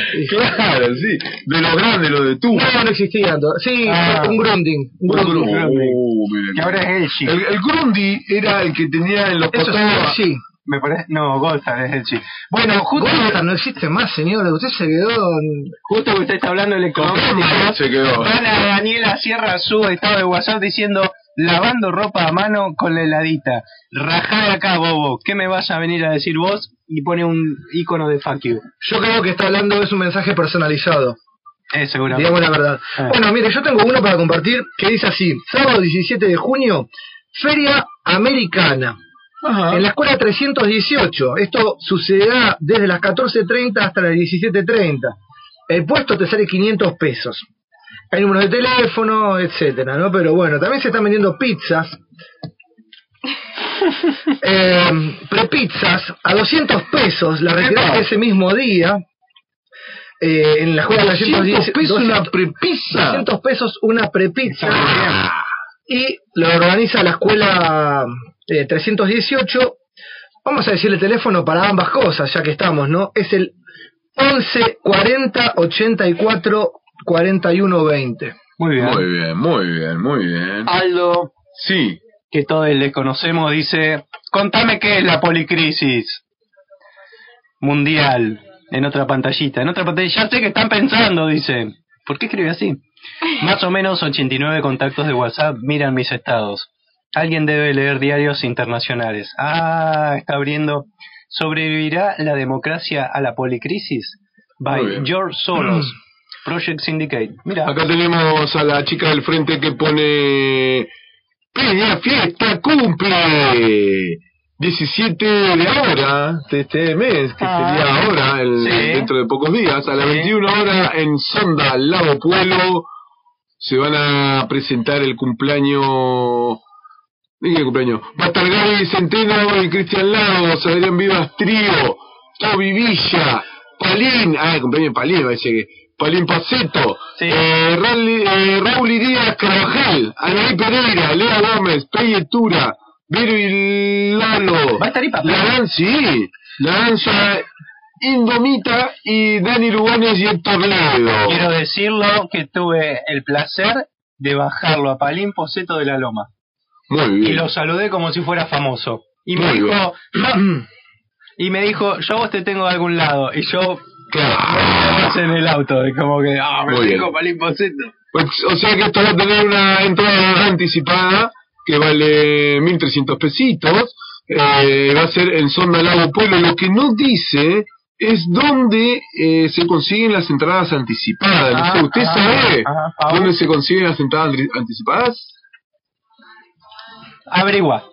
S2: Claro, sí. De lo grande, lo de tú.
S4: No, no existía. to- Sí, un Grunding. Un
S2: Ah. Un
S4: Grunding.
S2: Grundy. Oh, miren.
S4: Que ahora
S3: es Elchi.
S2: El, el Grundy era el que tenía en los
S4: Eso es
S2: costados.
S4: Elchi.
S3: Me parece, no, Golzar es Elchi. Bueno, justo,
S4: Goldstar no existe más, señora. Usted se quedó. en-
S3: justo que usted está hablando de electrodomésticos,
S2: Se quedó.
S3: Ana Daniela cierra su estado de WhatsApp diciendo, lavando ropa a mano con la heladita. Rajá de acá, bobo. ¿Qué me vas a venir a decir vos? Y pone un icono de fuck you.
S4: Yo creo que está hablando es un mensaje personalizado.
S3: Eh, seguramente.
S4: Digamos la verdad.
S3: Ah.
S4: Bueno, mire, yo tengo uno para compartir que dice así: sábado 17 de junio, Feria Americana. En la escuela 318. Esto sucederá desde las 14.30 hasta las 17.30. El puesto te sale 500 pesos. Hay número de teléfono, etcétera, ¿no? Pero bueno, también se están vendiendo pizzas. eh, prepizzas a 200 pesos. La retirás ese mismo día. Eh, en la escuela
S2: 200
S4: 210
S2: pesos una prepizza.
S4: 200 pesos una prepizza. Y lo organiza la escuela eh, 318. Vamos a decir el teléfono para ambas cosas, ya que estamos, ¿no? Es el 11 40 84 41 20.
S3: Muy bien.
S2: Muy bien, muy bien, muy bien.
S3: Aldo.
S2: Sí.
S3: Que todos le conocemos, dice, contame qué es la policrisis mundial. En otra pantallita, en otra pantalla. Ya sé que están pensando, dice. ¿Por qué escribe así? Más o menos 89 contactos de WhatsApp miran mis estados. Alguien debe leer diarios internacionales. Ah, está abriendo. ¿Sobrevivirá la democracia a la policrisis?
S2: Muy
S3: By
S2: bien.
S3: George Soros, Project Syndicate. Mira,
S2: Acá tenemos a la chica del frente que pone. ¡Peña Fiesta cumple! 17 eh, de ahora de este mes, que sería ahora, el- dentro de pocos días, a las 21 horas en Sonda, Lago Pueblo, se van a presentar el cumpleaños. ¿De qué cumpleaños? Va a estar Gaby Centeno y Cristian Lagos, Adrián Vivas Trío, Toby Villa, Palín, ah, el cumpleaños de Palín, parece que. Palín Paceto, eh, Rally- eh, Raúl Irías Carvajal, Anaí Pereira, Lea Gómez, Peyetura, Vero y Lalo.
S3: Va a estar Ipa.
S2: La dan- sí, la danza Indomita y Dani Lugones y Héctor Ledo.
S3: Quiero decirlo que tuve el placer de bajarlo a Palín Poseto de la Loma.
S2: Muy
S3: Y lo saludé como si fuera famoso. Y me
S2: Muy
S3: dijo,
S2: bien.
S3: "No". y me dijo, yo a vos te tengo de algún lado. Y yo, en el auto, y como que, ah, me
S2: Muy bien.
S3: dijo Palín Poseto.
S2: Pues, o sea que esto va a tener una entrada anticipada que vale 1.300 pesitos. Eh, va a ser en Sonda Lago Pueblo. Lo que no dice es dónde eh, se consiguen las entradas anticipadas.
S3: Ah,
S2: ¿Usted
S3: ah,
S2: sabe
S3: ah, ah,
S2: dónde se consiguen las entradas antri- anticipadas?
S3: Averigua.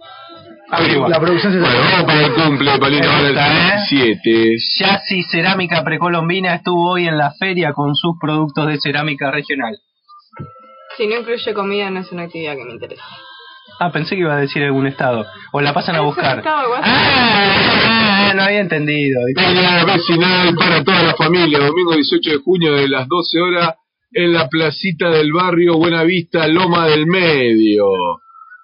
S3: Averigua.
S4: La producción se
S2: Bueno, vamos para el cumple, Palina,
S3: Ahí está,
S2: ahora
S3: ¿eh?
S2: el 7.
S3: Yassi Cerámica Precolombina estuvo hoy en la feria con sus productos de cerámica regional.
S5: Si no incluye comida, no es una actividad que me interesa.
S3: Ah, pensé que iba a decir algún estado. O la pasan a buscar.
S5: Estaba igual.
S3: Ah, no había entendido.
S2: Pelea vecinal para toda la familia, domingo 18 de junio de las 12 horas en la placita del barrio Buenavista, Loma del Medio.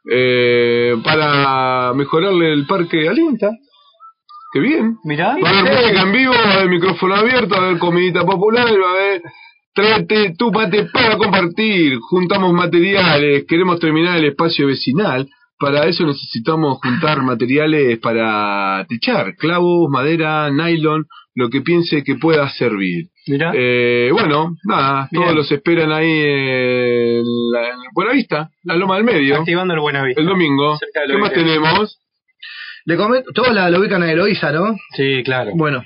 S2: Eh, para mejorarle el parque Alienta. Qué bien.
S3: Mirá.
S2: Va a haber música en vivo, va a haber micrófono abierto, va a haber comidita popular, va a haber... Tráete tu pate para compartir. Juntamos materiales, queremos terminar el espacio vecinal. Para eso necesitamos juntar materiales para techar, clavos, madera, nylon, lo que piense que pueda servir.
S3: Mirá.
S2: Eh, bueno, nada,
S3: Bien.
S2: todos los esperan ahí en, la, en Buenavista, la Loma del Medio.
S3: Activando el Buenavista.
S2: El domingo.
S3: Cerca de
S2: ¿Qué más
S3: Lobería.
S2: tenemos?
S4: Le comento, todos la, la ubican a Eloísa, ¿no?
S3: Sí, claro.
S4: Bueno,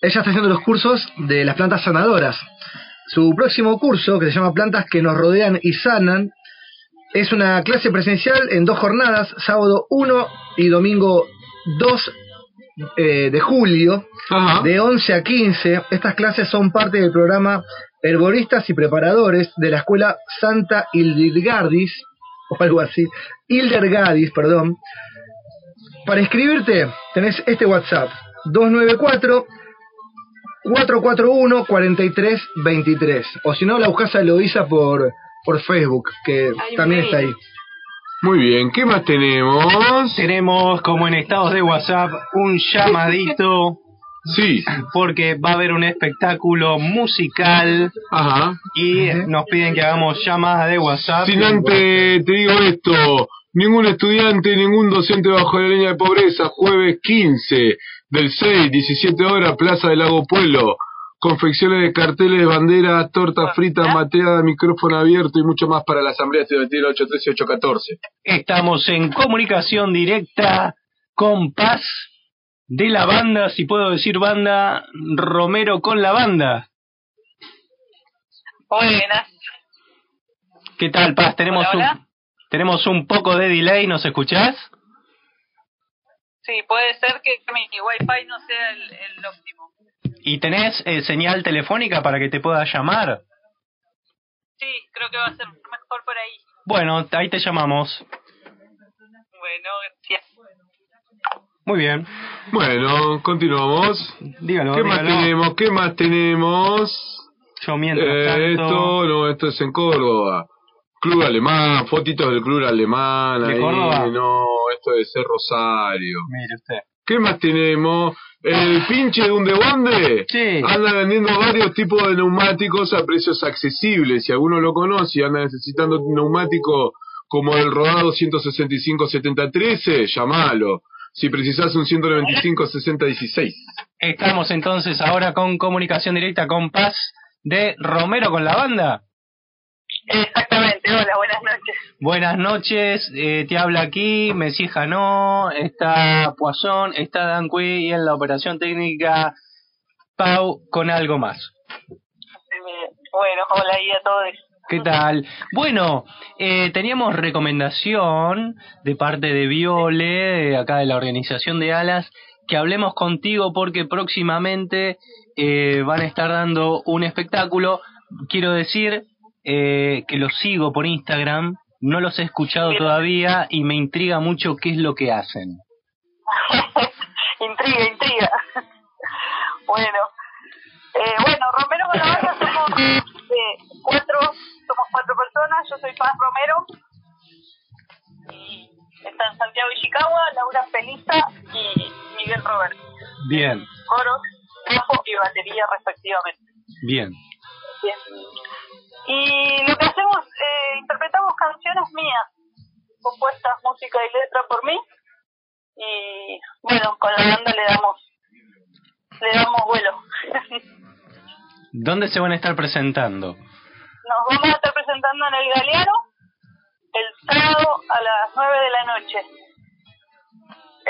S4: ella está haciendo los cursos de las plantas sanadoras. Su próximo curso, que se llama Plantas que nos rodean y sanan, es una clase presencial en dos jornadas, sábado 1 y domingo 2 eh, de julio, de 11 a 15. Estas clases son parte del programa Herboristas y Preparadores de la Escuela Santa Hildergardis, o algo así, Hildergadis, perdón. Para inscribirte tenés este WhatsApp, 294 441 4323 o si no la buscas a Eloisa por por Facebook que también está ahí.
S2: Muy bien, ¿qué más tenemos?
S3: Tenemos como en estados de WhatsApp un llamadito.
S2: Sí.
S3: Porque va a haber un espectáculo musical.
S2: Ajá.
S3: Y nos piden que hagamos llamadas de WhatsApp.
S2: Sin antes te digo esto, ningún estudiante, ningún docente bajo la línea de pobreza, jueves 15 del 6, 17 horas, Plaza del Lago Pueblo. Confecciones de carteles, banderas, tortas fritas, mateada, micrófono abierto y mucho más para la Asamblea Estudiantil 813 814.
S3: Estamos en comunicación directa con Paz de la banda, si puedo decir banda, Romero con la banda.
S8: Buenas.
S3: ¿Qué tal, Paz? Tenemos
S8: Hola,
S3: un tenemos un poco de delay, ¿nos escuchás?
S8: Sí, puede ser que mi wifi no sea el, el óptimo.
S3: ¿Y tenés eh, señal telefónica para que te pueda llamar?
S8: Sí, creo que va a ser mejor por ahí.
S3: Bueno, ahí te llamamos.
S8: Bueno, gracias.
S3: Muy bien.
S2: Bueno, continuamos.
S3: Dígalo,
S2: ¿Qué más
S3: dígalo.
S2: tenemos? ¿Qué más tenemos?
S3: Yo mientras
S2: Eh,
S3: tanto-
S2: Esto, no, esto es en Córdoba. Club Alemán, fotitos del Club Alemán.
S3: ¿De
S2: ahí,
S3: Córdoba?
S2: No, esto de ser Rosario.
S3: Mire usted.
S2: ¿Qué más tenemos? El pinche de un debonde. Anda vendiendo varios tipos de neumáticos a precios accesibles. Si alguno lo conoce y anda necesitando un neumático como el rodado 165-70-13, llamalo. Si precisas un 195-60-16.
S3: Estamos entonces ahora con comunicación directa con Paz de Romero con la banda.
S8: Exactamente, hola, buenas noches.
S3: Buenas noches, eh, te habla aquí, Messi Janó, está Poisson, está Dan Cui y en la operación técnica Pau con algo más.
S8: Eh, Bueno, hola y a todos.
S3: ¿Qué tal? Bueno, eh, teníamos recomendación de parte de Viole, de acá de la organización de Alas, que hablemos contigo porque próximamente eh, van a estar dando un espectáculo. Quiero decir eh, que los sigo por Instagram, no los he escuchado todavía y me intriga mucho qué es lo que hacen.
S8: Intriga, intriga. Bueno, eh, bueno, Romero con la banda somos eh, cuatro, somos cuatro personas. Yo soy Paz Romero. Y están Santiago Ishikawa, Laura Pelista y Miguel Roberto.
S3: Bien,
S8: Coros, bajo y batería respectivamente.
S3: bien.
S8: Bien. Y lo que hacemos, eh, interpretamos canciones mías, compuestas música y letra por mí. Y bueno, con la banda le damos, le damos vuelo.
S3: ¿Dónde se van a estar presentando?
S8: Nos vamos a estar presentando en el Galeano el sábado a las 9 de la noche.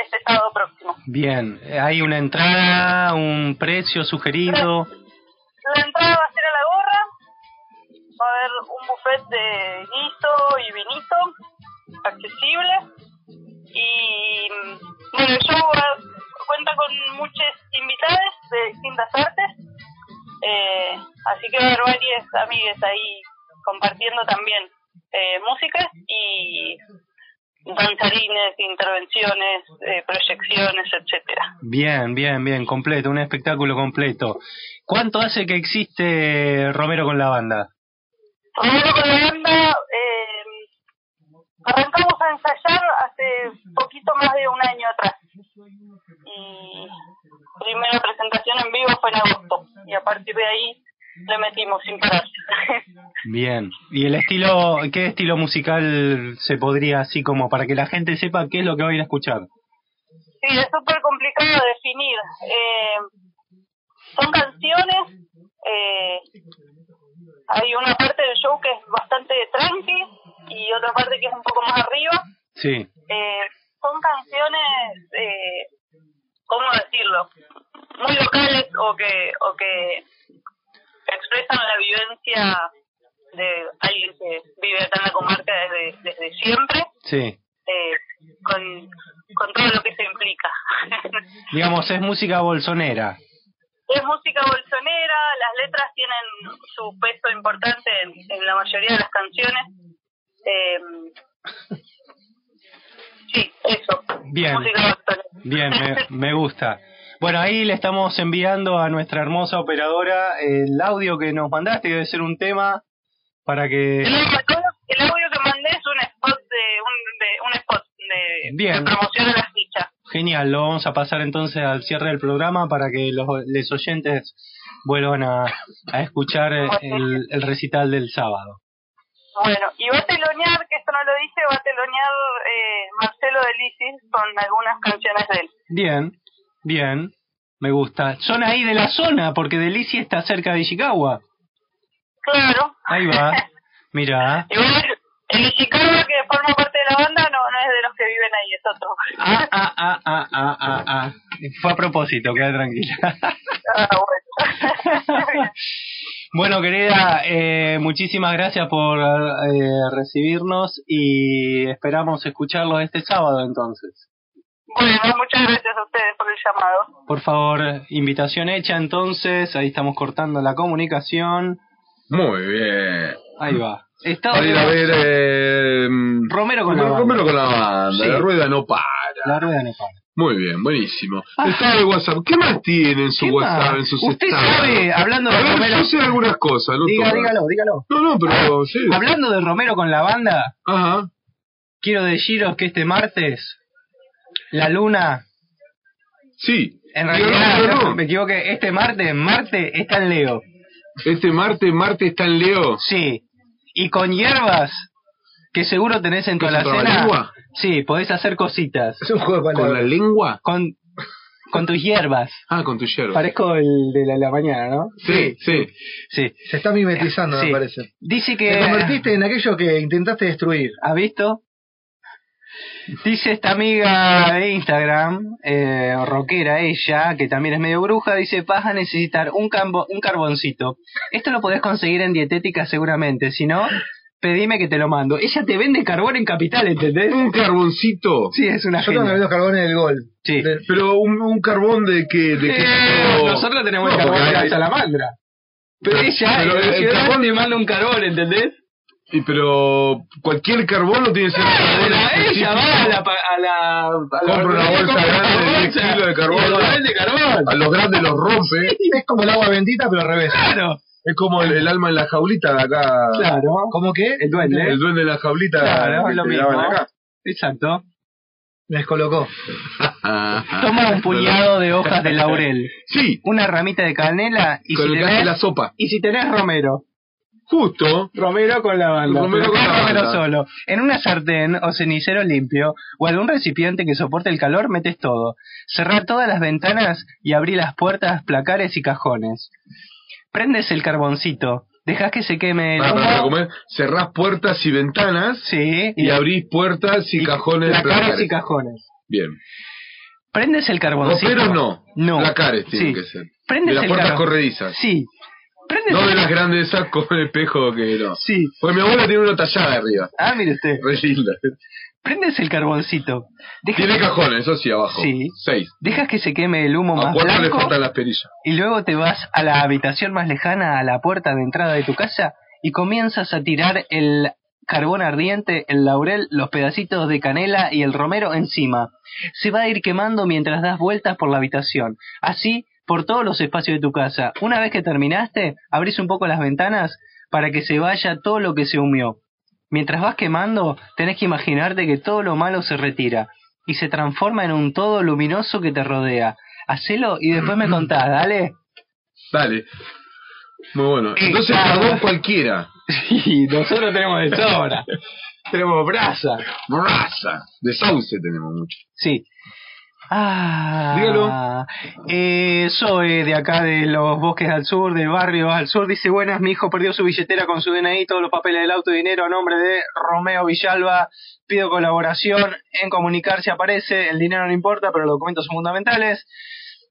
S8: Este sábado próximo.
S3: Bien, eh, hay una entrada, un precio sugerido.
S8: La entrada va a ser a la gorra. Va a haber un buffet de guiso y vinito accesible. Y bueno, el show eh, cuenta con muchos invitados de distintas artes, eh, así que va a haber varias amigas ahí compartiendo también eh, músicas y danzarines, intervenciones, eh, proyecciones, etcétera.
S3: Bien, bien, bien, completo, un espectáculo completo. ¿Cuánto hace que existe Romero con la banda?
S8: Romero con la banda eh, arrancamos a ensayar hace poquito más de un año atrás. Y primera presentación en vivo fue en agosto y a partir de ahí le metimos sin parar.
S3: Bien. ¿Y el estilo, qué estilo musical se podría así como para que la gente sepa qué es lo que va a ir a escuchar?
S8: Sí, es súper complicado de definir. Eh, son canciones. Eh, hay una parte del show que es bastante tranqui y otra parte que es un poco más arriba.
S3: Sí.
S8: Eh, son canciones, eh, ¿cómo decirlo? Muy locales o que, o que expresan la vivencia de alguien que vive acá en la comarca desde, desde siempre,
S3: Sí.
S8: eh, con, con todo lo que se implica.
S3: Digamos, es música bolsonera.
S8: es música bolsonera, las letras tienen su peso importante en, en la mayoría de las canciones. Eh, sí, eso.
S3: Bien. Bien, me, me gusta. Bueno, ahí le estamos enviando a nuestra hermosa operadora el audio que nos mandaste, que debe ser un tema para que...
S8: El audio que mandé es un spot de un, de, un spot de,
S3: Bien.
S8: de promoción de las fichas.
S3: Genial, lo vamos a pasar entonces al cierre del programa para que los les oyentes vuelvan a, a escuchar eh, el, el recital del sábado.
S8: Bueno, y va a telonear, que esto no lo dije, va a telonear eh, Marcelo de Lisis con algunas canciones de él.
S3: Bien, bien, me gusta. Son ahí de la zona, porque Delicia está cerca de Ishikawa.
S8: Claro.
S3: Ahí va, mira.
S8: Igual el Ishikawa que forma parte de la banda no, no es de los que viven ahí, es otro.
S3: Ah, ah, ah, ah, ah, ah, ah. Fue a propósito, queda tranquila.
S2: Ah,
S3: Bueno, querida, eh, muchísimas gracias por eh, recibirnos y esperamos escucharlos este sábado entonces.
S8: bueno, muchas gracias a ustedes por el llamado.
S3: Por favor, invitación hecha entonces, ahí estamos cortando la comunicación.
S2: Muy bien.
S3: Ahí va. Está
S2: Para ir a ver eh,
S3: Romero con la banda.
S2: Romero con la banda.
S3: Sí.
S2: La rueda no para.
S3: La rueda no para.
S2: Muy bien, buenísimo.
S3: Ah.
S2: Está el WhatsApp. ¿Qué más tiene en su
S3: ¿Qué más?
S2: WhatsApp, en sus
S3: Usted sabe, hablando de
S2: A ver,
S3: Romero-
S2: Yo sé algunas cosas, no
S3: Diga,
S2: todas.
S3: dígalo, dígalo.
S2: No, no, pero sí.
S3: Hablando de Romero con la banda, quiero deciros que este martes la luna.
S2: Sí.
S3: En
S2: Diga,
S3: realidad,
S2: no, no,
S3: me equivoqué. Este martes, Marte está en Leo.
S2: Este martes, Marte está en Leo.
S3: Sí. Y con hierbas que seguro tenés en tu
S2: ¿Qué es un
S3: alacena.
S2: trabalengua?
S3: Sí, podés hacer cositas.
S4: Es un juego de
S2: ¿Con la lengua?
S3: Con, con tus hierbas.
S2: Ah, con tu hierba.
S3: Parezco el de la, la mañana, ¿no?
S2: Sí, sí.
S3: Sí.
S4: Se está mimetizando,
S3: Sí.
S4: me parece.
S3: Dice
S4: Te
S3: que.
S4: convertiste en aquello que intentaste destruir.
S3: ¿Has visto? Dice esta amiga de Instagram, eh, rockera ella, que también es medio bruja, dice, vas a necesitar un, cambo- un carboncito. Esto lo podés conseguir en dietética seguramente, si no, pedime que te lo mando. Ella te vende carbón en capital, ¿entendés?
S2: Un carboncito.
S3: Sí, es una
S4: Yo tengo
S3: genia.
S4: los carbones del gol.
S3: Sí.
S2: Pero un, un carbón de que. De que
S3: Eh, nosotros tenemos el carbón de la salamandra. Pero ella,
S2: Pero
S3: en la
S2: el
S3: ciudad,
S2: carbón-
S3: te manda un carbón, ¿entendés?
S2: Y pero cualquier carbón no tiene que ser un carbón
S3: Bueno, ella
S2: específico.
S3: va a la... pa- A la, a la-
S2: Compra una bolsa
S3: compra una
S2: grande de 10
S3: bolsa
S2: kilos de carbón.
S3: y lo vende carbón.
S2: A los grandes los rompe.
S4: Es como el agua bendita, pero al revés.
S3: Claro,
S2: Es como el, el alma en la jaulita de acá.
S3: claro.
S4: ¿Cómo que?
S3: El duende.
S2: El duende de la jaulita
S3: Claro,
S2: que
S3: es lo
S2: te
S3: mismo.
S2: daban acá.
S3: Exacto.
S4: Me descolocó.
S3: Toma un puñado de hojas de laurel,
S2: Sí,
S3: una ramita de canela y si,
S2: con el que hace
S3: tenés,
S2: la sopa.
S3: y si tenés romero.
S2: Justo.
S3: Romero con la banda.
S2: Romero
S3: pero
S2: con la
S3: romero
S2: banda.
S3: solo. En una sartén o cenicero limpio o algún recipiente que soporte el calor metes todo. Cerrá todas las ventanas y abrí las puertas, placares y cajones. Prendes el carboncito, dejas que se queme el
S2: Para, para, para
S3: humo.
S2: comer. Cerrás puertas y ventanas
S3: Sí,
S2: y abrís puertas y, cajones de
S3: placares y
S2: placares.
S3: cajones.
S2: Bien.
S3: Prendes el carboncito.
S2: Roperos no.
S3: No.
S2: Placares tienen
S3: Sí.
S2: que ser.
S3: Prendes
S2: de las
S3: el
S2: puertas
S3: carbón.
S2: corredizas.
S3: Sí. Prendes
S2: No
S3: el
S2: de las grandes esas con el espejo que no.
S3: Sí.
S2: Pues mi abuela tiene una tallada arriba.
S3: Ah, mire usted.
S2: Re linda.
S3: Prendes el carboncito. Dejas-
S2: Tiene cajones, eso sí, abajo.
S3: Sí.
S2: Seis.
S3: Dejas que se queme el humo
S2: A
S3: más
S2: cuatro le
S3: blanco
S2: faltan las perillas.
S3: y luego te vas a la habitación más lejana, a la puerta de entrada de tu casa y comienzas a tirar el carbón ardiente, el laurel, los pedacitos de canela y el romero encima. Se va a ir quemando mientras das vueltas por la habitación. Así por todos los espacios de tu casa. Una vez que terminaste, abrís un poco las ventanas para que se vaya todo lo que se humió. Mientras vas quemando, tenés que imaginarte que todo lo malo se retira y se transforma en un todo luminoso que te rodea. Hacelo y después me contás, dale.
S2: Dale. Muy bueno. Entonces,
S3: Está-
S2: carbón cualquiera.
S3: Sí, nosotros tenemos de sobra. tenemos brasa.
S2: Brasa. De sauce tenemos mucho.
S3: Sí. Ah, Dígalo. Eh, soy de acá de los bosques al sur, del barrio al sur. Dice, buenas, mi hijo perdió su billetera con su DNI, todos los papeles del auto y dinero a nombre de Romeo Villalba. Pido colaboración en comunicarse, aparece. El dinero no importa, pero los documentos son fundamentales.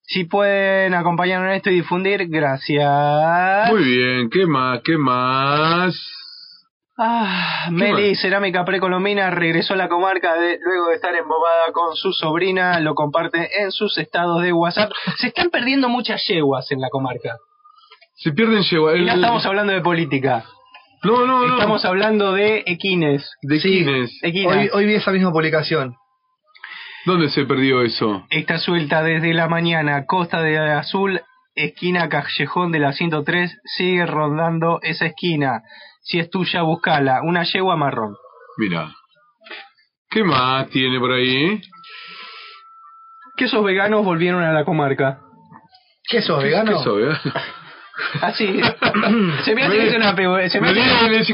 S3: Si pueden acompañarnos en esto y difundir, gracias.
S2: Muy bien, ¿qué más? ¿Qué más?
S3: Ah,
S2: ¿Qué
S3: Meli,
S2: más?
S3: cerámica precolombina, regresó a la comarca de, luego de estar embobada con su sobrina, lo comparte en sus estados de WhatsApp. Se están perdiendo muchas yeguas en la comarca.
S2: Se pierden lleva
S3: Y
S2: el...
S3: no estamos hablando de política.
S2: No, no, no.
S3: Estamos hablando de equines.
S2: De Quines.
S3: Equinas.
S4: Hoy, hoy vi esa misma publicación.
S2: ¿Dónde se perdió eso?
S3: Está suelta desde la mañana, Costa de Azul, esquina Callejón de la 103, sigue rondando esa esquina. Si es tuya, buscala. Una yegua marrón.
S2: Mira. ¿Qué más tiene por ahí?
S3: Que esos veganos volvieron a la comarca.
S4: ¿Qué sos, vegano?
S2: ¿Qué sos, vegano?
S3: Así. se me hace que es una
S6: eh,
S3: pe- se me hace-
S4: Es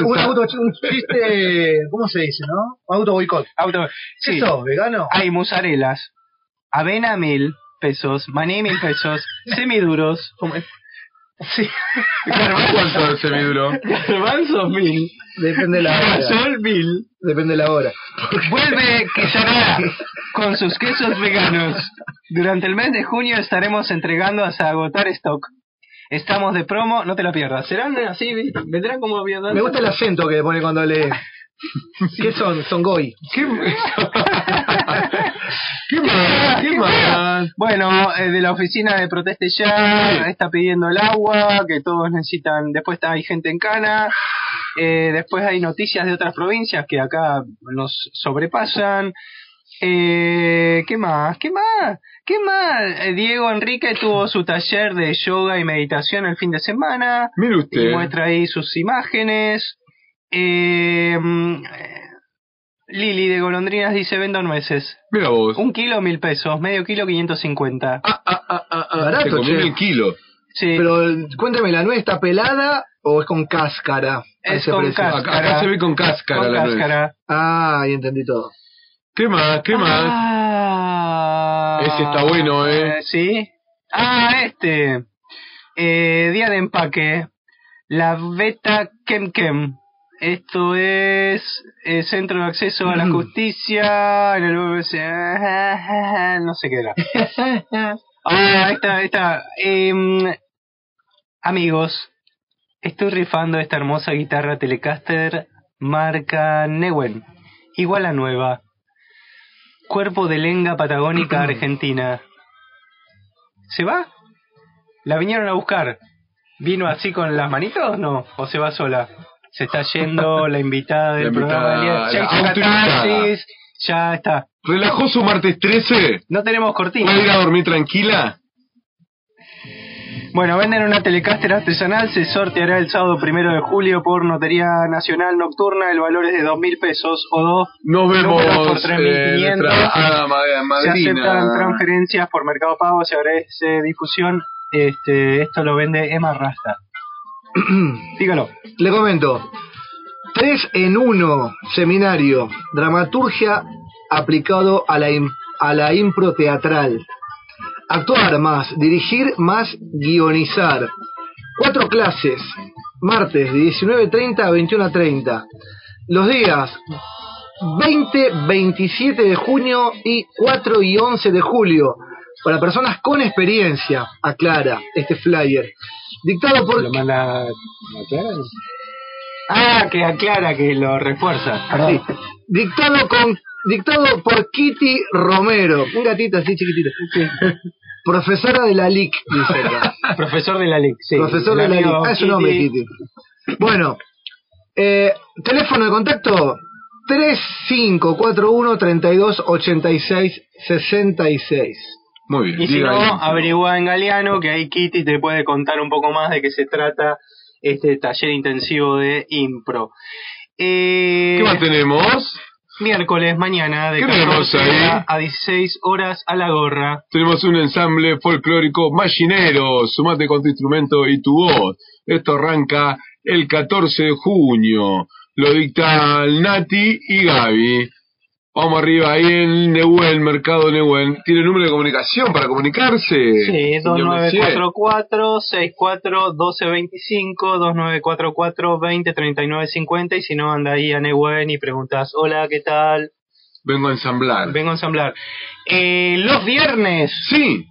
S4: un- un auto, un chiste, ¿cómo se dice, no? Auto boicot.
S3: Auto,
S4: ¿Qué
S3: sí.
S4: sos, vegano?
S3: Hay mozarelas, avena mil pesos, maní mil pesos, semiduros. Sí.
S2: ¿Cuánto es el semiduro?
S3: Garbanzos mil.
S4: Depende de la hora.
S3: Girasol mil.
S4: Depende de la hora.
S3: Vuelve Quesará con sus quesos veganos. Durante el mes de junio estaremos entregando hasta agotar stock. Estamos de promo, no te la pierdas. Serán así, vi- vendrán como viandantes.
S4: Me gusta el acento que pone cuando lee. ¿Qué son? Son goy.
S2: ¿Qué más? ¿Qué más?
S3: Bueno, eh, de la oficina de Proteste Ya está pidiendo el agua, que todos necesitan. Después está- hay gente en cana. Eh, después hay noticias de otras provincias que acá nos sobrepasan. Eh, ¿Qué más? ¿Qué más? ¿Qué más? Eh, Diego Enrique tuvo su taller de yoga y meditación el fin de semana.
S2: Mire
S3: Y
S2: usted.
S3: muestra ahí sus imágenes. Eh, mm, eh, Lili de Golondrinas dice: vendo nueces.
S2: Mira vos. Ah,
S3: Un kilo, mil pesos. Medio kilo, 550.
S2: Te
S4: Barato,
S2: comí
S4: che.
S2: el kilo.
S3: Sí.
S4: Pero cuéntame, ¿la nuez está pelada o es con cáscara? A
S3: Es
S4: ese
S3: con
S4: precio.
S3: cáscara. Acá se ve
S2: con cáscara
S3: Con
S2: la nuez.
S3: cáscara.
S4: Ah, y entendí todo.
S2: ¿Qué más? ¿Qué más?
S3: Ah,
S2: Ese está bueno, ¿eh?
S3: Sí. Ah, este. Eh, día de empaque. La Beta Kem Kem. Esto es eh, Centro de Acceso a la
S4: Mm.
S3: Justicia. En el BBC. No sé qué era. Ah, esta, esta. Em, amigos, estoy rifando esta hermosa guitarra Telecaster marca Newen, igual a nueva. Cuerpo de lenga patagónica argentina. ¿Se va? ¿La vinieron a buscar? ¿Vino así con las manitos? No, o se va sola. Se está yendo la invitada del
S2: La
S3: programa del día.
S2: invitada,
S3: Ya
S2: la
S3: hizo
S2: autoinvitada.
S3: catarsis, ya está.
S2: ¿Relajó su martes 13?
S3: No tenemos cortina.
S2: ¿Puede ir a dormir tranquila?
S3: Bueno, venden una Telecaster artesanal, se sorteará el sábado primero de julio por Notería Nacional Nocturna, el valor es de dos mil pesos o dos.
S2: Nos vemos.
S3: números por
S2: eh,
S3: 3.500.
S2: nuestra hada ma-
S4: eh,
S3: Se aceptan
S2: madrina.
S3: transferencias por Mercado Pago, se agradece difusión. Este, esto lo vende Emma Rasta. Dígalo.
S4: Le comento. Tres en uno, seminario, dramaturgia aplicado a la, im- a la impro teatral. Actuar más, dirigir más, guionizar. Cuatro clases, martes de 19.30 a 21.30. Los días 20, 27 de junio y 4 y 11 de julio. Para personas con experiencia, aclara este flyer. Dictado por...
S3: manda Ah, que aclara, que lo refuerza.
S4: Sí. Dictado con dictado por Kitty Romero, un gatito así chiquitito. Profesora de la LIC, dice acá.
S3: Profesor de la LIC, sí.
S4: Profesor de
S3: El
S4: la LIC.
S3: amigo
S4: Ah, es un hombre, Kitty. Bueno, eh, teléfono de contacto 3541 3286 66.
S2: Muy bien.
S3: Y si
S2: diga
S3: no,
S2: ahí.
S3: averigua en Galeano, que ahí Kitty te puede contar un poco más de qué se trata este taller intensivo de impro. Eh,
S2: ¿Qué más tenemos?
S3: Miércoles, mañana, de
S2: ¿Qué tenemos
S3: 14
S2: ahí?
S3: a 16 horas a la gorra.
S2: Tenemos un ensamble folclórico Maginero, sumate con tu instrumento y tu voz. Esto arranca el 14 de junio. Lo dictan Nati y Gaby. Vamos arriba ahí en Nehuen, Mercado Nehuen. ¿Tiene número de comunicación para comunicarse?
S3: Sí,
S2: señor Messier?
S3: 2944-64-1225, 2944-2039-50, y si no, anda ahí a Newen y preguntas, hola, ¿qué tal?
S2: Vengo a ensamblar.
S3: Vengo a ensamblar. Eh, los viernes.
S2: Sí.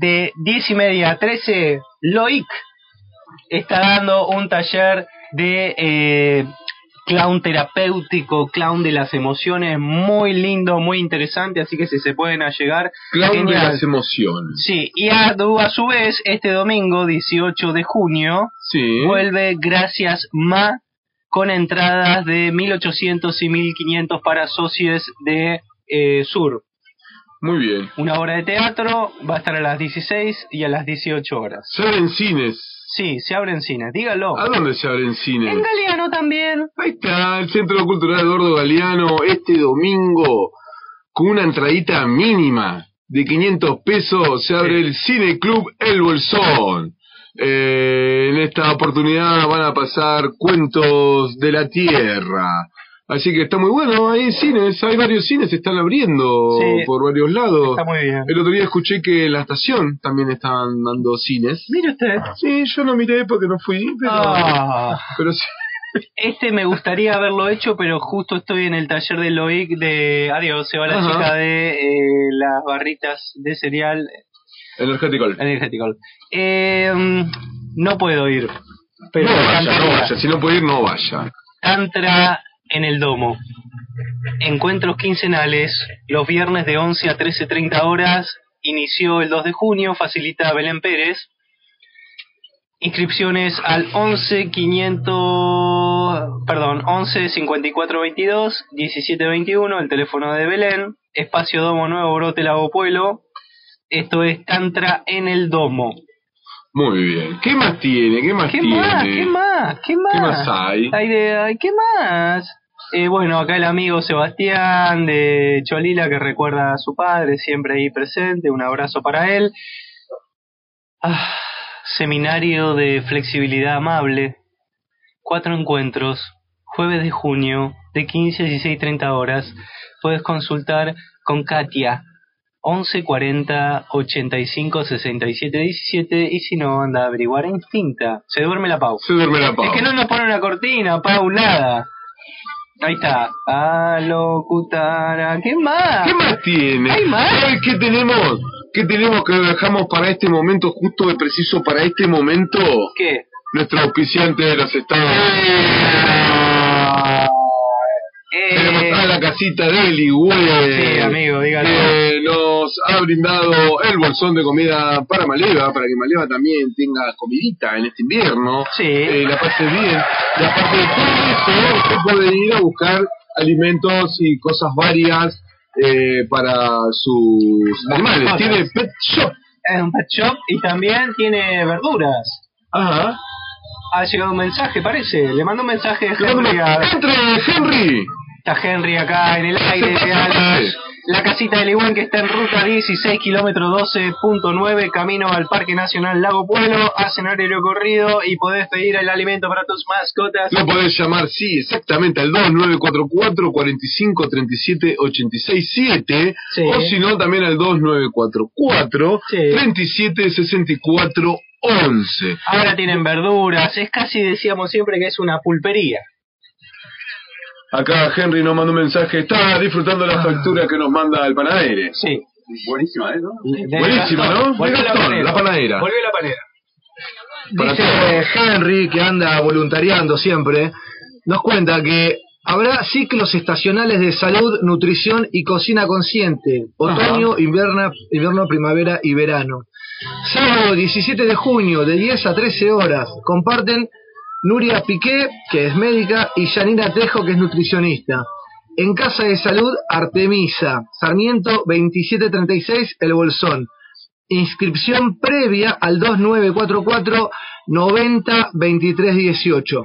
S3: De 10 y media a 13, Loic está dando un taller de eh, clown terapéutico, clown de las emociones, muy lindo, muy interesante, así que si se pueden allegar.
S2: Clown de
S3: genial.
S2: las emociones.
S3: Sí, y a, a su vez, este domingo 18 de junio, vuelve Gracias Ma con entradas de 1800 y 1500 para socios de eh, Sur.
S2: Muy bien.
S3: Una obra de teatro va a estar a las 16 y a las 18 horas.
S2: Se abren cines.
S3: Sí, se abren cines, dígalo.
S2: ¿A dónde se abren cines?
S5: En Galeano también.
S2: Ahí está el Centro Cultural Eduardo Galeano este domingo con una entradita mínima de 500 pesos se abre el Cine Club El Bolsón. Eh, en esta oportunidad van a pasar cuentos de la tierra. Así que está muy bueno, hay cines, hay varios cines, se están abriendo
S3: Sí.
S2: por varios lados.
S3: Está muy bien.
S2: El otro día escuché que en la estación también están dando cines.
S3: Mire usted.
S2: Sí, yo no miré porque no fui, pero...
S3: Ah.
S2: pero sí.
S3: Este me gustaría haberlo hecho, pero justo estoy en el taller de Loic de... Adiós, se va la
S2: Ajá.
S3: chica de eh, las barritas de cereal
S2: Energético.
S3: energético. Eh, mm, no puedo ir. Pero
S2: no vaya, no
S3: encantaría.
S2: vaya. Si no puede ir, no vaya.
S3: Tantra en el Domo. Encuentros quincenales, los viernes de 11 a 13.30 horas. Inició el 2 de junio, facilita Belén Pérez. Inscripciones al 11 500, perdón, 11 54 22 17 21, el teléfono de Belén, Espacio Domo Nuevo Brote Lago Pueblo. Esto es Tantra en el Domo.
S2: Muy bien. ¿Qué más tiene? ¿Qué más
S3: ¿Qué
S2: tiene?
S3: más? ¿Qué más? ¿Qué más?
S2: ¿Qué más hay?
S3: Hay de- ay, ¿Qué más? Eh, bueno, acá el amigo Sebastián de Cholila que recuerda a su padre, siempre ahí presente. Un abrazo para él. Ah, seminario de flexibilidad amable. Cuatro encuentros. Jueves de junio, de 15 a 16, 30 horas. Puedes consultar con Katia. 11 40 85 67 17 y si no anda a averiguar instinta se duerme la pau
S2: se duerme la Pau.
S3: es que no nos pone una cortina pau nada ahí está a locutara qué más
S2: ¿Qué más tiene?
S3: ¿Hay más?
S2: ¿Sabes qué tenemos? ¿Qué tenemos que dejamos para este momento, justo de preciso para este momento?
S3: ¿Qué?
S2: Nuestro auspiciante de los estados.
S3: Ah.
S2: Tenemos a la casita de Eh, Ligüe.
S3: Eh. Sí, amigo, dígalo.
S2: Que nos ha brindado el bolsón de comida para Maleva, para que Maleva también tenga comidita en este invierno. Eh,
S3: Sí.
S2: la pase bien. Y aparte de todo eso, usted puede ir a buscar alimentos y cosas varias eh, para sus animales.
S3: Cosas.
S2: Tiene pet shop.
S3: es un pet shop y también tiene verduras
S2: Ajá.
S3: ha llegado un mensaje parece le mando un mensaje de
S2: mando un-
S3: Henry a-
S2: ¡Entre, Henry!
S3: está Henry acá en el aire
S2: Se pasa, eh.
S3: a la-
S2: Henry.
S3: la casita de Ligüen que está en ruta 16, kilómetro 12.9, camino al Parque Nacional Lago Pueblo, hacen horario corrido y podés pedir el alimento para tus mascotas.
S2: Lo podés llamar, sí, exactamente, al 2944 45 37 86 7
S3: Sí.
S2: o si no, también al 2944 37 64 11.
S3: Ahora tienen verduras, es casi decíamos siempre que es una pulpería.
S2: Acá Henry nos manda un mensaje, está disfrutando la factura que nos manda el panadero.
S3: Ah. Sí.
S2: Buenísima, ¿eh? ¿no?
S3: De
S2: Buenísima,
S3: Gastón.
S2: ¿no? De
S3: Volvió la
S2: Gastón,
S3: panera.
S2: la panadera.
S3: Volvió la panera.
S2: Para
S4: Dice Henry, que anda voluntariando siempre, nos cuenta que habrá ciclos estacionales de salud, nutrición y cocina consciente. Otoño, invierna- invierno, primavera y verano. Sábado 17 de junio, de 10 a 13 horas, comparten Nuria Piqué, que es médica, y Janina Tejo, que es nutricionista. En Casa de Salud, Artemisa, Sarmiento 2736, El Bolsón. Inscripción previa al 2944 90 23 18.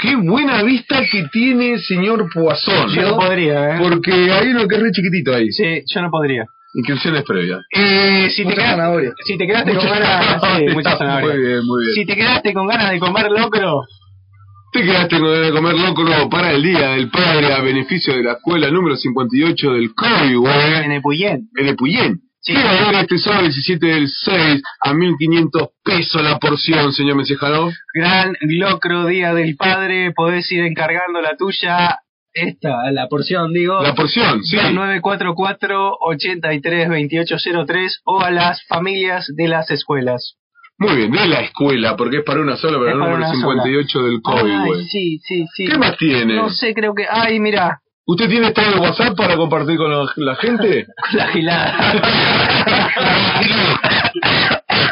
S2: Qué buena vista que tiene señor Poisson.
S4: Yo no
S2: podría, ¿eh? Porque hay uno que es re chiquitito ahí.
S3: Sí, yo no podría.
S2: Inscripciones previas.
S3: Eh, si, te
S2: Mucha
S3: quedas-
S2: zanahoria.
S3: si te quedaste con
S2: Mucha
S3: ganas, sí,
S2: zanahoria.
S3: mucha zanahoria.
S2: Muy bien, muy bien.
S3: Si te quedaste con ganas de comer locro,
S2: Te quedaste con ganas de comer locro para el Día del Padre a beneficio de la escuela número 58 del COI,
S3: En Epuyén.
S2: En Epuyén.
S3: Sí.
S2: Sí. este sábado 17 del 6 a 1500 pesos la porción, señor Mesejanov.
S3: gran locro día del padre, podés ir encargando la tuya. Esta, la porción, digo.
S2: La porción, sí.
S3: 944-83-2803 o a las familias de las escuelas.
S2: Muy bien, de la escuela, porque es para una sola, para
S3: Es
S2: el
S3: para
S2: número
S3: una
S2: 58 del
S3: Ay,
S2: COI,
S3: sí, sí, sí.
S2: ¿Qué más tiene?
S3: No sé, creo que. Ay, mira.
S2: ¿Usted tiene estado de WhatsApp para compartir con la, la gente?
S3: la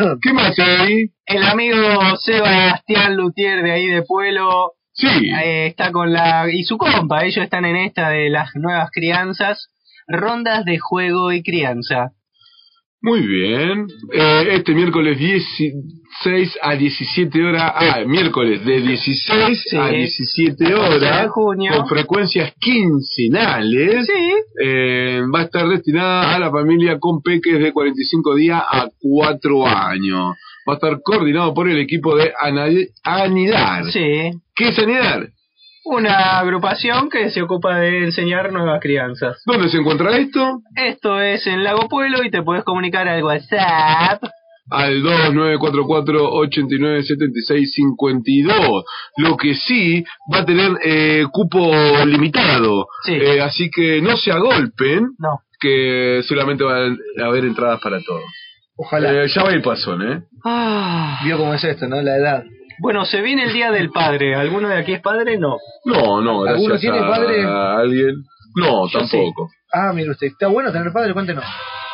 S2: ¿Qué más hay?
S3: El amigo Sebastián Lutier de ahí de Pueblo. eh,
S2: Sí.
S3: está con la. Y su compa, ellos están en esta de las nuevas crianzas. Rondas de juego y crianza.
S2: Muy bien. Eh, este miércoles 16 a 17 horas. Ah, miércoles de 16
S3: Eh. Sí.
S2: a 17
S3: De
S2: horas.
S3: junio.
S2: Con frecuencias quincenales. Eh, va a estar destinada a la familia con peques de 45 días a 4 años. Va a estar coordinado por el equipo de Ana- Anidar.
S3: Sí.
S2: ¿Qué es Anidar?
S3: Una agrupación que se ocupa de enseñar nuevas crianzas.
S2: ¿Dónde se encuentra esto?
S3: Esto es en Lago Pueblo y te puedes comunicar al WhatsApp.
S2: al 2944-897652. Lo que sí va a tener eh, cupo limitado. Eh, así que no se agolpen. Que solamente van a haber entradas para todos.
S4: Ojalá.
S2: Eh, ya va el pasón, ¿eh?
S4: Vio cómo es esto, ¿no? La edad.
S3: Bueno, se viene el día del padre. ¿Alguno de aquí es padre? No.
S2: No, no, gracias
S4: ¿Alguno tiene
S2: a,
S4: padre?
S2: a alguien. No,
S3: Yo
S2: tampoco.
S4: Ah, mire usted. ¿Está bueno tener padre? Cuéntenos.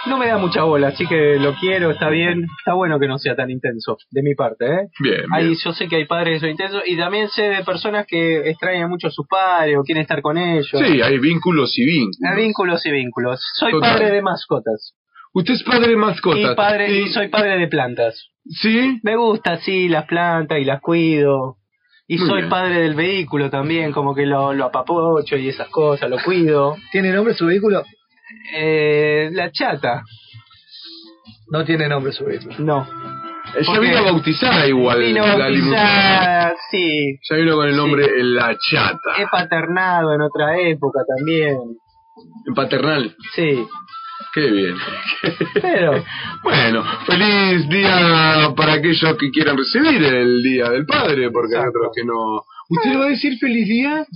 S3: No me da mucha bola, así que lo quiero, está bien. Está bueno que no sea tan intenso, de mi parte, ¿eh?
S2: Bien,
S3: Hay- yo sé que hay padres que son intensos y también sé de personas que extrañan mucho a sus padres o quieren estar con ellos.
S2: Sí, hay vínculos y vínculos.
S3: Hay vínculos y vínculos. Soy
S2: Total.
S3: padre de mascotas.
S2: Usted es padre de mascotas.
S3: Y, padre, y soy padre de plantas.
S2: ¿Sí?
S3: Me gusta, sí, las plantas y las cuido. Y
S4: Muy
S3: soy
S4: bien.
S3: padre del vehículo también, como que lo, lo apapocho y esas cosas, lo cuido.
S4: ¿Tiene nombre su vehículo?
S3: Eh, la chata.
S4: No tiene nombre su vehículo.
S3: No.
S2: Eh, Ya
S3: Porque
S2: vino bautizada igual
S3: vino
S2: la limusina.
S3: bautizada, sí.
S2: Ya vino con el nombre
S3: Sí.
S2: La Chata,
S3: He paternado en otra época también.
S2: en paternal.
S3: Sí.
S2: Qué bien.
S3: Pero.
S2: bueno, feliz día para aquellos que quieran recibir el Día del Padre, porque hay otros que no. ¿Usted le va a decir feliz día?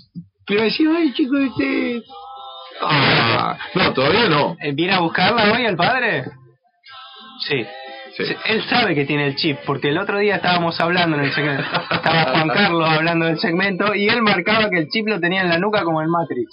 S2: Le va a decir, ay, chico, este. Ah, no, todavía no.
S3: Eh, ¿Viene a buscarla hoy el padre? Sí.
S2: Sí.
S3: Él sabe que tiene el chip, porque el otro día estábamos hablando en el segmento. Estaba Juan Carlos hablando del segmento y él marcaba que el chip lo tenía en la nuca como en Matrix.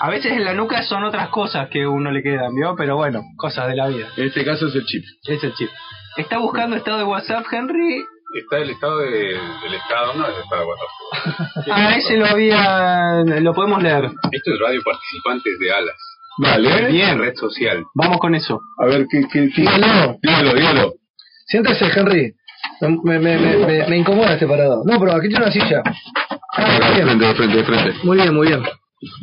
S3: A veces en la nuca son otras cosas que uno le quedan, ¿vio? Pero bueno, cosas de la vida.
S2: En este caso es el chip.
S3: Es el chip. ¿Está buscando estado de WhatsApp, Henry?
S10: Está el estado de- del estado, no es el estado de WhatsApp.
S3: Ah, ese lo había. Lo podemos leer.
S10: Esto es Radio Participantes de Alas.
S2: Vale.
S10: Bien. Red social.
S3: Vamos con eso.
S2: A ver, ¿qué, qué, qué?
S4: Dígalo.
S2: Dígalo, dígalo.
S4: Siéntese, Henry. Me, me, me, me- me incomoda este parado. No, pero aquí tiene una silla.
S2: De frente, de frente, de frente.
S4: Muy bien, muy bien.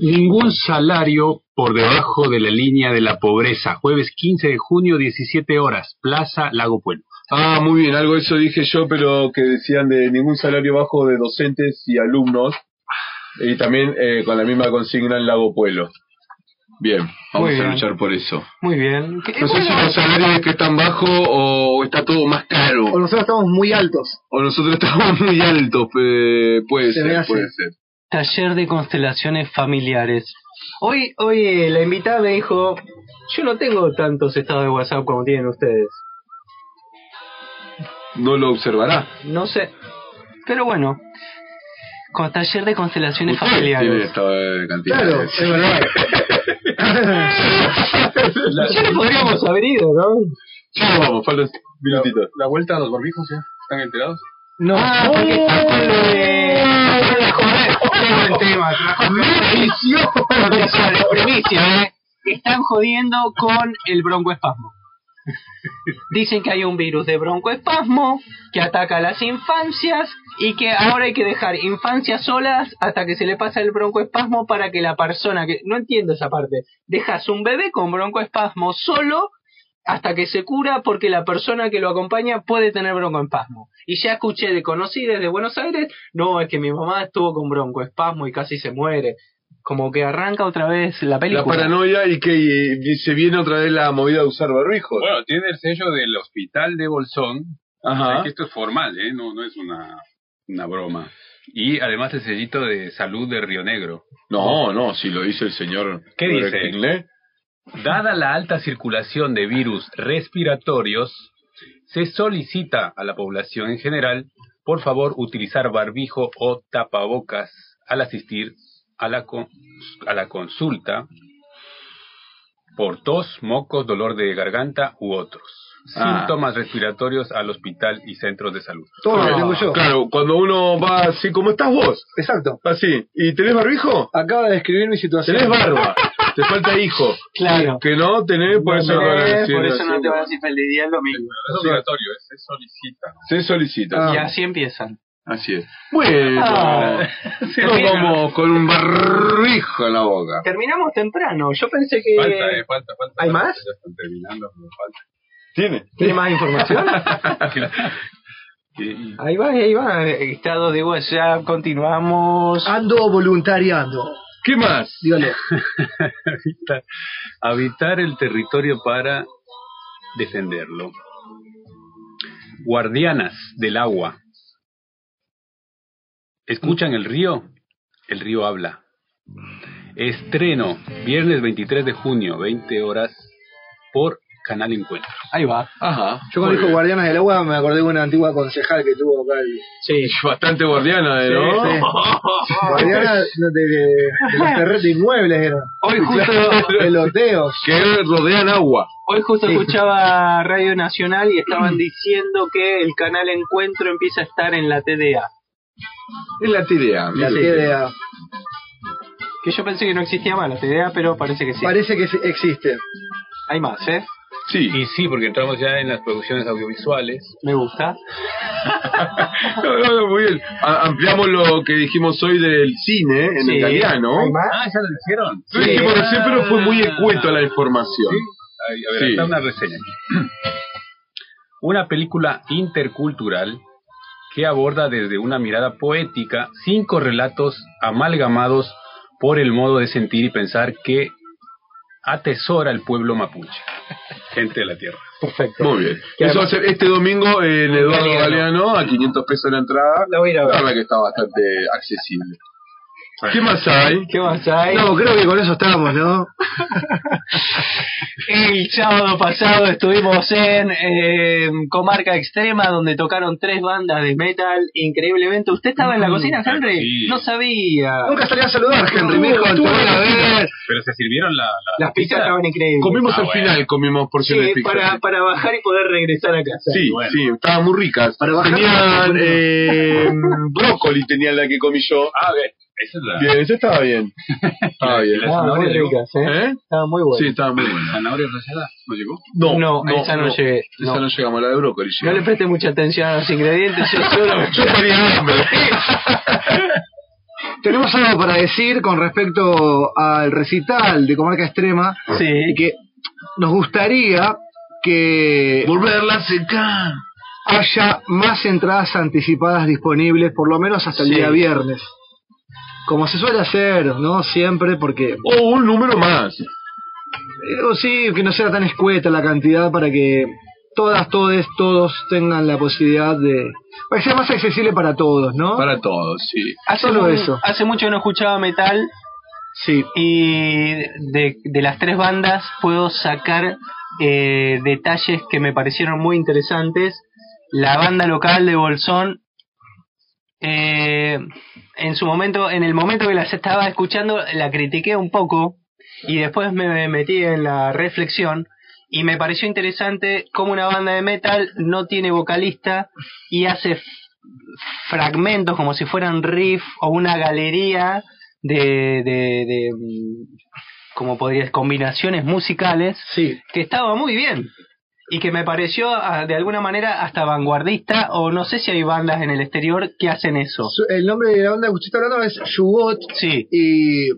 S10: Ningún salario por debajo de la línea de la pobreza. Jueves 15 de junio, 17 horas. Plaza Lago Pueblo.
S2: Ah, muy bien, algo de eso dije yo, pero que decían de ningún salario bajo de docentes y alumnos. Y también eh, con la misma consigna en Lago Pueblo. Bien, vamos
S3: Muy
S2: a
S3: bien.
S2: luchar por eso.
S3: Muy bien. ¿Qué-
S2: No sé
S3: bueno,
S2: si los salarios que están bajos o está todo más caro.
S4: O nosotros estamos muy altos.
S2: O nosotros estamos muy altos. pe- puede
S3: Se ve
S2: ser,
S3: así.
S2: puede ser.
S3: Taller de constelaciones familiares. Hoy, hoy eh, la invitada me dijo, yo no tengo tantos estados de WhatsApp como tienen ustedes.
S2: No lo observará.
S3: No sé. Pero bueno. Con taller de constelaciones
S2: Ustedes tienen
S3: familiares.
S2: esto de eh, cantidad.
S3: Claro, eh, es verdad. Ya no podríamos haber ido, ¿no?
S2: Ya nos vamos, faltan minutitos. ¿La vuelta a los barbijos ya? ¿Están enterados?
S4: No,
S3: ah, porque está con lo de. con la joder, todo el tema. Las primicias, ¿eh? Están jodiendo con el broncoespasmo. Dicen que hay un virus de broncoespasmo que ataca a las infancias y que ahora hay que dejar infancias solas hasta que se le pasa el broncoespasmo para que la persona que no entiendo esa parte, dejas un bebé con broncoespasmo solo hasta que se cura porque la persona que lo acompaña puede tener broncoespasmo. Y ya escuché de conocidos de Buenos Aires, no, es que mi mamá estuvo con broncoespasmo y casi se muere. Como que arranca otra vez la película.
S2: La paranoia y que eh, se viene otra vez la movida de usar barbijos.
S10: Bueno, tiene el sello del hospital de Bolsón.
S2: Ajá.
S10: O sea, que esto es formal, ¿eh? No, no es una, una broma. Y además el sellito de salud de Río Negro.
S2: No, no, si lo dice el señor.
S10: ¿Qué dice? Dada la alta circulación de virus respiratorios, se solicita a la población en general, por favor, utilizar barbijo o tapabocas al asistir a la, con- a la consulta por tos, mocos, dolor de garganta u otros.
S2: Ah.
S10: Síntomas respiratorios al hospital y centros de salud.
S4: Todo lo que
S2: Ah,
S4: tengo yo.
S2: Claro, cuando uno va así como estás vos.
S4: Exacto.
S2: Así. ¿Y tenés barbijo?
S4: Acaba de describir mi situación.
S2: Tenés barba. te falta hijo.
S3: Claro.
S2: Que no tenés, por eso no lo
S3: Eh,
S2: decís,
S3: por eso
S2: así.
S3: no te vas a ir día el domingo.
S10: Es obligatorio, se solicita.
S2: Se solicita.
S4: Ah.
S3: Y así empiezan.
S2: Así es. Bueno,
S3: Ah.
S2: nos vamos con un barbijo en la boca.
S3: Terminamos temprano. Yo pensé que.
S10: Falta, eh, falta, falta.
S3: ¿Hay más?
S10: Ya están terminando, pero falta.
S2: ¿Tiene?
S4: ¿Tiene más información?
S3: Ahí va, ahí va. eh, Estado de WhatsApp, continuamos.
S4: Ando voluntariando.
S2: ¿Qué más?
S4: Dígale.
S10: habitar, habitar el territorio para defenderlo. Guardianas del agua. ¿Escuchan el río? El río habla. Estreno, viernes 23 de junio, 20 horas, por Canal Encuentro.
S3: Ahí va.
S2: Ajá.
S4: Yo cuando dijo Guardianes del Agua me acordé de una antigua concejal que tuvo acá. el-
S3: Sí.
S2: Bastante guardiana, ¿eh, ¿no?
S4: Sí, sí. Guardianes de, de los terrenos de inmuebles eran.
S3: Hoy justo-
S4: Peloteos.
S2: Que rodean agua.
S3: Hoy justo escuchaba Radio Nacional y estaban diciendo que el canal Encuentro empieza a estar en la TDA.
S2: Es la TDA. mira.
S4: La TDA.
S3: Que yo pensé que no existía más la TDA, pero parece que sí.
S4: Parece que sí existe.
S3: Hay más, ¿eh?
S2: Sí.
S10: Y sí, porque entramos ya en las producciones audiovisuales.
S3: Me gusta.
S2: No, no, no, muy bien. A- ampliamos lo que dijimos hoy del cine en
S10: Sí.
S2: italiano.
S10: ¿Hay más? Ah, ya lo dijeron.
S2: Lo dijimos recién, pero fue muy escueta la información.
S10: Ahí, a ver,
S2: Sí.
S10: está una reseña. Una película intercultural que aborda desde una mirada poética cinco relatos amalgamados por el modo de sentir y pensar que atesora el pueblo mapuche, gente de la tierra.
S3: Perfecto.
S2: Muy bien.
S10: Y
S2: Eso va a
S10: además-
S2: ser este domingo en Eduardo Galeano, a 500 pesos la entrada.
S3: La voy a ir a ver.
S2: verdad que está bastante accesible. ¿Qué más hay?
S3: ¿Qué más hay?
S4: No, creo que con eso estábamos, ¿no?
S3: El sábado pasado estuvimos en eh, Comarca Extrema, donde tocaron tres bandas de metal increíblemente. ¿Usted estaba en la cocina, Henry? No sabía.
S4: Nunca salí a saludar, Henry. Me dijo,
S3: Estuve
S4: "Te voy
S3: en la
S4: a
S3: cocina.
S4: ver".
S10: Pero se sirvieron la, la-
S3: Las pizzas estaban increíbles.
S2: Comimos
S10: Ah,
S2: al
S10: bueno.
S2: final, comimos porciones de
S3: Sí,
S2: pizza.
S10: ¿eh?
S3: para, para bajar y poder regresar a casa.
S2: Sí,
S10: bueno.
S2: sí, estaban muy ricas.
S4: bajar-
S2: Tenían eh, brócoli, tenía la que comí yo.
S10: Ah, bien. Esa es la...
S2: Bien, eso estaba bien. Estaba Ah, bien.
S10: Las
S3: Estaban Ah, muy
S10: zanahorias, digo.
S3: ricas, ¿eh?
S2: ¿Eh?
S3: Estaban muy buenas.
S2: Sí, estaba muy buena.
S10: ¿Zanahoria rallada? ¿No llegó?
S2: No,
S3: No, esa no llegué,
S2: Esa
S3: no.
S2: no llegamos, la de brócoli.
S3: No le
S2: llegamos.
S3: preste mucha atención a los ingredientes, yo solo...
S2: Yo tenía hambre.
S4: Tenemos algo para decir con respecto al recital de Comarca Extrema.
S3: Sí.
S4: Que nos gustaría que
S2: Volverla a secar.
S4: haya más entradas anticipadas disponibles, por lo menos hasta el
S3: Sí.
S4: día viernes. Como se suele hacer, ¿no? Siempre, porque.
S2: O un número más.
S4: eh, o sí, que no sea tan escueta la cantidad para que todas, todes, todos tengan la posibilidad de. para que sea más accesible para todos, ¿no?
S2: Para todos, sí.
S3: Hace,
S4: Ah, Solo
S3: mu-
S4: eso.
S3: hace mucho que no escuchaba metal
S4: Sí.
S3: y de, de las tres bandas puedo sacar eh, detalles que me parecieron muy interesantes. La banda local de Bolsón eh, en su momento, en el momento que las estaba escuchando, la critiqué un poco y después me metí en la reflexión y me pareció interesante cómo una banda de metal no tiene vocalista y hace f- fragmentos como si fueran riff o una galería de, de, de mm, como podría combinaciones musicales que estaba muy bien y que me pareció ah, de alguna manera hasta vanguardista o no sé si hay bandas en el exterior que hacen eso
S4: Su- El nombre de la banda que usted está hablando es Yugot. Y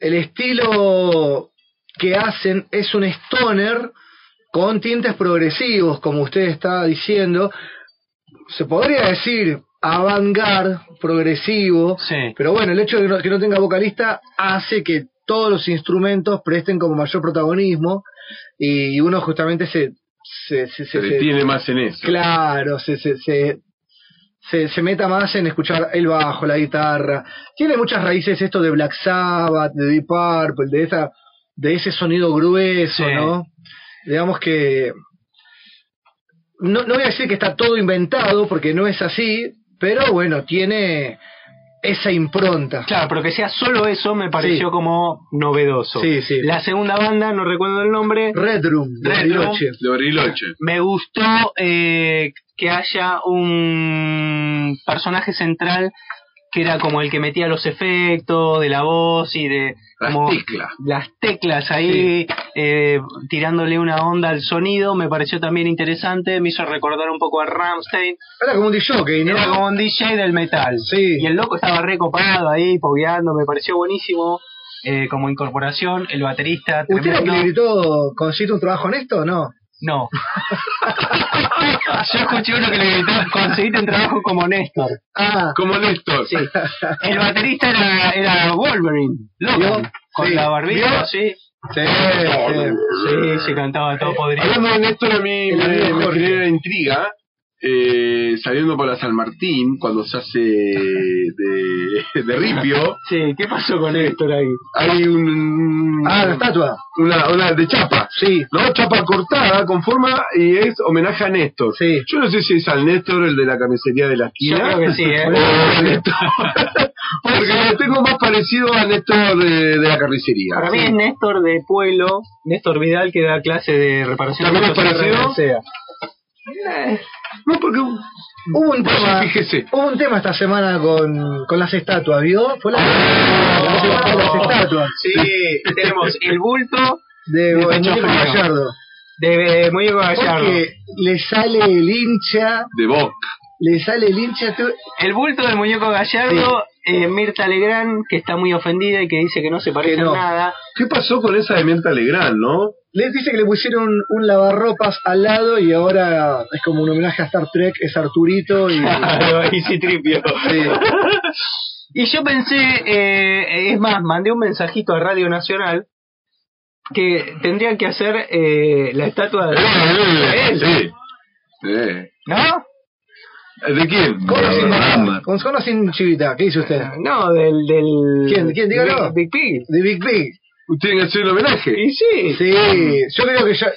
S4: el estilo que hacen es un stoner con tintes progresivos, como usted está diciendo. Se podría decir avant-garde, progresivo. Pero bueno, el hecho de que no, que no tenga vocalista hace que todos los instrumentos presten como mayor protagonismo y uno justamente se... Se, se,
S2: Se detiene más en eso.
S4: Claro, se, se, se, se, se meta más en escuchar el bajo, la guitarra. Tiene muchas raíces esto de Black Sabbath, de Deep Purple, de, esa, de ese sonido grueso, ¿no? Digamos que... No, no voy a decir que está todo inventado, porque no es así, pero bueno, tiene esa impronta.
S3: Claro, pero que sea solo eso me pareció como novedoso.
S4: Sí, sí.
S3: La segunda banda, no recuerdo el nombre.
S4: Red Room, de
S3: Red Room.
S4: Bariloche.
S2: De Bariloche.
S3: Me gustó eh, que haya un personaje central que era como el que metía los efectos de la voz y de como
S2: teclas.
S3: las teclas ahí eh, tirándole una onda al sonido. Me pareció también interesante, me hizo recordar un poco a Rammstein.
S4: Era como un DJ, ¿no?
S3: Era como un DJ del metal. Y el loco estaba recopado ahí, pogueando, me pareció buenísimo. eh, como incorporación, el baterista.
S4: ¿Usted era que
S3: tremendo.
S4: le gritó, consiste un trabajo en esto o no?
S3: No. Yo escuché uno que le gritó, conseguiste un trabajo como Néstor.
S4: Ah.
S2: Como Néstor.
S3: Sí. El baterista era, era Wolverine, loco, con
S2: Sí.
S3: la barbilla,
S2: ¿Vio?
S3: así.
S4: Sí,
S3: sí, se cantaba todo podrido.
S2: Hablando de Néstor, a mí me, me genera intriga. eh, saliendo para San Martín, cuando se hace de, de ripio.
S3: Sí, ¿qué pasó con Néstor ahí?
S2: Hay un.
S4: Ah, la estatua.
S2: Una, una de chapa.
S4: Sí.
S2: ¿No? Chapa cortada con forma y es homenaje a Néstor.
S4: Sí.
S2: Yo no sé si es al Néstor, el de la carnicería de la
S3: Yo
S2: esquina.
S3: creo que sí, ¿eh?
S2: o el Néstor. Porque lo tengo más parecido a Néstor eh, de, la carnicería.
S3: Para mí es Néstor de Pueblo, Néstor Vidal que da clase de reparación de
S2: ¿También es
S3: autos en
S2: parecido?
S3: Renacea.
S2: No, porque
S4: hubo
S2: Pues
S4: un tema, hubo un tema esta semana con, con las estatuas, ¿vio? Fue la,
S2: Ah,
S4: la semana de las estatuas.
S3: Sí, tenemos el bulto
S4: De,
S3: Pecho Frío.
S4: Muñeco Gallardo.
S3: de, de Muñeco Gallardo.
S4: Porque le sale el hincha,
S2: De Boca.
S4: le sale el hincha. tú-
S3: El bulto del muñeco gallardo, eh, Mirta Legrand, que está muy ofendida y que dice que no se parece
S4: no.
S3: en nada.
S2: ¿Qué pasó con esa de Mirta Legrand, no?
S4: Les dice que le pusieron un lavarropas al lado y ahora es como un homenaje a Star Trek, es Arturito y...
S3: y Citripio. Y yo pensé, eh, es más, mandé un mensajito a Radio Nacional que tendrían que hacer eh, la estatua de él,
S2: Sí. Eh.
S3: ¿no?
S2: ¿De quién?
S4: ¿Con o sin Mahatma? ¿Con con o sin chivita? ¿Qué dice usted?
S3: No, del... del
S4: ¿Quién? ¿Quién? Dígalo.
S3: Big Pig.
S4: De Big Big.
S2: Tienen que hacer un homenaje.
S3: Y sí.
S4: Sí, yo creo que ya,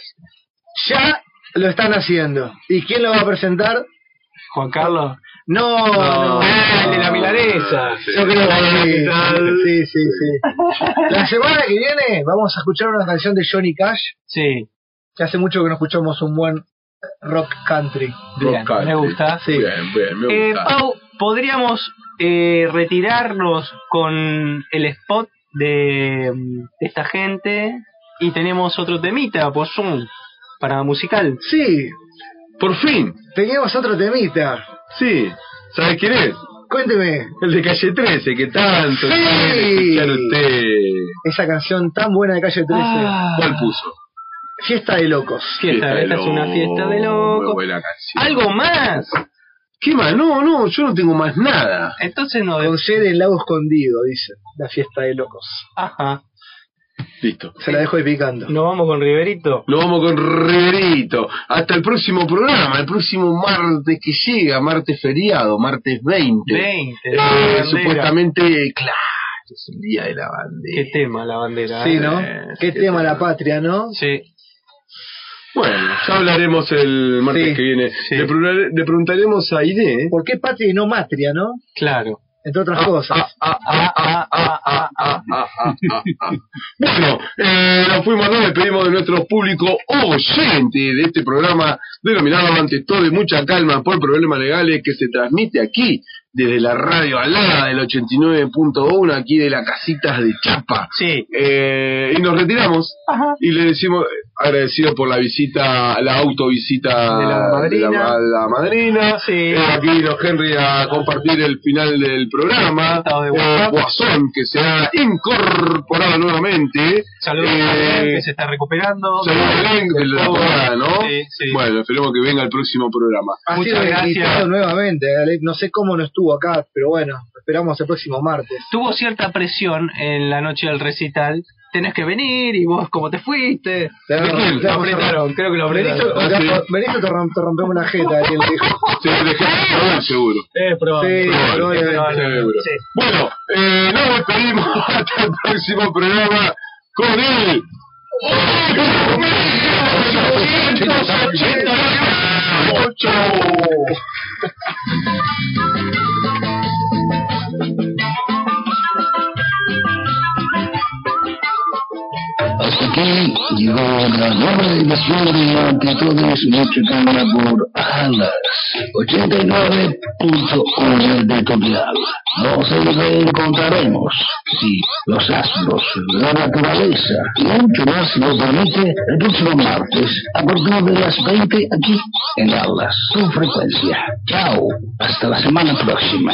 S4: ya lo están haciendo. ¿Y quién lo va a presentar?
S3: Juan Carlos.
S4: No, no.
S3: Ah, el de la milanesa.
S4: Yo creo que sí. Sí, sí, sí. La semana que viene vamos a escuchar una canción de Johnny Cash.
S3: Sí.
S4: Que hace mucho que no escuchamos un buen rock country.
S3: Bien, me gusta.
S4: Sí.
S2: Bien, bien, me
S3: Eh,
S2: gusta.
S3: Pau, podríamos eh, retirarnos con el spot de, mm, de esta gente y tenemos otro temita por Zoom para musical.
S4: Sí.
S2: Por fin.
S4: Teníamos otro temita.
S2: Sí. ¿Sabes quién es?
S4: Cuénteme.
S2: El de Calle 13, que tanto
S4: Sí.
S2: saben escuchar usted.
S4: Esa canción tan buena de Calle 13.
S2: ¿Cuál puso?
S4: Fiesta de locos.
S3: Ah. Fiesta, esta es una fiesta de
S2: Muy
S3: locos.
S2: buena canción.
S3: ¿Algo más?
S2: ¿Qué más? No, no, yo no tengo más nada.
S3: Entonces no.
S4: Con sed en lago escondido, dice. La fiesta de locos.
S3: Ajá.
S2: Listo.
S4: Se la dejo ahí picando.
S3: Nos vamos con Riverito.
S2: Nos vamos con Riverito. Hasta el próximo programa, el próximo martes que llega, martes feriado, martes 20.
S3: 20,
S2: Eh,
S3: la bandera.
S2: supuestamente, claro, Este es el día de la bandera.
S3: Ah, Qué tema la bandera.
S4: Sí,
S3: ¿eh?
S4: ¿no? Qué tema la patria, ¿no?
S3: Sí.
S2: Bueno, ya hablaremos el martes que viene. Le, preguntaré- le preguntaremos a ¿eh? Ide.
S4: ¿Por qué patria y no matria, no?
S3: Claro.
S4: Entre
S3: Ah,
S4: otras cosas.
S2: Bueno, eh, nos fuimos, nos despedimos de nuestro público oyente de este programa denominado ante todo y mucha calma por problemas legales que se transmite aquí desde la radio alada del 89.1 aquí de las casitas de Chapa. Eh,
S3: Sí.
S2: y nos retiramos y le decimos eh, agradecido por la visita, la autovisita
S3: De la madrina.
S2: de la- la madrina.
S3: Sí.
S2: Eh, aquí vino Henry a compartir el final del programa. Eh, Guasón, que se ha incorporado nuevamente.
S3: Saludos
S2: Eh,
S3: a Belén, que se está recuperando.
S2: saludos a Belén, de la
S3: Saludos.
S2: temporada, ¿no?
S3: Sí, sí.
S2: Bueno, esperemos que venga el próximo programa.
S4: Ha sido invitado nuevamente, Ale. no sé cómo no estuvo acá, pero bueno, esperamos el próximo martes.
S3: Tuvo cierta presión en la noche del recital. Tenés que venir y vos, como te fuiste.
S4: Te agarraron, te
S3: Lo apretaron,
S4: agarraron.
S3: creo que lo apretaron. Ah,
S4: Benito, acá- Benito te, rom- te rompemos la jeta, Ariel, dijo.
S2: seguro.
S3: Es
S4: probable. Sí, probablemente.
S2: Seguro. Bueno, eh, nos despedimos hasta el próximo programa con él.
S1: Hasta aquí llegó la nueva edición de Amplitudes Noche Cámara por Alas 89.1 de tu dial. Nos encontraremos si los astros, la naturaleza y mucho más nos permite el próximo martes a partir de las 20 aquí en Alas, tu frecuencia. Chao, hasta la semana próxima.